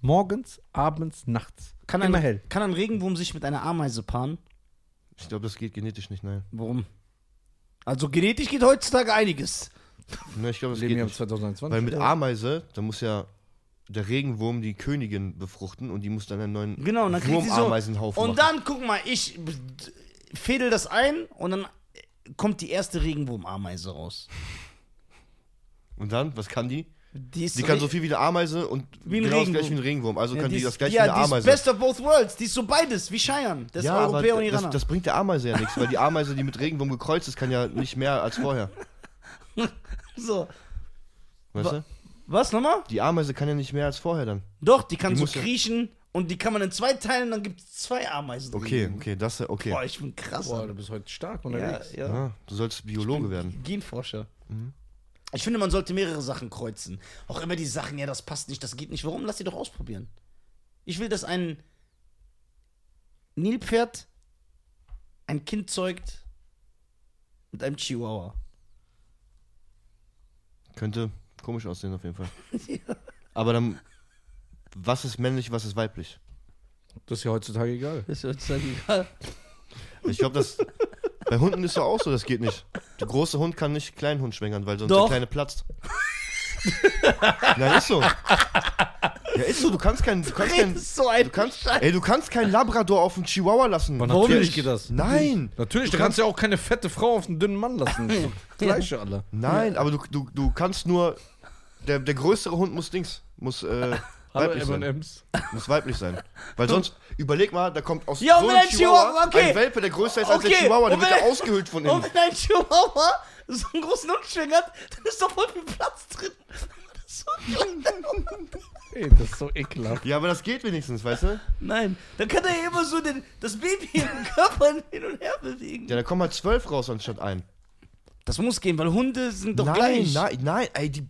Morgens, abends, nachts.
Kann
Immer
ein,
hell.
Kann ein Regenwurm sich mit einer Ameise paaren?
Ich glaube, das geht genetisch nicht, nein.
Warum? Also genetisch geht heutzutage einiges.
Ne, ich glaube, das
Leben
geht
wir im
nicht.
2021.
Weil mit Ameise, da muss ja der Regenwurm die Königin befruchten und die muss dann einen neuen
Genau, und dann kriegt sie so.
Wurmameisenhaufen
Und
machen.
dann, guck mal, ich b- d- fädel das ein und dann kommt die erste Regenwurmameise raus.
und dann, was kann die?
Die, ist
Die kann so viel wie eine Ameise und
Wie ein
genau das gleiche
Regenwurm.
wie ein Regenwurm. Also
Ja,
kann die,
ist-
das gleiche
ja,
wie eine
die ist
Ameise.
best of both worlds. Die ist so beides, wie Scheiern. Das ist Europäer und
das,
Iraner.
das bringt der Ameise ja nichts, weil die Ameise, die mit Regenwurm gekreuzt ist, kann ja nicht mehr als vorher.
so.
Weißt
Wa-
du?
Was nochmal?
Die Ameise kann ja nicht mehr als vorher dann.
Doch, die kann
Die
so
muss ja-
kriechen und die kann man in zwei teilen, dann gibt es zwei Ameisen.
Okay, okay, das
Hm.
okay.
Boah, ich bin krass.
Boah,
Alter.
du bist heute stark
ja,
unterwegs.
ja.
Ja, du sollst Biologe werden. Mhm.
Genforscher. Ich finde, man sollte mehrere Sachen kreuzen. Auch immer die Sachen, ja, das passt nicht, das geht nicht. Warum? Lass die doch ausprobieren. Ich will, dass ein Nilpferd ein Kind zeugt mit einem Chihuahua.
Könnte komisch aussehen auf jeden Fall. Aber dann, was ist männlich, was ist weiblich?
Das ist ja heutzutage egal.
Das ist uns egal.
Ich glaube, das bei Hunden ist doch auch so, das geht nicht. Der große Hund kann nicht kleinen Hund schwängern, weil sonst
Doch.
der kleine platzt. Na, ist so. Ja, ist so, du kannst keinen du kannst keinen
ist so ein
du kannst Ey, du kannst keinen Labrador auf einen Chihuahua lassen.
Warum
Natürlich.
nicht? geht das?
Nein.
Natürlich, da kannst du ja auch keine fette Frau auf einen dünnen Mann lassen. Das ist doch das Gleiche, alle.
Nein, aber du, du, du kannst nur der, der größere Hund muss Dings, muss äh, weiblich sein.
M&M's.
Muss weiblich sein, weil sonst überleg mal, da kommt aus
Ja, und
so
wenn
einem
ein Chihuahua- okay.
ein Welpe, der größer ist als der
Okay,
Chihuahua, der
und
wird
wenn
ja
er-
ausgehöhlt von
Und Oh,
innen.
wenn ein Chihuahua so einen großen Hund schwingert, dann ist doch voll viel Platz drin. Das ist so klein.
Ey, das ist so ekelhaft.
Ja, aber das geht wenigstens, weißt du?
Nein, dann kann er ja immer so den, das Baby im Körper hin und her bewegen.
Ja, da kommen halt zwölf raus anstatt ein.
Das muss gehen, weil Hunde sind doch
nein,
gleich.
nein, nein, ey, die.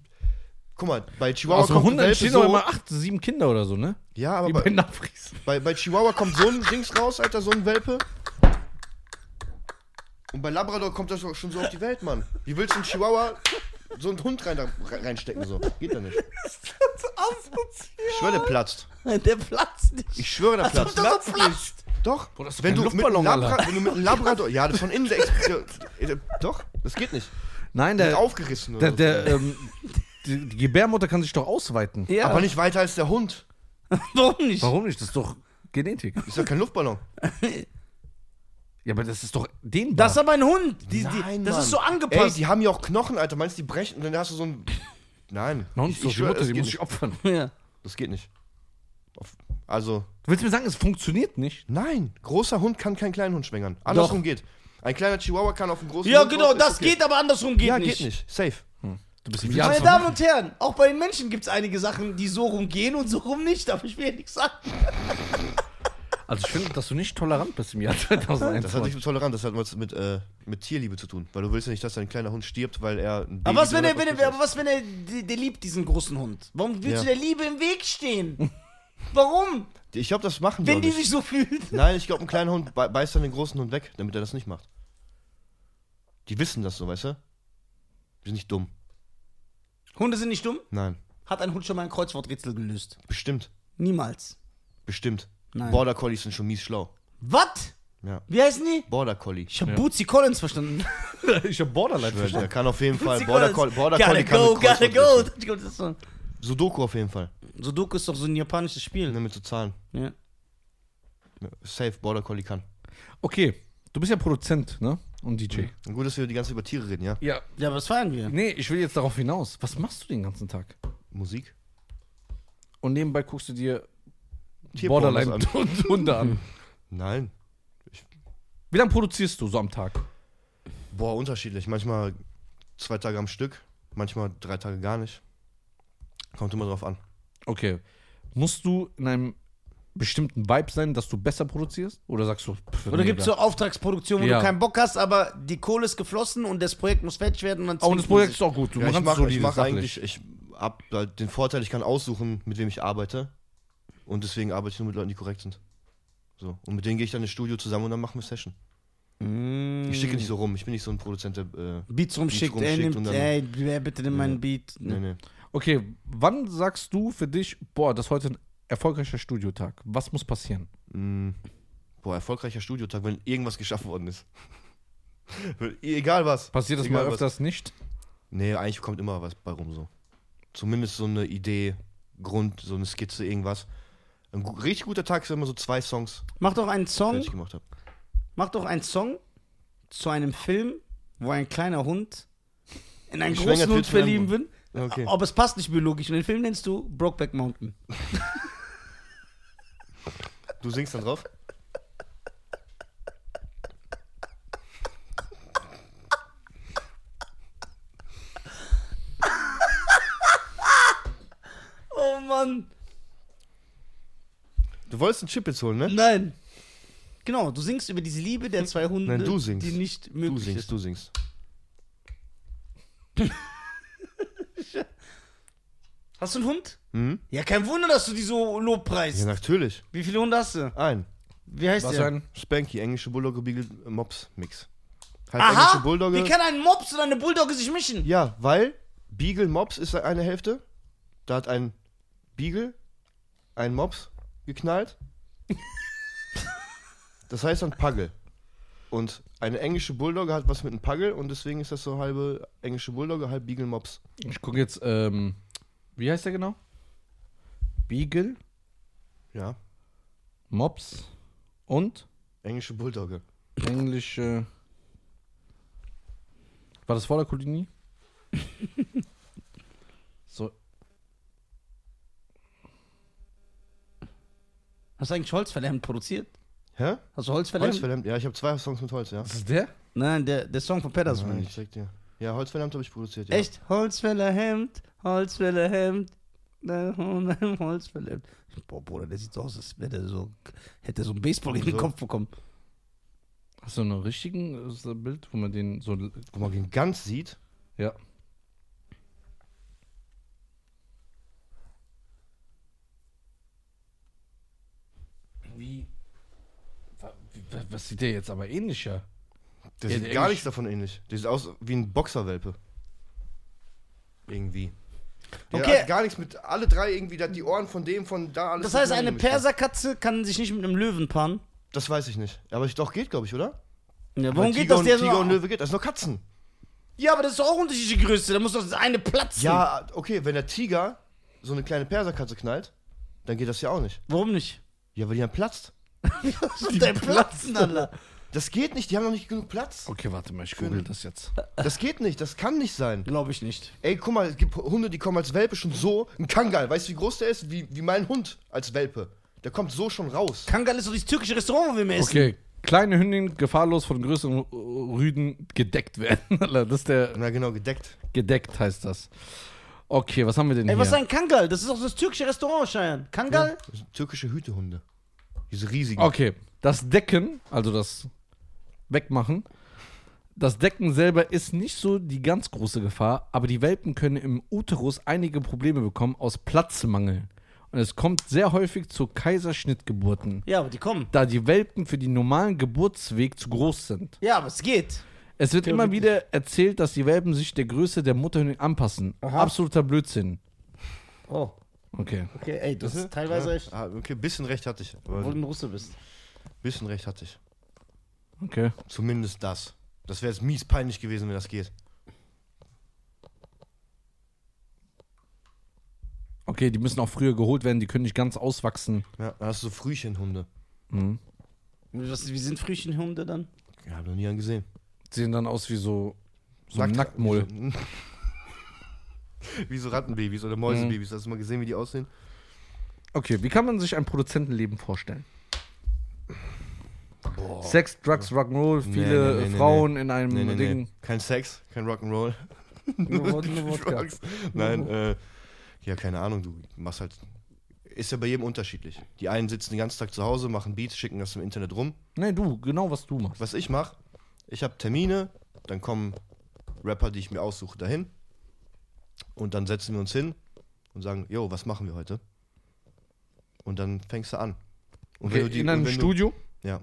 Guck mal, bei Chihuahua
Aus dem
kommt
Hund
ein Welpe
entstehen
so,
doch Also immer acht, sieben Kinder oder so, ne?
Ja,
Wie
aber
bei
bei,
Nachfries.
bei, bei Chihuahua kommt so ein Dings raus, Alter, so ein Welpe. Und bei Labrador kommt das doch schon so auf die Welt, Mann. Wie willst du einen Chihuahua so einen Hund rein, rein- reinstecken so? Geht doch nicht.
Das ist asozial.
Ich schwöre, der platzt.
Der platzt nicht.
Ich schwöre, der
Als ob
platzt.
der so platzt.
Doch.
Bro, das ist doch
wenn,
kein
du mit einem
Luftballon,
Labra
Alter.
wenn du mit einem Labrador. ja, das von innen der explodiert. Äh, Doch, das geht nicht.
Nein,
Der
der,
wird aufgerissen.
der,
Oder
Äh, der, äh, ähm, die, die Gebärmutter kann sich doch ausweiten.
so. Aber nicht weiter als der Hund.
Warum nicht?
Warum nicht? Das ist doch Genetik.
Ist doch kein Luftballon.
Ja, aber das ist doch den
Das ist aber ein Hund. Die, die,
Nein,
das
Mann.
ist so
Ey,
angepasst.
die haben ja auch Knochen, Alter. Meinst du, die brechen und dann hast du so ein. Nein.
Nonstop, die
schwör,
Mutter,
das
die
geht
muss
nicht.
sich opfern.
ja.
Das geht nicht. Auf, also,
Du willst mir sagen, es funktioniert nicht?
nein. Großer Hund kann keinen kleinen Hund schwängern. Andersrum geht. Ein kleiner Chihuahua kann auf einen großen
ja,
Hund
genau,
drauf, ist
das
okay.
geht, aber andersrum geht
Ja,
nicht.
geht nicht. Safe.
Du bist im
Meine
Jahr
Damen und Herren, auch bei den Menschen gibt es einige Sachen, die so rumgehen und so rum nicht, aber ich will ja nichts sagen.
Also ich finde, dass du nicht tolerant bist im Jahr
Das hat
2021.
nichts mit Toleranz, das hat was mit, äh, mit Tierliebe zu tun. Weil du willst ja nicht, dass dein kleiner Hund stirbt, weil er ein Baby
Aber was, wenn er,
drin hat,
wenn
was
er, aber was, wenn er, der, der liebt diesen großen Hund? Warum willst du
Ja.
der Liebe im Weg stehen? Warum?
ist. Ich glaube, das machen
Wenn
die
die
auch nicht.
sich so fühlt.
Nein, ich glaube, ein kleiner Hund bei- beißt dann den großen Hund weg, damit er das nicht macht. Die wissen das so, weißt du? Die sind nicht dumm.
Hunde sind nicht dumm?
Nein.
Hat ein Hund schon mal ein Kreuzworträtsel gelöst?
Bestimmt.
Niemals.
Bestimmt.
Nein.
Border Collies sind schon mies schlau.
Was?
Ja.
Wie heißen die?
Border Collie.
Ich hab Bootsy Collins verstanden.
ich hab Borderline
Der kann auf jeden Fall.
Bootsy
Border, Collie,
Collins.
Border
gotta
Collie kann
go,
mit
gotta
Kreuzworten
go.
rechnen.
Das kommt das so.
Sudoku auf jeden Fall.
Sudoku ist doch so ein japanisches Spiel.
Ne, mit so Zahlen.
Ja.
Safe, Border Collie kann.
Okay, du bist ja Produzent, ne? Und DJ.
Und gut, dass wir die ganze Zeit über Tiere reden, ja?
Ja.
ja, aber das feiern wir.
Nee, ich will jetzt darauf hinaus. Was machst du den ganzen Tag?
Musik.
Und nebenbei guckst du dir
Tierpornos
Borderline
an.
und Hunde an.
Nein.
Wie lange produzierst du so am Tag?
Boah, unterschiedlich. Manchmal zwei Tage am Stück, manchmal drei Tage gar nicht. Kommt immer drauf an.
Okay. Musst du in einem bestimmten Vibe sein, dass du besser produzierst? Oder sagst du, pff,
Oder
nee,
gibt es
egal.
so Auftragsproduktionen, wo
Ja.
du keinen Bock hast, aber die Kohle ist geflossen und das Projekt muss fertig werden und dann
Oh, und das
zwingt man
Projekt
sich.
ist auch gut. Du
Ja, ich
kannst
mache
solide
mach
sachlich.
eigentlich, ich hab halt den Vorteil, ich kann aussuchen, mit wem ich arbeite. Und deswegen arbeite ich nur mit Leuten, die korrekt sind. So. Und mit denen gehe ich dann ins Studio zusammen und dann machen wir Session. Ich
Mhm.
schicke nicht so rum, ich bin nicht so ein Produzent, der. Äh,
Mm, Beats rumschickt,
Beats
ey,
rumschickt
nimmt,
und dann-
ey, wer bitte nimmt meinen Beat.
nee, nee.
Okay, wann sagst du für dich, boah, das ist heute ein erfolgreicher Studiotag? Was muss passieren?
Mm. Boah, erfolgreicher Studiotag, wenn irgendwas geschaffen worden ist. Egal was.
Passiert das
Egal
mal
was.
öfters nicht?
Nee, eigentlich kommt immer was bei rum so. Zumindest so eine Idee, Grund, so eine Skizze, irgendwas. Ein gu richtig guter Tag sind immer so zwei Songs,
Mach doch einen
Oh.
die
Song,
ich gemacht habe.
mach doch einen Song zu einem Film, wo ein kleiner Hund in einen
Geschwängert
großen Hund
wird von einem
verlieben
Hund.
wird.
Okay.
Aber es passt nicht biologisch. Und den Film nennst du Brokeback Mountain.
Du singst dann drauf?
Oh Mann.
Du wolltest einen Chip jetzt holen, ne?
Nein. Genau, du singst über diese Liebe der zwei Hunde,
Nein, du singst.
die nicht
Du
möglich
singst,
ist.
du singst.
Hast du einen Hund?
Mhm.
Ja, kein Wunder, dass du die so lobpreist.
Ja, natürlich.
Wie viele Hunde hast du?
Ein.
Wie heißt
Was
der?
für ein?
Spanky, englische Bulldogge, Beagle, äh, Mops, Mix. Halb
Aha!
englische Bulldogge.
Wie kann ein Mops oder eine Bulldogge sich mischen?
Ja, weil Beagle Mops ist eine Hälfte. Da hat ein Beagle ein Mops geknallt. Das heißt dann Puggle. Und eine englische Bulldogge hat was mit einem Puggle und deswegen ist das so halbe englische Bulldogge, halb Beagle Mops.
Ich gucke jetzt, ähm, wie heißt der genau? Beagle,
Ja,
Mops und
englische Bulldogge.
englische. War das vor der Kolonie? so,
Hast du eigentlich Holzverlärmt produziert?
Hä?
Hast du Holzverlärmt?
Holzverlämmt. Ja, ich habe zwei Songs mit Holz, ja.
das ist der?
Nein, der, der Song von Petters
Nein,
meine
ich
ich.
check dir. Ja, Holzverlämmt habe ich produziert, ja.
Echt? Holzverlärmt, Holzverlärmt, Holzverlärmt. Boah, Bruder, der sieht so aus, als wäre der so, hätte er so einen Baseball in den
So.
Kopf bekommen.
Hast du einen richtigen äh, so ein Bild, wo man den so.
Wo man den ganz sieht.
Ja. Wie. wa- wa- Was sieht der jetzt aber ähnlicher?
Der
Ja,
sieht
der
gar
englische-
nichts davon ähnlich. Der sieht aus wie ein Boxerwelpe. Irgendwie. Der
Okay.
hat gar nichts mit. Alle drei irgendwie, der hat die Ohren von dem, von da alles.
Das heißt, eine
miteinander gemischt.
Perserkatze kann sich nicht mit einem Löwen paaren.
Das weiß ich nicht. Aber ich, doch, geht, glaube ich, oder?
Ja,
Weil
warum geht
Tiger
das
und,
der
Tiger und
so?
Löwe geht. Das sind doch Katzen.
Ja, aber das ist auch unterschiedliche Größe. Da muss doch das eine platzen.
Ja, okay, wenn der Tiger so eine kleine Perserkatze knallt, dann geht das ja auch nicht.
Warum nicht?
Ja, weil die dann platzt.
Die Dein Platzen, Alter.
Das geht nicht, die haben noch nicht genug Platz.
Okay, warte mal, ich google das jetzt.
Das geht nicht, das kann nicht sein.
Glaube ich nicht.
Ey, guck mal, es gibt Hunde, die kommen als Welpe schon so. Ein Kangal, weißt du, wie groß der ist? Wie, wie mein Hund als Welpe. Der kommt so schon raus.
Kangal ist doch dieses türkische Restaurant, wo wir immer essen.
Okay, kleine Hündin gefahrlos von größeren Rüden gedeckt werden. Alter, das ist der
Na genau, gedeckt.
gedeckt heißt das. Okay, was haben wir denn
Ey,
hier?
was ist ein Kangal? Das ist doch das türkische Restaurant, Schein. Kangal?
Das sind türkische Hütehunde. Diese riesigen.
Okay, das Decken, also das Wegmachen, das Decken selber ist nicht so die ganz große Gefahr, aber die Welpen können im Uterus einige Probleme bekommen aus Platzmangel. Und es kommt sehr häufig zu Kaiserschnittgeburten,
Ja, aber die kommen.
da die Welpen für den normalen Geburtsweg zu groß sind.
Ja, aber es geht.
Es wird immer wieder erzählt, dass die Welpen sich der Größe der Mutterhündin anpassen. Absoluter Blödsinn.
Oh,
Okay.
okay, ey, das ist
Ja,
teilweise echt,
ah, okay, bisschen recht hatte ich.
obwohl
Aber
du ein Russe bist.
bisschen recht hatte ich.
Okay.
Zumindest das. Das wäre jetzt mies peinlich gewesen, wenn das geht.
Okay, die müssen auch früher geholt werden, die können nicht ganz auswachsen.
Ja, dann hast du so Frühchenhunde.
Was, wie sind Frühchenhunde dann?
Ja, hab noch nie einen gesehen.
Sehen dann aus wie so, so ein
Nackt-
Nacktmull.
Wie so, wie so Rattenbabys oder
Mhm.
Mäusebabys. Hast du mal gesehen, wie die aussehen?
Okay, wie kann man sich ein Produzentenleben vorstellen? Sex, Drugs, Rock'n'Roll, viele
Oh, nee, nee, nee,
Frauen in einem
Nee, nee,
Ding.
nee. Kein Sex, kein Rock'n'Roll.
Nur Wodka.
Drugs. Nein, äh, ja, keine Ahnung, du machst halt. Ist ja bei jedem unterschiedlich. Die einen sitzen den ganzen Tag zu Hause, machen Beats, schicken das im Internet rum.
Nee, du, genau was du machst.
Was ich mache, ich habe Termine, dann kommen Rapper, die ich mir aussuche, dahin. Und dann setzen wir uns hin und sagen, yo, was machen wir heute? Und dann fängst du an. Und
Okay, in einem
und wenn du-
Studio?
Ja.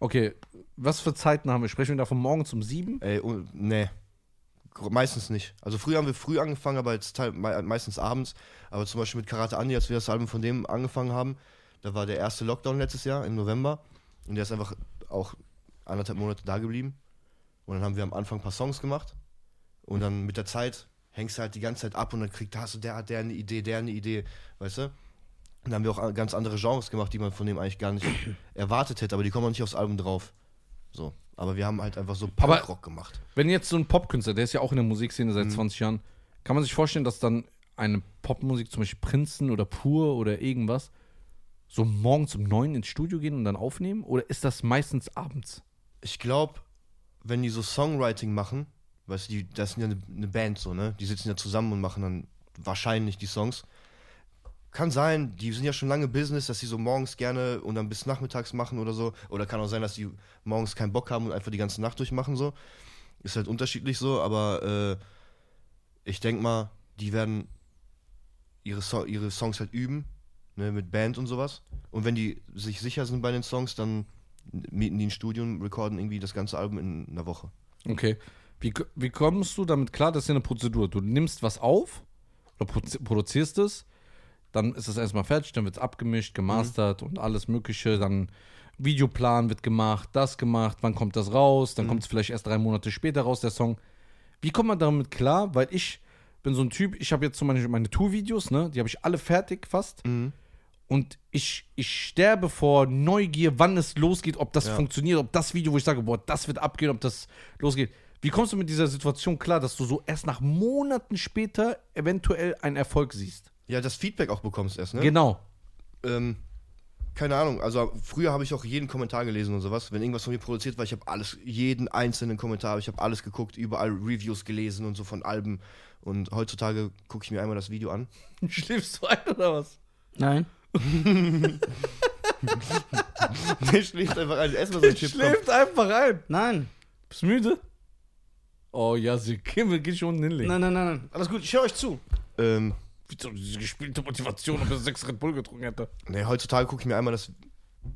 Okay, was für Zeiten haben wir? Sprechen wir da von morgens um sieben?
Ey, und, nee. Gro- Meistens nicht. Also früher haben wir früh angefangen, aber jetzt teil, mei- meistens abends. Aber zum Beispiel mit Karate Andi, als wir das Album von dem angefangen haben, da war der erste Lockdown letztes Jahr im November. Und der ist einfach auch anderthalb Monate da geblieben. Und dann haben wir am Anfang ein paar Songs gemacht. Und dann mit der Zeit hängst du halt die ganze Zeit ab und dann kriegt, da hast du, der hat der eine Idee, der eine Idee, weißt du? Und dann haben wir auch a- ganz andere Genres gemacht, die man von dem eigentlich gar nicht erwartet hätte, aber die kommen auch nicht aufs Album drauf. So. Aber wir haben halt einfach so
Aber-
Punkrock gemacht.
Wenn jetzt so ein Popkünstler, der ist ja auch in der Musikszene
Mhm.
seit 20 Jahren, kann man sich vorstellen, dass dann eine Popmusik, zum Beispiel Prinzen oder Pur oder irgendwas, so morgens um neun ins Studio gehen und dann aufnehmen? Oder ist das meistens abends?
Ich glaube, wenn die so Songwriting machen, weißt du, die, das sind ja eine, eine Band so, ne? Die sitzen ja zusammen und machen dann wahrscheinlich die Songs. Kann sein, die sind ja schon lange Business, dass sie so morgens gerne und dann bis nachmittags machen oder so. Oder kann auch sein, dass die morgens keinen Bock haben und einfach die ganze Nacht durchmachen so. Ist halt unterschiedlich so, aber äh, ich denke mal, die werden ihre, so ihre Songs halt üben, ne, mit Band und sowas. Und wenn die sich sicher sind bei den Songs, dann mieten die ein Studio und recorden irgendwie das ganze Album in einer Woche.
Okay. Wie, k- wie kommst du damit klar? Das ist ja eine Prozedur. Du nimmst was auf oder proz- produzierst es, dann ist es erstmal fertig, dann wird es abgemischt, gemastert und alles Mögliche. Dann Videoplan wird gemacht, das gemacht, wann kommt das raus, dann kommt es vielleicht erst drei Monate später raus, der Song. Wie kommt man damit klar? Weil ich bin so ein Typ, ich habe jetzt zum Beispiel meine Tour-Videos, ne? die habe ich alle fertig fast. Und ich, ich sterbe vor Neugier, wann es losgeht, ob das funktioniert, ob das Video, wo ich sage, boah, das wird abgehen, ob das losgeht. Wie kommst du mit dieser Situation klar, dass du so erst nach Monaten später eventuell einen Erfolg siehst?
Ja, das Feedback auch bekommst erst, ne?
Genau.
ähm, keine Ahnung, also früher habe ich auch jeden Kommentar gelesen und sowas, wenn irgendwas von mir produziert war, ich habe alles, jeden einzelnen Kommentar, ich habe alles geguckt, überall Reviews gelesen und so von Alben und heutzutage gucke ich mir einmal das Video an.
Schläfst du ein oder was?
Nein.
Der schläft einfach ein, erstmal so ein Chip.
einfach ein.
Nein.
Bist müde? Oh ja, sie Kimmel, geh schon unten hinlegen.
Nein, nein, nein, nein. Alles gut, ich höre euch zu.
Ähm,
Wie so diese gespielte Motivation, ob er sechs Red Bull getrunken hätte.
Nee, heutzutage gucke ich mir einmal das,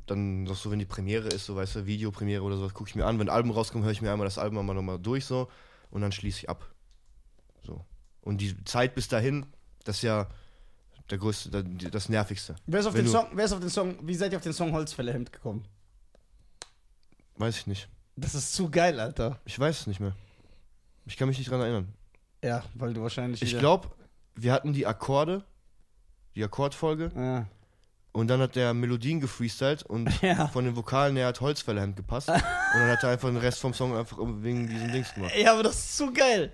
dann noch so, wenn die Premiere ist, so weißt du, Videopremiere oder sowas, gucke ich mir an. Wenn ein Album rauskommt, höre ich mir einmal das Album einmal nochmal durch so und dann schließe ich ab. So. Und die Zeit bis dahin, das ist ja der größte, der- das nervigste.
Wer ist auf,
Wenn
den
du-
Song, wer ist auf den Song, wie seid ihr auf den Song Holzfällerhemd gekommen?
Weiß ich nicht.
Das ist zu geil, Alter.
Ich weiß es nicht mehr. Ich kann mich nicht dran erinnern.
Ja, weil du wahrscheinlich.
Ich
wieder-
glaube, wir hatten die Akkorde, die Akkordfolge,
Ja.
und dann hat der Melodien gefreestylt und
Ja.
von den Vokalen her hat Holzfällerhemd gepasst. und dann hat er einfach den Rest vom Song einfach wegen diesen Dings gemacht.
ja, aber das ist zu geil.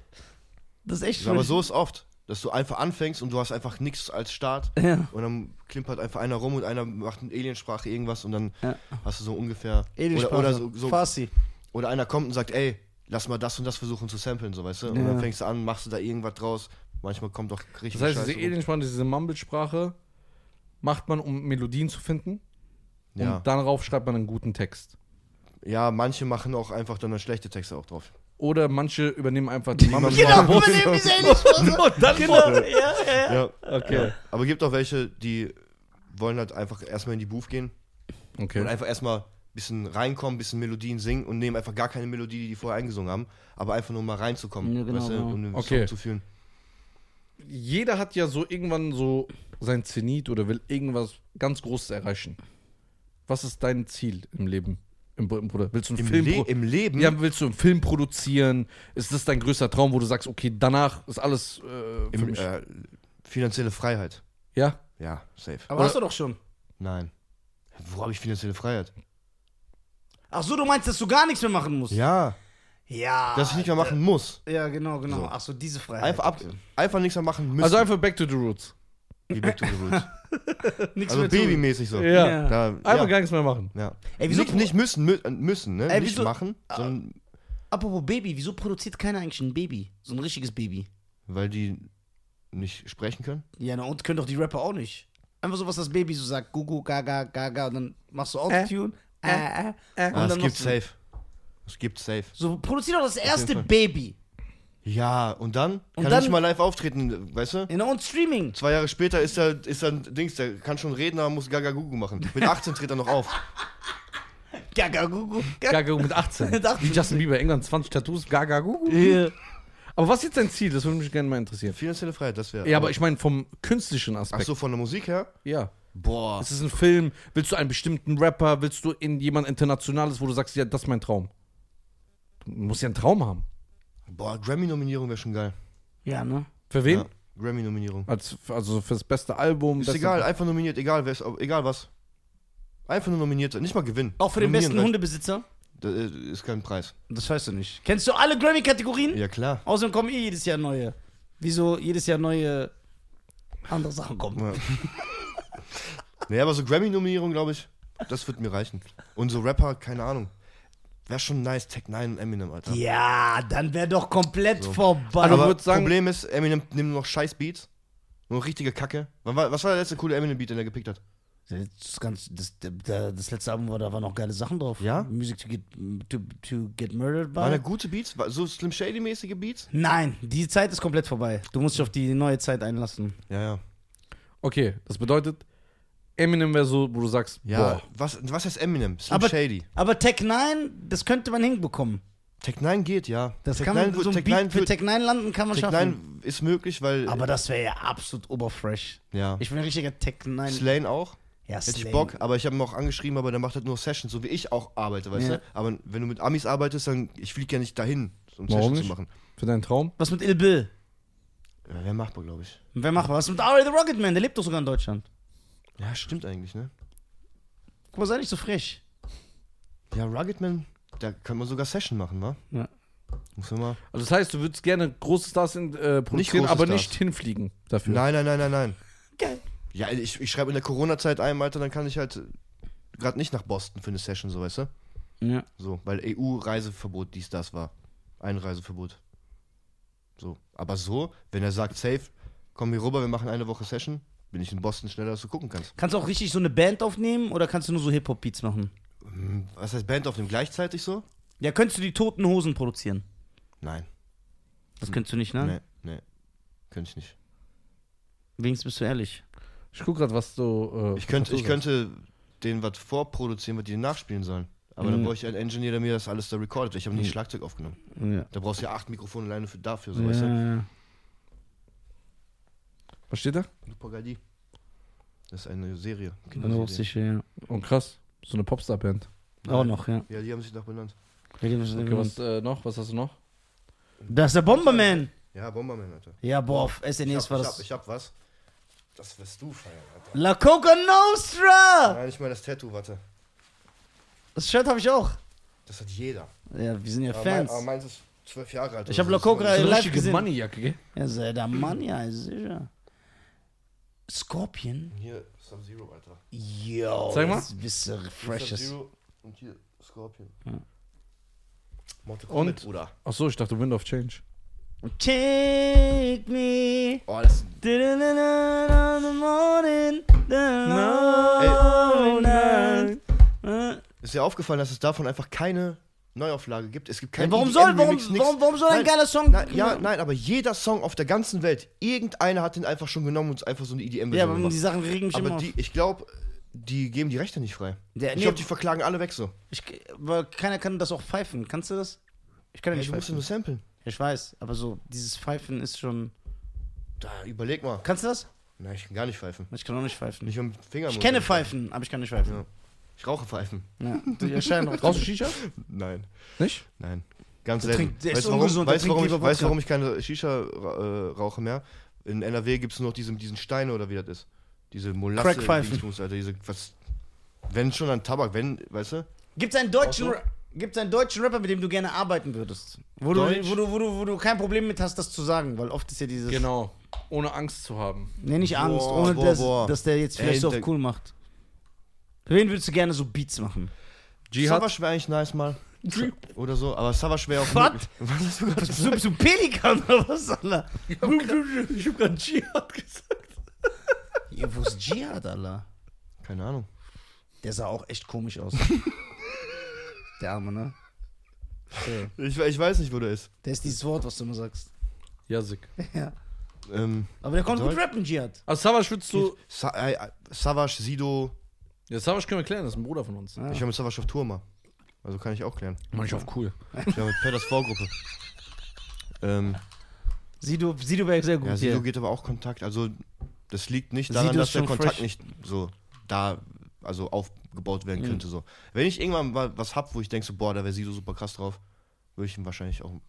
Das ist echt
Aber so ist oft, dass du einfach anfängst und du hast einfach nichts als Start.
Ja.
Und dann klimpert einfach einer rum und einer macht eine Aliensprache irgendwas und dann
Ja.
hast du so ungefähr.
Ähnlich
Oder, oder, so, so,
Farsi.
oder einer kommt und sagt, ey, lass mal das und das versuchen zu samplen, so weißt du. Und dann
Ja.
fängst du an, machst du da irgendwas draus. Manchmal kommt doch richtig
Das heißt,
Scheiße
diese
rum.
Aliensprache, diese Mumble-Sprache macht man, um Melodien zu finden.
ja.
Und darauf schreibt man einen guten Text.
ja, manche machen auch einfach dann schlechte Texte auch drauf.
Oder manche übernehmen einfach die
man-
Mumble-Sprache.
Genau, übernehmen diese Ähnlichkeit.
Und dann
Genau, ja, ja.
Ja.
Okay.
Aber gibt auch welche, die wollen halt einfach erstmal in die Booth gehen und
Okay.
einfach erstmal ein bisschen reinkommen, ein bisschen Melodien singen und nehmen einfach gar keine Melodie, die die vorher eingesungen haben, aber einfach nur mal reinzukommen,
Ja, genau,
weißt du,
genau.
um den
Okay.
Song zu fühlen.
Jeder hat ja so irgendwann so sein Zenit oder will irgendwas ganz Großes erreichen. Was ist dein Ziel im Leben? Im, Br- Bruder? Willst du einen
Im,
Film?
Le
pro-
im Hm? Leben,
ja, willst du einen Film produzieren? Ist das dein größter Traum, wo du sagst, okay, danach ist alles äh, für
im,
mich?
äh, finanzielle Freiheit.
ja?
Ja, safe.
Aber hast du doch schon.
Nein. Wo habe ich finanzielle Freiheit?
Ach so, du meinst, dass du gar nichts mehr machen musst?
Ja,
Ja.
dass ich nicht mehr machen muss.
ja, genau, genau.
So.
Ach so, diese Freiheit.
Einfach, ab, einfach nichts mehr machen müssen.
Also einfach back to the roots.
wie Back to the Roots.
nichts
Also
mehr tun.
babymäßig so.
Ja.
Ja.
Da,
Einfach
ja.
gar nichts mehr machen.
ja.
Ey, wieso
nicht, nicht müssen, mü äh, müssen, ne?
Ey,
nicht
wieso- Ah.
machen, sondern
Apropos Baby, wieso produziert keiner eigentlich ein Baby? So ein richtiges Baby.
weil die nicht sprechen können.
Ja, na und können doch die Rapper auch nicht. Einfach so, was das Baby so sagt. Gugu, gaga, gaga. Und dann machst du Autotune. Äh, äh, äh. Und
Ah, es
dann
gibt
machst du,
safe. Es gibt safe.
so, produzier doch das erste
Fall.
Baby.
Ja, und dann
Und
kann
dann-
er nicht mal live auftreten, weißt du?
Ja, na, und Streaming.
Zwei Jahre später ist er, ist er ein Dings, der kann schon reden, aber muss Gaga Gugu machen. Mit 18 tritt er noch auf.
Gaga, Gugu, gaga.
Gagagu mit 18.
Mit 18.
Wie Justin Bieber, England, 20 Tattoos, Gagagu.
Ja.
Aber was ist jetzt dein Ziel? Das würde mich gerne mal interessieren.
Finanzielle Freiheit, das wäre.
Ja, aber ich meine vom künstlichen
Ach
Aspekt.
so, von der Musik her?
Ja.
Boah.
Es ist ein Film. Willst du einen bestimmten Rapper? Willst du in jemand Internationales, wo du sagst, ja, das ist mein Traum? Du musst ja einen Traum haben.
Boah, Grammy-Nominierung wäre schon geil.
ja, ne?
Für wen?
Ja, Grammy-Nominierung.
Ah,
Als, also fürs beste Album.
Ist
beste-
egal, einfach nominiert, egal, wer ist, ob- egal was. Einfach nur nominiert, sein, nicht mal gewinnen.
Auch für den
Nominieren
besten Hundebesitzer?
reicht. Da, äh, ist kein Preis.
Das weißt du nicht. Kennst du alle Grammy-Kategorien?
Ja, klar.
Außerdem kommen eh jedes Jahr neue. Wieso jedes Jahr neue andere Sachen kommen?
Ja. naja, aber so Grammy-Nominierung, glaube ich, das wird mir reichen. Und so Rapper, keine Ahnung. Wäre schon nice, Tech 9 und Eminem, Alter.
Ja, dann wäre doch komplett vorbei.
Also
Aber
würd sagen-
Problem ist, Eminem nimmt nur noch scheiß Beats. Nur richtige Kacke. Wann war- Was war der letzte coole Eminem-Beat, den er gepickt hat?
das, ganz, das, da- das letzte Album war, da waren noch geile Sachen drauf.
Ja?
Music to get, to, to get murdered
Waren da
by.
gute Beats? War- So Slim Shady-mäßige Beats?
Nein, die Zeit ist komplett vorbei. Du musst dich auf die neue Zeit einlassen.
Ja, ja.
Okay, das bedeutet, Eminem wäre so, wo du sagst,
Ja,
boah.
was, was heißt Eminem? Slim
Aber,
Shady.
aber Tech 9, das könnte man hinbekommen.
Tech 9 geht, ja.
Das
Tech
kann
9
man,
wird-
so ein
Tech
Beat
9
für
wird-
Tech 9 landen kann man
Tech
schaffen.
9 ist möglich, weil.
Aber das wäre ja absolut oberfresh.
ja.
Ich bin ein richtiger Tech 9.
Slane auch.
ja,
Hätte ich
Slay.
Bock, aber ich habe ihn auch angeschrieben, aber der macht halt nur Sessions, so wie ich auch arbeite, weißt
Ja.
du? Aber wenn du mit Amis arbeitest, dann ich fliege ja nicht dahin, um
Warum
Sessions zu
nicht?
machen.
Für deinen Traum?
Was mit Il Bill?
Ja, wäre machbar, glaube ich.
Wer macht was? Mit Ari the Rocket Man, der lebt doch sogar in Deutschland.
Ja, stimmt eigentlich, ne?
Guck mal, sei nicht so frech.
Ja, Ruggedman, da kann man sogar Session machen, wa?
Ja.
Muss man mal.
Also das heißt, du würdest gerne große Stars in, äh, produzieren,
große
aber
Stars.
nicht hinfliegen dafür.
Nein, nein, nein, nein, nein.
Geil.
Ja, ich, ich schreibe in der Corona-Zeit ein, Alter, dann kann ich halt gerade nicht nach Boston für eine Session, so weißt du?
Ja.
So, weil EU-Reiseverbot dies, das war. Einreiseverbot. So. Aber so, wenn er sagt, safe, komm hier rüber, wir machen eine Woche Session, bin ich in Boston schneller, dass du gucken kannst.
Kannst du auch richtig so eine Band aufnehmen oder kannst du nur so Hip-Hop-Beats machen?
Hm, Was heißt Band auf dem gleichzeitig so?
Ja, könntest du die toten Hosen produzieren?
Nein.
Das könntest du nicht, ne?
Nee, nee. Könnte ich nicht.
Wenigstens bist du ehrlich.
Ich guck gerade, was du. Äh,
Ich könnte,
was
ich
du
könnte denen was vorproduzieren, was die nachspielen sollen. Aber dann brauche ich einen Engineer, der mir das alles da recordet. Ich habe nicht Schlagzeug aufgenommen.
Ja.
Da brauchst du ja acht Mikrofone alleine für, dafür, so weißt du?
Ja,
sagst. Was steht da?
Super geil, die. Das ist eine Serie.
ja.
Kinderserie.
Russische, ja.
Oh, krass. So eine Popstar-Band.
Auch noch, ja.
Ja, die haben sich noch benannt.
Okay, was äh, noch? Was hast du noch?
Das ist der Bomberman.
Ja, Bomberman, Alter.
Ja, boah, auf
Ich
SNES
hab,
war
ich, hab,
das.
ich hab was. Das wirst du feiern, Alter.
La Coca Nostra!
Nein, ich meine das Tattoo, warte.
Das Shirt habe ich auch.
Das hat jeder.
Ja, wir sind ja
Aber, mein,
Fans.
aber meins ist zwölf Jahre alt.
Ich hab
oder so.
Lokokra-
Das ist
Äh, live gesehen.
Moneyjacke, gell?
Ja, sei der Mann, ja, ist sicher. Scorpion?
immer- Hier Sub-Zero, Alter.
Yo,
Zeig mal.
das ist bisschen
Hier
freshes.
Sub-Zero und hier Scorpion.
Ja.
Mortal Kombat,
Und?
Bruder.
Achso, ich dachte Wind of Change.
Take me
Oh, das
da-da-da-da, in the morning, da-da-da-da,
Ey.
night. Äh,
ist ja aufgefallen, dass es davon einfach keine Neuauflage gibt. Es gibt
Ja,
keinen
warum soll-
EDM-Remix,
warum-
nix.
warum- warum soll ein
Nein,
geiler Song-
Nein, ja, nein, aber jeder Song auf der ganzen Welt, irgendeiner hat den einfach schon genommen und einfach so eine
Ja,
EDM-Version
aber die
gemacht.
Sachen regen mich immer
Aber
auf.
die, ich glaube, die geben die Rechte nicht frei.
Der-
ich
nee.
glaube, die verklagen alle weg so.
Ich, aber keiner kann das auch pfeifen. Kannst du das? Ich kann ja
Ja,
nicht
du musst
pfeifen.
ja nur samplen.
Ich weiß, aber so, dieses Pfeifen ist schon.
Da, überleg mal.
Kannst du das?
Nein, ich kann gar nicht pfeifen.
Ich kann auch nicht pfeifen.
Nicht mit dem Finger.
Ich kenne Pfeifen, aber ich kann nicht pfeifen.
Ja. Ich rauche Pfeifen.
Ja. Du erscheinst drauf.
Brauchst du Shisha?
Nein,
Nicht?
nein. Ganz
Der
selten.
trinkt- der ist
weißt du, warum,
ungesund, der
weißt, du,
trinkt
warum ich,
lieber
weißt du,
Wodka.
warum ich keine Shisha äh, rauche mehr? In NRW gibt es nur noch diese, diesen Steine oder wie das ist. Diese Molasse.
Crackpfeifen.
Dingsbums, Alter. Diese, was, wenn schon an Tabak, wenn, weißt du?
Gibt's einen deutschen, Ra- gibt's einen deutschen Rapper, mit dem du gerne arbeiten würdest? Wo du,
Deutsch?
wo, du, wo, du, wo du kein Problem mit hast, das zu sagen, weil oft ist ja dieses.
Genau. Ohne Angst zu haben.
Nee, nicht Angst,
Boah,
ohne
boah,
dass,
boah.
dass der jetzt vielleicht
Ey,
so auf
der-
cool macht. Für wen würdest du gerne so Beats machen?
Jihad.
Savage wäre eigentlich nice mal. Oder so, aber Savage wäre auch.
Was?
möglich. Was hast du gerade
Bist du, bist du ein Pelikan oder was, Alter?
Ich hab gerade Jihad gesagt.
Ja, wo ist Jihad, Alter?
Keine Ahnung.
Der sah auch echt komisch aus. der Arme, ne?
Ich, ich weiß nicht, wo der ist.
Der ist dieses Wort, was du immer sagst.
Jasik.
Ja.
Ähm,
Aber der konnte gut
Deutsch?
rappen, Jihad.
Also Savage würdest du.
Sa äh, äh, Savage, Sido.
Ja, Savage können wir klären, das ist ein Bruder von uns.
Ah.
Ich war mit Savage auf Tour mal. Also kann ich auch klären.
Mach ich auf cool.
Ich war mit Petters Vorgruppe. Ähm,
Sido, Sido wäre sehr gut.
Ja, Sido
hier.
geht aber auch Kontakt. Also, das liegt nicht daran,
Sido ist
dass der
schon
Kontakt
fresh.
nicht so da, also aufgebaut werden
Mhm.
könnte. So. Wenn ich irgendwann mal was hab, wo ich denke, so, boah, da wäre Sido super krass drauf, würde ich ihn wahrscheinlich auch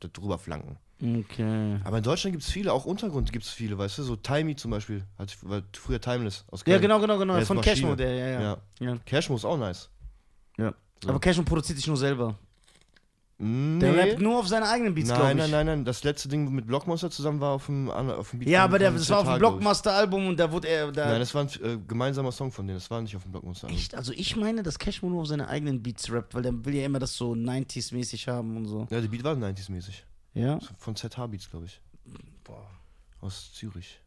da drüber flanken.
Okay.
Aber in Deutschland gibt es viele, auch Untergrund gibt es viele, weißt du? So Timey zum Beispiel, hat, war früher Timeless aus Köln.
Ja, genau, genau, genau.
Der ist
Von
Maschine.
Cashmo, der, ja, ja. ja.
Ja. Cashmo ist auch nice.
Ja. Aber Cashmo produziert sich nur selber.
Nee.
Der rappt nur auf seine eigenen Beats, glaube ich.
nein, nein, nein, nein. Das letzte Ding mit Blockmonster zusammen war auf dem, an- auf dem Beat.
Ja,
von-
aber der,
von
das war auf dem
Zertar, glaub ich.
Blockmaster-Album und da wurde er. Da,
Nein, das war ein äh, gemeinsamer Song von denen. Das war nicht auf dem Blockmonster.
echt? Also, ich meine, dass Cashmo nur auf seine eigenen Beats rappt, weil der will ja immer das so 90s-mäßig haben und so.
Ja, der Beat war 90s-mäßig.
Ja?
Von ZH Beats, glaube ich. Aus Zürich.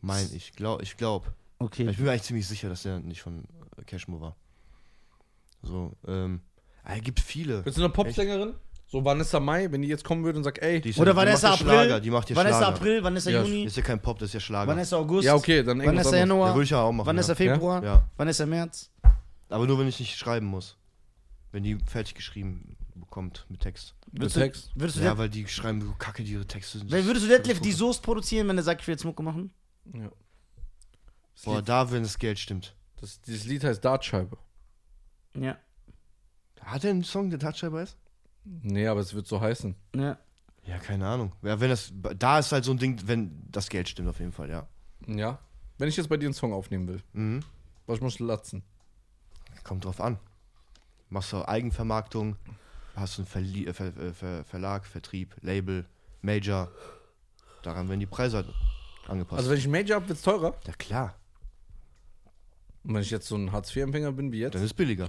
Mein ich, glaub, ich glaube.
Okay.
Ich bin mir eigentlich ziemlich sicher, dass der nicht von äh, Cashmo war. So, ähm. Ah, gibt viele.
Willst du eine Popsängerin? So Vanessa Mai, wenn die jetzt kommen würde und sagt, ey.
Die ist
Oder
ja, die
Vanessa
macht ja
April.
Schlager, die macht ja
Vanessa
Schlager.
April, Vanessa
Ja,
Juni,
Das ist ja kein Pop, das ist ja Schlager.
Vanessa August.
Ja, okay, dann irgendwas
Vanessa
anderes.
Januar,
ja, würde ich ja auch machen.
Vanessa Februar,
ja. ja.
Vanessa März.
Aber nur, wenn ich nicht schreiben muss. Wenn die fertig geschrieben bekommt mit Text.
Mit
du-
Text.
Würdest du,
Ja,
Det-
weil die schreiben, so kacke die ihre Texte sind.
weil würdest du Detlef die Soest produzieren, wenn er sagt, ich will jetzt Mucke machen?
Ja. Das,
Boah,
Lied,
da, wenn das Geld stimmt.
das, dieses Lied heißt Dartscheibe.
Ja.
Hat er einen Song, der Touchschreiber ist?
Nee, aber es wird so heißen.
ja.
Ja, keine Ahnung. Ja, wenn das, da ist halt so ein Ding, wenn das Geld stimmt, auf jeden Fall, ja.
Ja. Wenn ich jetzt bei dir einen Song aufnehmen will,
Mhm.
was muss ich latzen?
Kommt drauf an. Machst du Eigenvermarktung, hast du einen Verli äh, Ver äh, Ver Verlag, Vertrieb, Label, Major. Daran werden die Preise halt angepasst.
Also wenn ich Major hab, wird's teurer.
ja, klar.
Und wenn ich jetzt so ein Hartz-IV-Empfänger bin wie jetzt.
Dann ist billiger.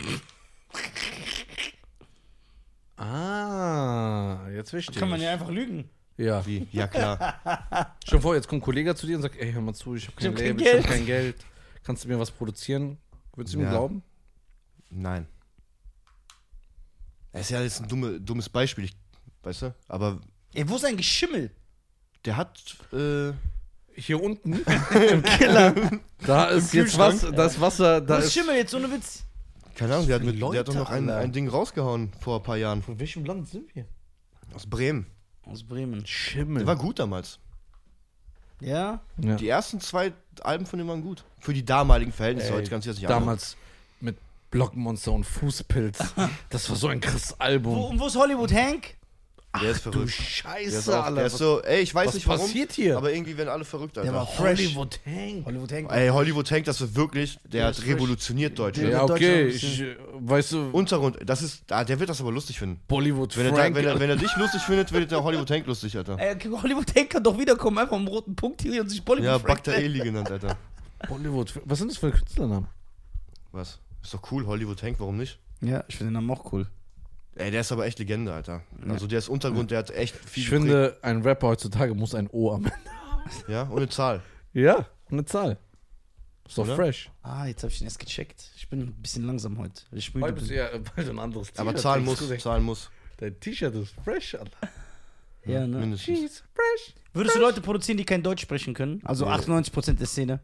Ah, jetzt verstehe
Kann man
ich.
ja einfach lügen.
Ja.
Wie? Ja, klar.
Schon vor, jetzt kommt ein Kollege zu dir und sagt, ey, hör mal zu, ich habe kein
hab kein
Label, ich habe
Geld.
kein Geld. Kannst du mir was produzieren? Würdest du ihm
Ja.
glauben?
Nein. Das ist ja jetzt ein dumme, dummes Beispiel, ich, weißt du? Aber
Ey, wo ist eigentlich Schimmel?
der hat. Äh,
Hier unten im Keller. Da ist jetzt was, das Wasser, da
Wo ist
ist.
Schimmel jetzt ohne Witz?
keine Ahnung, der hat,
für
mit, der hat doch
Leute,
noch ein,
Alter?
ein Ding rausgehauen vor ein paar Jahren.
Von welchem Land sind wir?
Aus Bremen.
Aus Bremen.
Schimmel.
Der war gut damals.
Ja?
Ja.
Die ersten zwei Alben von ihm waren gut. Für die damaligen Verhältnisse.
Ey,
Heute kannst du das nicht
damals mit Blockmonster und Fußpilz. Das war so ein krasses
Wo,
Album.
Hm.
und wo ist Hollywood Hank?
Der ist verrückt.
Du
der ist,
Scheiße,
auch, der
Alter.
ist so, ey, ich weiß
was
nicht warum.
passiert hier?
Aber irgendwie werden alle verrückt,
Der war
Alter.
fresh.
Hollywood Hank.
Hollywood Hank.
Ey, Hollywood Tank, das wird wirklich, der hat revolutioniert Deutschland.
Ja, okay.
Deutschland-
Ich, äh, weißt du,
Untergrund, das ist, ah, der wird das aber lustig finden.
Bollywood
Wenn er, da,
Frank.
wenn, er, wenn er dich lustig findet, wird der Hollywood Tank lustig, Alter.
Ey, Hollywood Hank kann doch wiederkommen, einfach einen roten Punkt hier und sich Bollywood
Ja,
Frank
Bakter
nennen.
Eli genannt, Alter.
Bollywood. Was sind das für Künstlernamen?
Was? Ist doch cool, Hollywood Tank, warum nicht?
Ja, ich finde den Namen auch cool.
Ey, der ist aber echt Legende, Alter. Also der ist Untergrund, der hat echt viel
Ich finde, ein Rapper heutzutage muss ein O am Ende.
geprägt, Ja, ohne Zahl.
Ja, eine Zahl. Ist doch
Oder?
fresh.
Ah, jetzt habe ich ihn erst gecheckt. Ich bin ein bisschen langsam heute. weil Ich müde bin.
ja äh, bald ein anderes T-Shirt.
Aber zahlen muss, zahlen muss.
Dein T-Shirt ist fresh, Alter.
Ja, ne?
Mindestens.
fresh.
Würdest du Leute produzieren, die kein Deutsch sprechen können? Also 98% der Szene.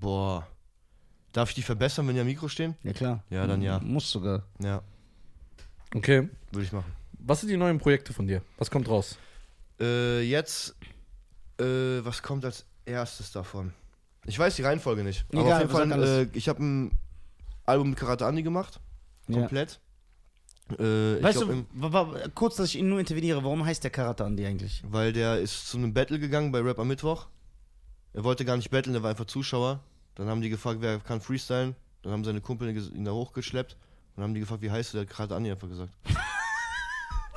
Boah. Darf ich die verbessern, wenn die am Mikro stehen?
Ja, klar.
Ja, dann ja.
Muss sogar.
Ja,
Okay.
würde ich machen.
Was sind die neuen Projekte von dir? Was kommt raus?
Äh, jetzt, äh, was kommt als erstes davon? Ich weiß die Reihenfolge nicht. Aber
Egal,
auf jeden
sag
Fall, äh,
alles.
ich habe ein Album mit Karate Andi gemacht.
Ja.
Komplett. Äh, ich
Weißt
glaub,
du,
im-
wa- wa- kurz, dass ich ihn nur interveniere, warum heißt der Karate Andi eigentlich?
weil der ist zu einem Battle gegangen bei Rap am Mittwoch. Er wollte gar nicht battlen, der war einfach Zuschauer. Dann haben die gefragt, wer kann freestylen. Dann haben seine Kumpel ges- ihn da hochgeschleppt. Dann haben die gefragt, wie heißt du? Der hat Karate Andi einfach gesagt.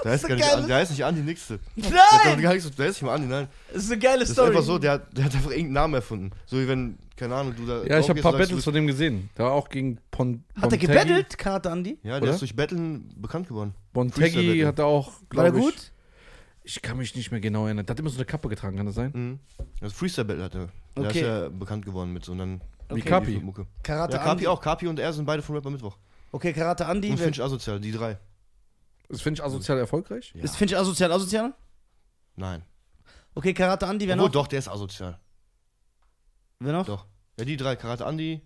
der, heißt
ist
gar
geil.
nicht, der heißt nicht Andi, nix. Der, hat
Nein!
gar nichts- der heißt nicht mal Andi, nein.
Das ist eine geile
Das ist
Story.
einfach so, der, hat- der hat einfach irgendeinen Namen erfunden. So wie wenn, keine Ahnung, du da.
Ja, ich habe ein
draufgehst
paar
und sagst, du
Battles von dem gesehen. Da war auch gegen Pon
Hat er
Bontegi.
gebettelt, Karate Andi?
bist- Ja, der
oder?
ist durch Battlen bekannt geworden.
Bontegi
Freestyle-Battle.
hat er auch,
War er
glaube ich.
gut?
Ich kann mich nicht mehr genau erinnern. Der hat immer so eine Kappe getragen, kann das sein?
Mhm. Also Freestyle Battle hat er. Der
Okay.
ist ja bekannt geworden mit so. Und dann
Wie Kapi.
Die Mucke.
Karate
Ja, Kapi
Andi.
auch. Kapi und er sind beide von Rapper Mittwoch.
Okay, Karate Andi.
Und
wer-
Finch Asozial, die drei.
Das finde ich asozial erfolgreich.
Ja.
Ist Finch asozial, asozial?
Nein.
Okay, Karate Andi, wer
Obwohl,
noch?
doch, der ist asozial.
Wer noch?
Doch. Ja, die drei. Karate Andi,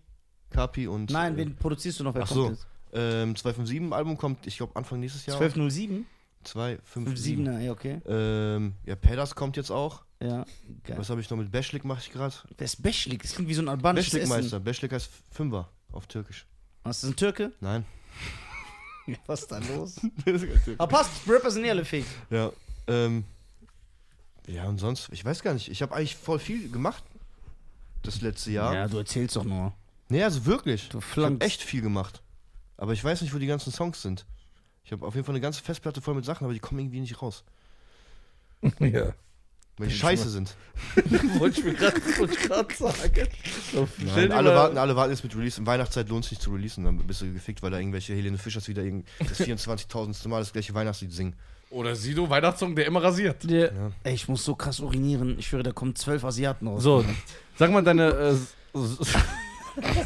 Kapi und.
Nein,
äh,
wen produzierst du noch? Wer
Ach
kommt
so.
jetzt?
Ähm, 257 Album kommt, ich glaube, Anfang nächstes Jahr.
1207?
257.
57er, ah, ja, okay.
Ähm, ja, Pedas kommt jetzt auch.
Ja, geil.
Was habe ich noch mit Beschlik mache ich gerade?
Wer ist Beschlik? Das klingt wie so ein albanisches Essen.
Beschlikmeister. Beschlik heißt Fünfer auf Türkisch.
Was, ist ein Türke?
Nein.
Was ist da los? Aber passt, Rapper sind eh alle fake.
ja. Ähm, ja, und sonst, ich weiß gar nicht. Ich habe eigentlich voll viel gemacht das letzte Jahr. Ja.
du erzählst doch nur.
Nee, also wirklich.
Du
ich habe
flankst.
echt viel gemacht. Aber ich weiß nicht, wo die ganzen Songs sind. Ich habe auf jeden Fall eine ganze Festplatte voll mit Sachen, aber die kommen irgendwie nicht raus.
Ja.
Weil die scheiße sind.
Wollte ich mir gerade sagen. So, stell
Nein,
dir
alle,
mal-
warten, alle warten jetzt mit Release. In Weihnachtszeit lohnt es nicht zu releasen. Dann bist du gefickt, weil da irgendwelche Helene Fischers wieder irgend das 24.000. Mal das gleiche Weihnachtslied singen.
Oder Sido, Weihnachtssong, der immer rasiert.
Ja. Ey, ich muss so krass urinieren. Ich schwöre, da kommen zwölf Asiaten raus.
So, sag mal deine, äh, s- s-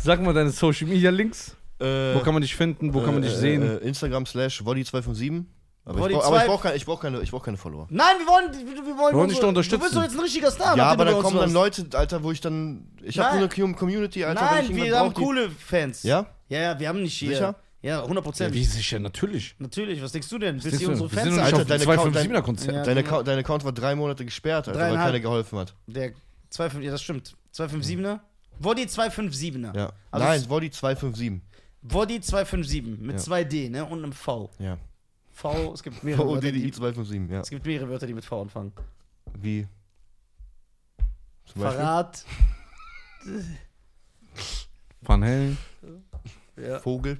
sag mal deine Social Media Links.
Äh,
Wo kann man dich finden? Wo kann man dich
äh,
sehen?
Äh, Instagram slash Woddy257. Aber,
Woddy
ich brauch- aber
zwei-
ich brauche keine, ich brauch keine, ich brauch keine Follower.
Nein, wir wollen, wir, wir wollen,
wollen
unsere-
dich doch unterstützen.
Du bist doch jetzt ein richtiger Star.
ja,
nachdem du
aber dann
bei uns
kommen dann
warst.
Leute, Alter, wo ich dann. Ich habe
Nein.
nur eine Community, Alter. wenn ich
Nein,
irgendwann
wir haben
brauch, die-
coole Fans.
Ja?
Ja, ja, wir haben nicht hier.
Sicher?
Ja, 100 Prozent.
sicher, natürlich.
Natürlich, was denkst du denn? äh, Bist
Wir
du unsere
sind
Fans?
noch
Alter?
nicht auf
Alter,
dem
deine Count-
257er Konzert.
Ja.
Deine, Account, deine Account war drei Monate gesperrt, Alter, weil
Dreieinhalb.
keiner geholfen hat.
Der 257, das stimmt. 257er? Woddy 257er.
Ja.
Also
Nein,
es-
Woddy257.
Woddy 257 mit
Ja.
2D, ne? Und einem V.
Ja. oh,
V, es gibt mehrere Wörter, die,
ODDI257, ja.
es gibt mehrere Wörter, die mit V anfangen.
Wie. Zum Beispiel
Verrat.
Van Halen.
Ja.
Vogel.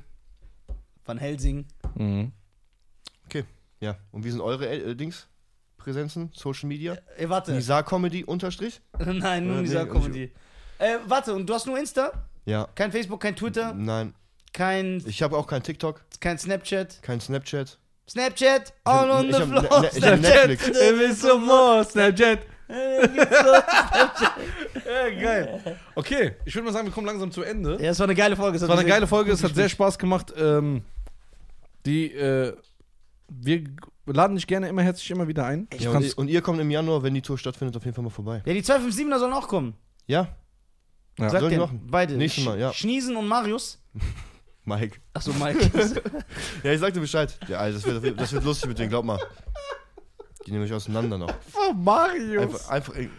Van Helsing.
Mhm.
Ja. Und wie sind eure äh, Dings? Präsenzen? Social Media?
Ey, warte.
Nisa Comedy unterstrich?
Nein, nur
Äh,
dieser
nee,
Comedy. Äh, warte, und du hast nur Insta?
Ja.
Kein Facebook, kein Twitter,
Nein.
kein,
Ich habe auch kein TikTok,
kein Snapchat.
kein Snapchat.
Snapchat, all
hab-
on
ich
the
hab
floor.
Ne- ne- ich hab Netflix.
Snapchat.
Äh, more, Snapchat.
Geil.
Äh, Okay, ich würde mal sagen, wir kommen langsam zu Ende.
Ja, es war eine geile Folge.
Es war eine geile Folge, es hat sehr Spaß gemacht. Ähm, die, äh, wir g- laden dich gerne immer herzlich immer wieder ein.
Ja, und, ihr- und ihr kommt im Januar, wenn die Tour stattfindet, auf jeden Fall mal vorbei.
Ja, die 257er sollen auch kommen.
Ja,
Ja.
Sag
Sollen die
dir,
machen.
beide.
Nächstes Mal, ja.
Sch- Schniesen und Marius.
Mike.
Achso, Mike.
Ja, ich sag dir Bescheid. Ja, also das, wird, das wird lustig mit denen, glaub mal. Die nehme ich auseinander noch.
Oh, Marius.
Einfach, einfach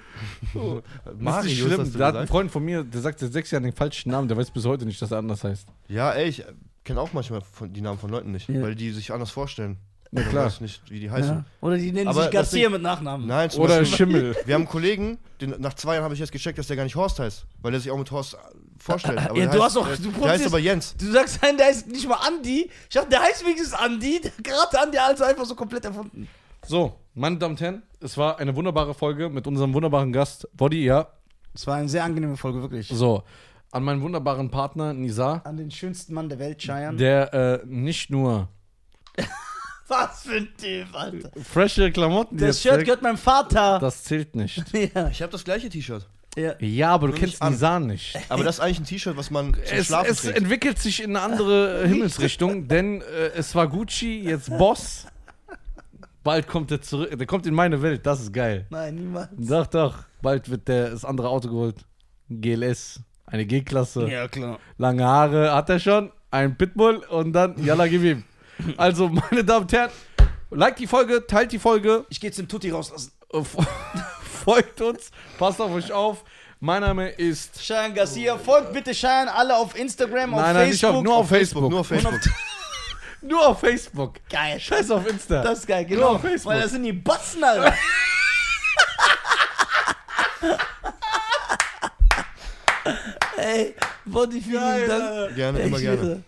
Oh.
Marius,
das ist
hast
schlimm.
du
Da hat ein
gesagt?
Freund von mir, der sagt seit sechs Jahren den falschen Namen, der weiß bis heute nicht, dass er anders heißt.
Ja, ey, ich kenne auch manchmal von, die Namen von Leuten nicht, weil die sich anders vorstellen.
Ja,
Man
klar.
weiß nicht, wie die heißen.
Oder die nennen
Also, Aber
sich
das
Garcia
Ding-
mit Nachnamen.
Nein, zum
Oder
Beispiel,
Schimmel.
wir haben einen Kollegen, den, nach zwei Jahren habe ich jetzt gecheckt, dass der gar nicht Horst heißt, weil er sich auch mit Horst äh, vorstellt.
Ah,
Aber
Ja,
der
du
heißt,
hast auch-
der-
du
der heißt
produzierst-
aber Jens.
Du sagst, nein, der heißt nicht mal Andi. Ich dachte, der heißt wenigstens Andi. Gerade Andi hat es einfach so komplett erfunden.
So, meine Damen und Herren, es war eine wunderbare Folge mit unserem wunderbaren Gast, Body, ja.
Es war eine sehr angenehme Folge, wirklich.
So, an meinen wunderbaren Partner, Nizar,
An den schönsten Mann der Welt, Cheyenne.
der äh, nicht nur
Was für ein Typ, Alter.
frische Klamotten
Das
jetzt
Shirt
trägt,
gehört meinem Vater.
das zählt nicht.
Ja.
Ich habe das gleiche T-Shirt.
ja.
Ja, aber du
Nimm
kennst
mich an.
Nizar nicht.
Aber das ist eigentlich ein T-Shirt, was man zum
Es,
Schlafen
es
trägt.
entwickelt sich in eine andere äh, Himmelsrichtung, denn äh, es war Gucci, jetzt Boss. Bald kommt er zurück, der kommt in meine Welt, das ist geil.
Nein, niemals.
Doch, doch. Bald wird der, das andere Auto geholt. Ein GLS. Eine G-Klasse.
Ja, klar.
Lange Haare hat er schon. Ein Pitbull und dann Yalla gib ihm. Also, meine Damen und Herren, like die Folge, teilt die Folge,
Ich gehe zum Tutti rauslassen.
äh, f- folgt uns, passt auf euch auf. Mein Name ist.
Cheyenne Garcia. Folgt bitte Cheyenne alle auf Instagram, auf
nein, nein, nicht
Facebook.
auf, nur auf, Facebook.
Nur auf Facebook.
Nur, nur auf Facebook.
Geil.
Scheiß auf Insta.
Das ist geil,
Nur
genau.
auf Facebook.
Weil das sind die Batzen, Alter. Ey, Body, vielen
Geil,
Dank.
Alter.
Gerne,
Ey,
immer
ich
gerne.
schwöre.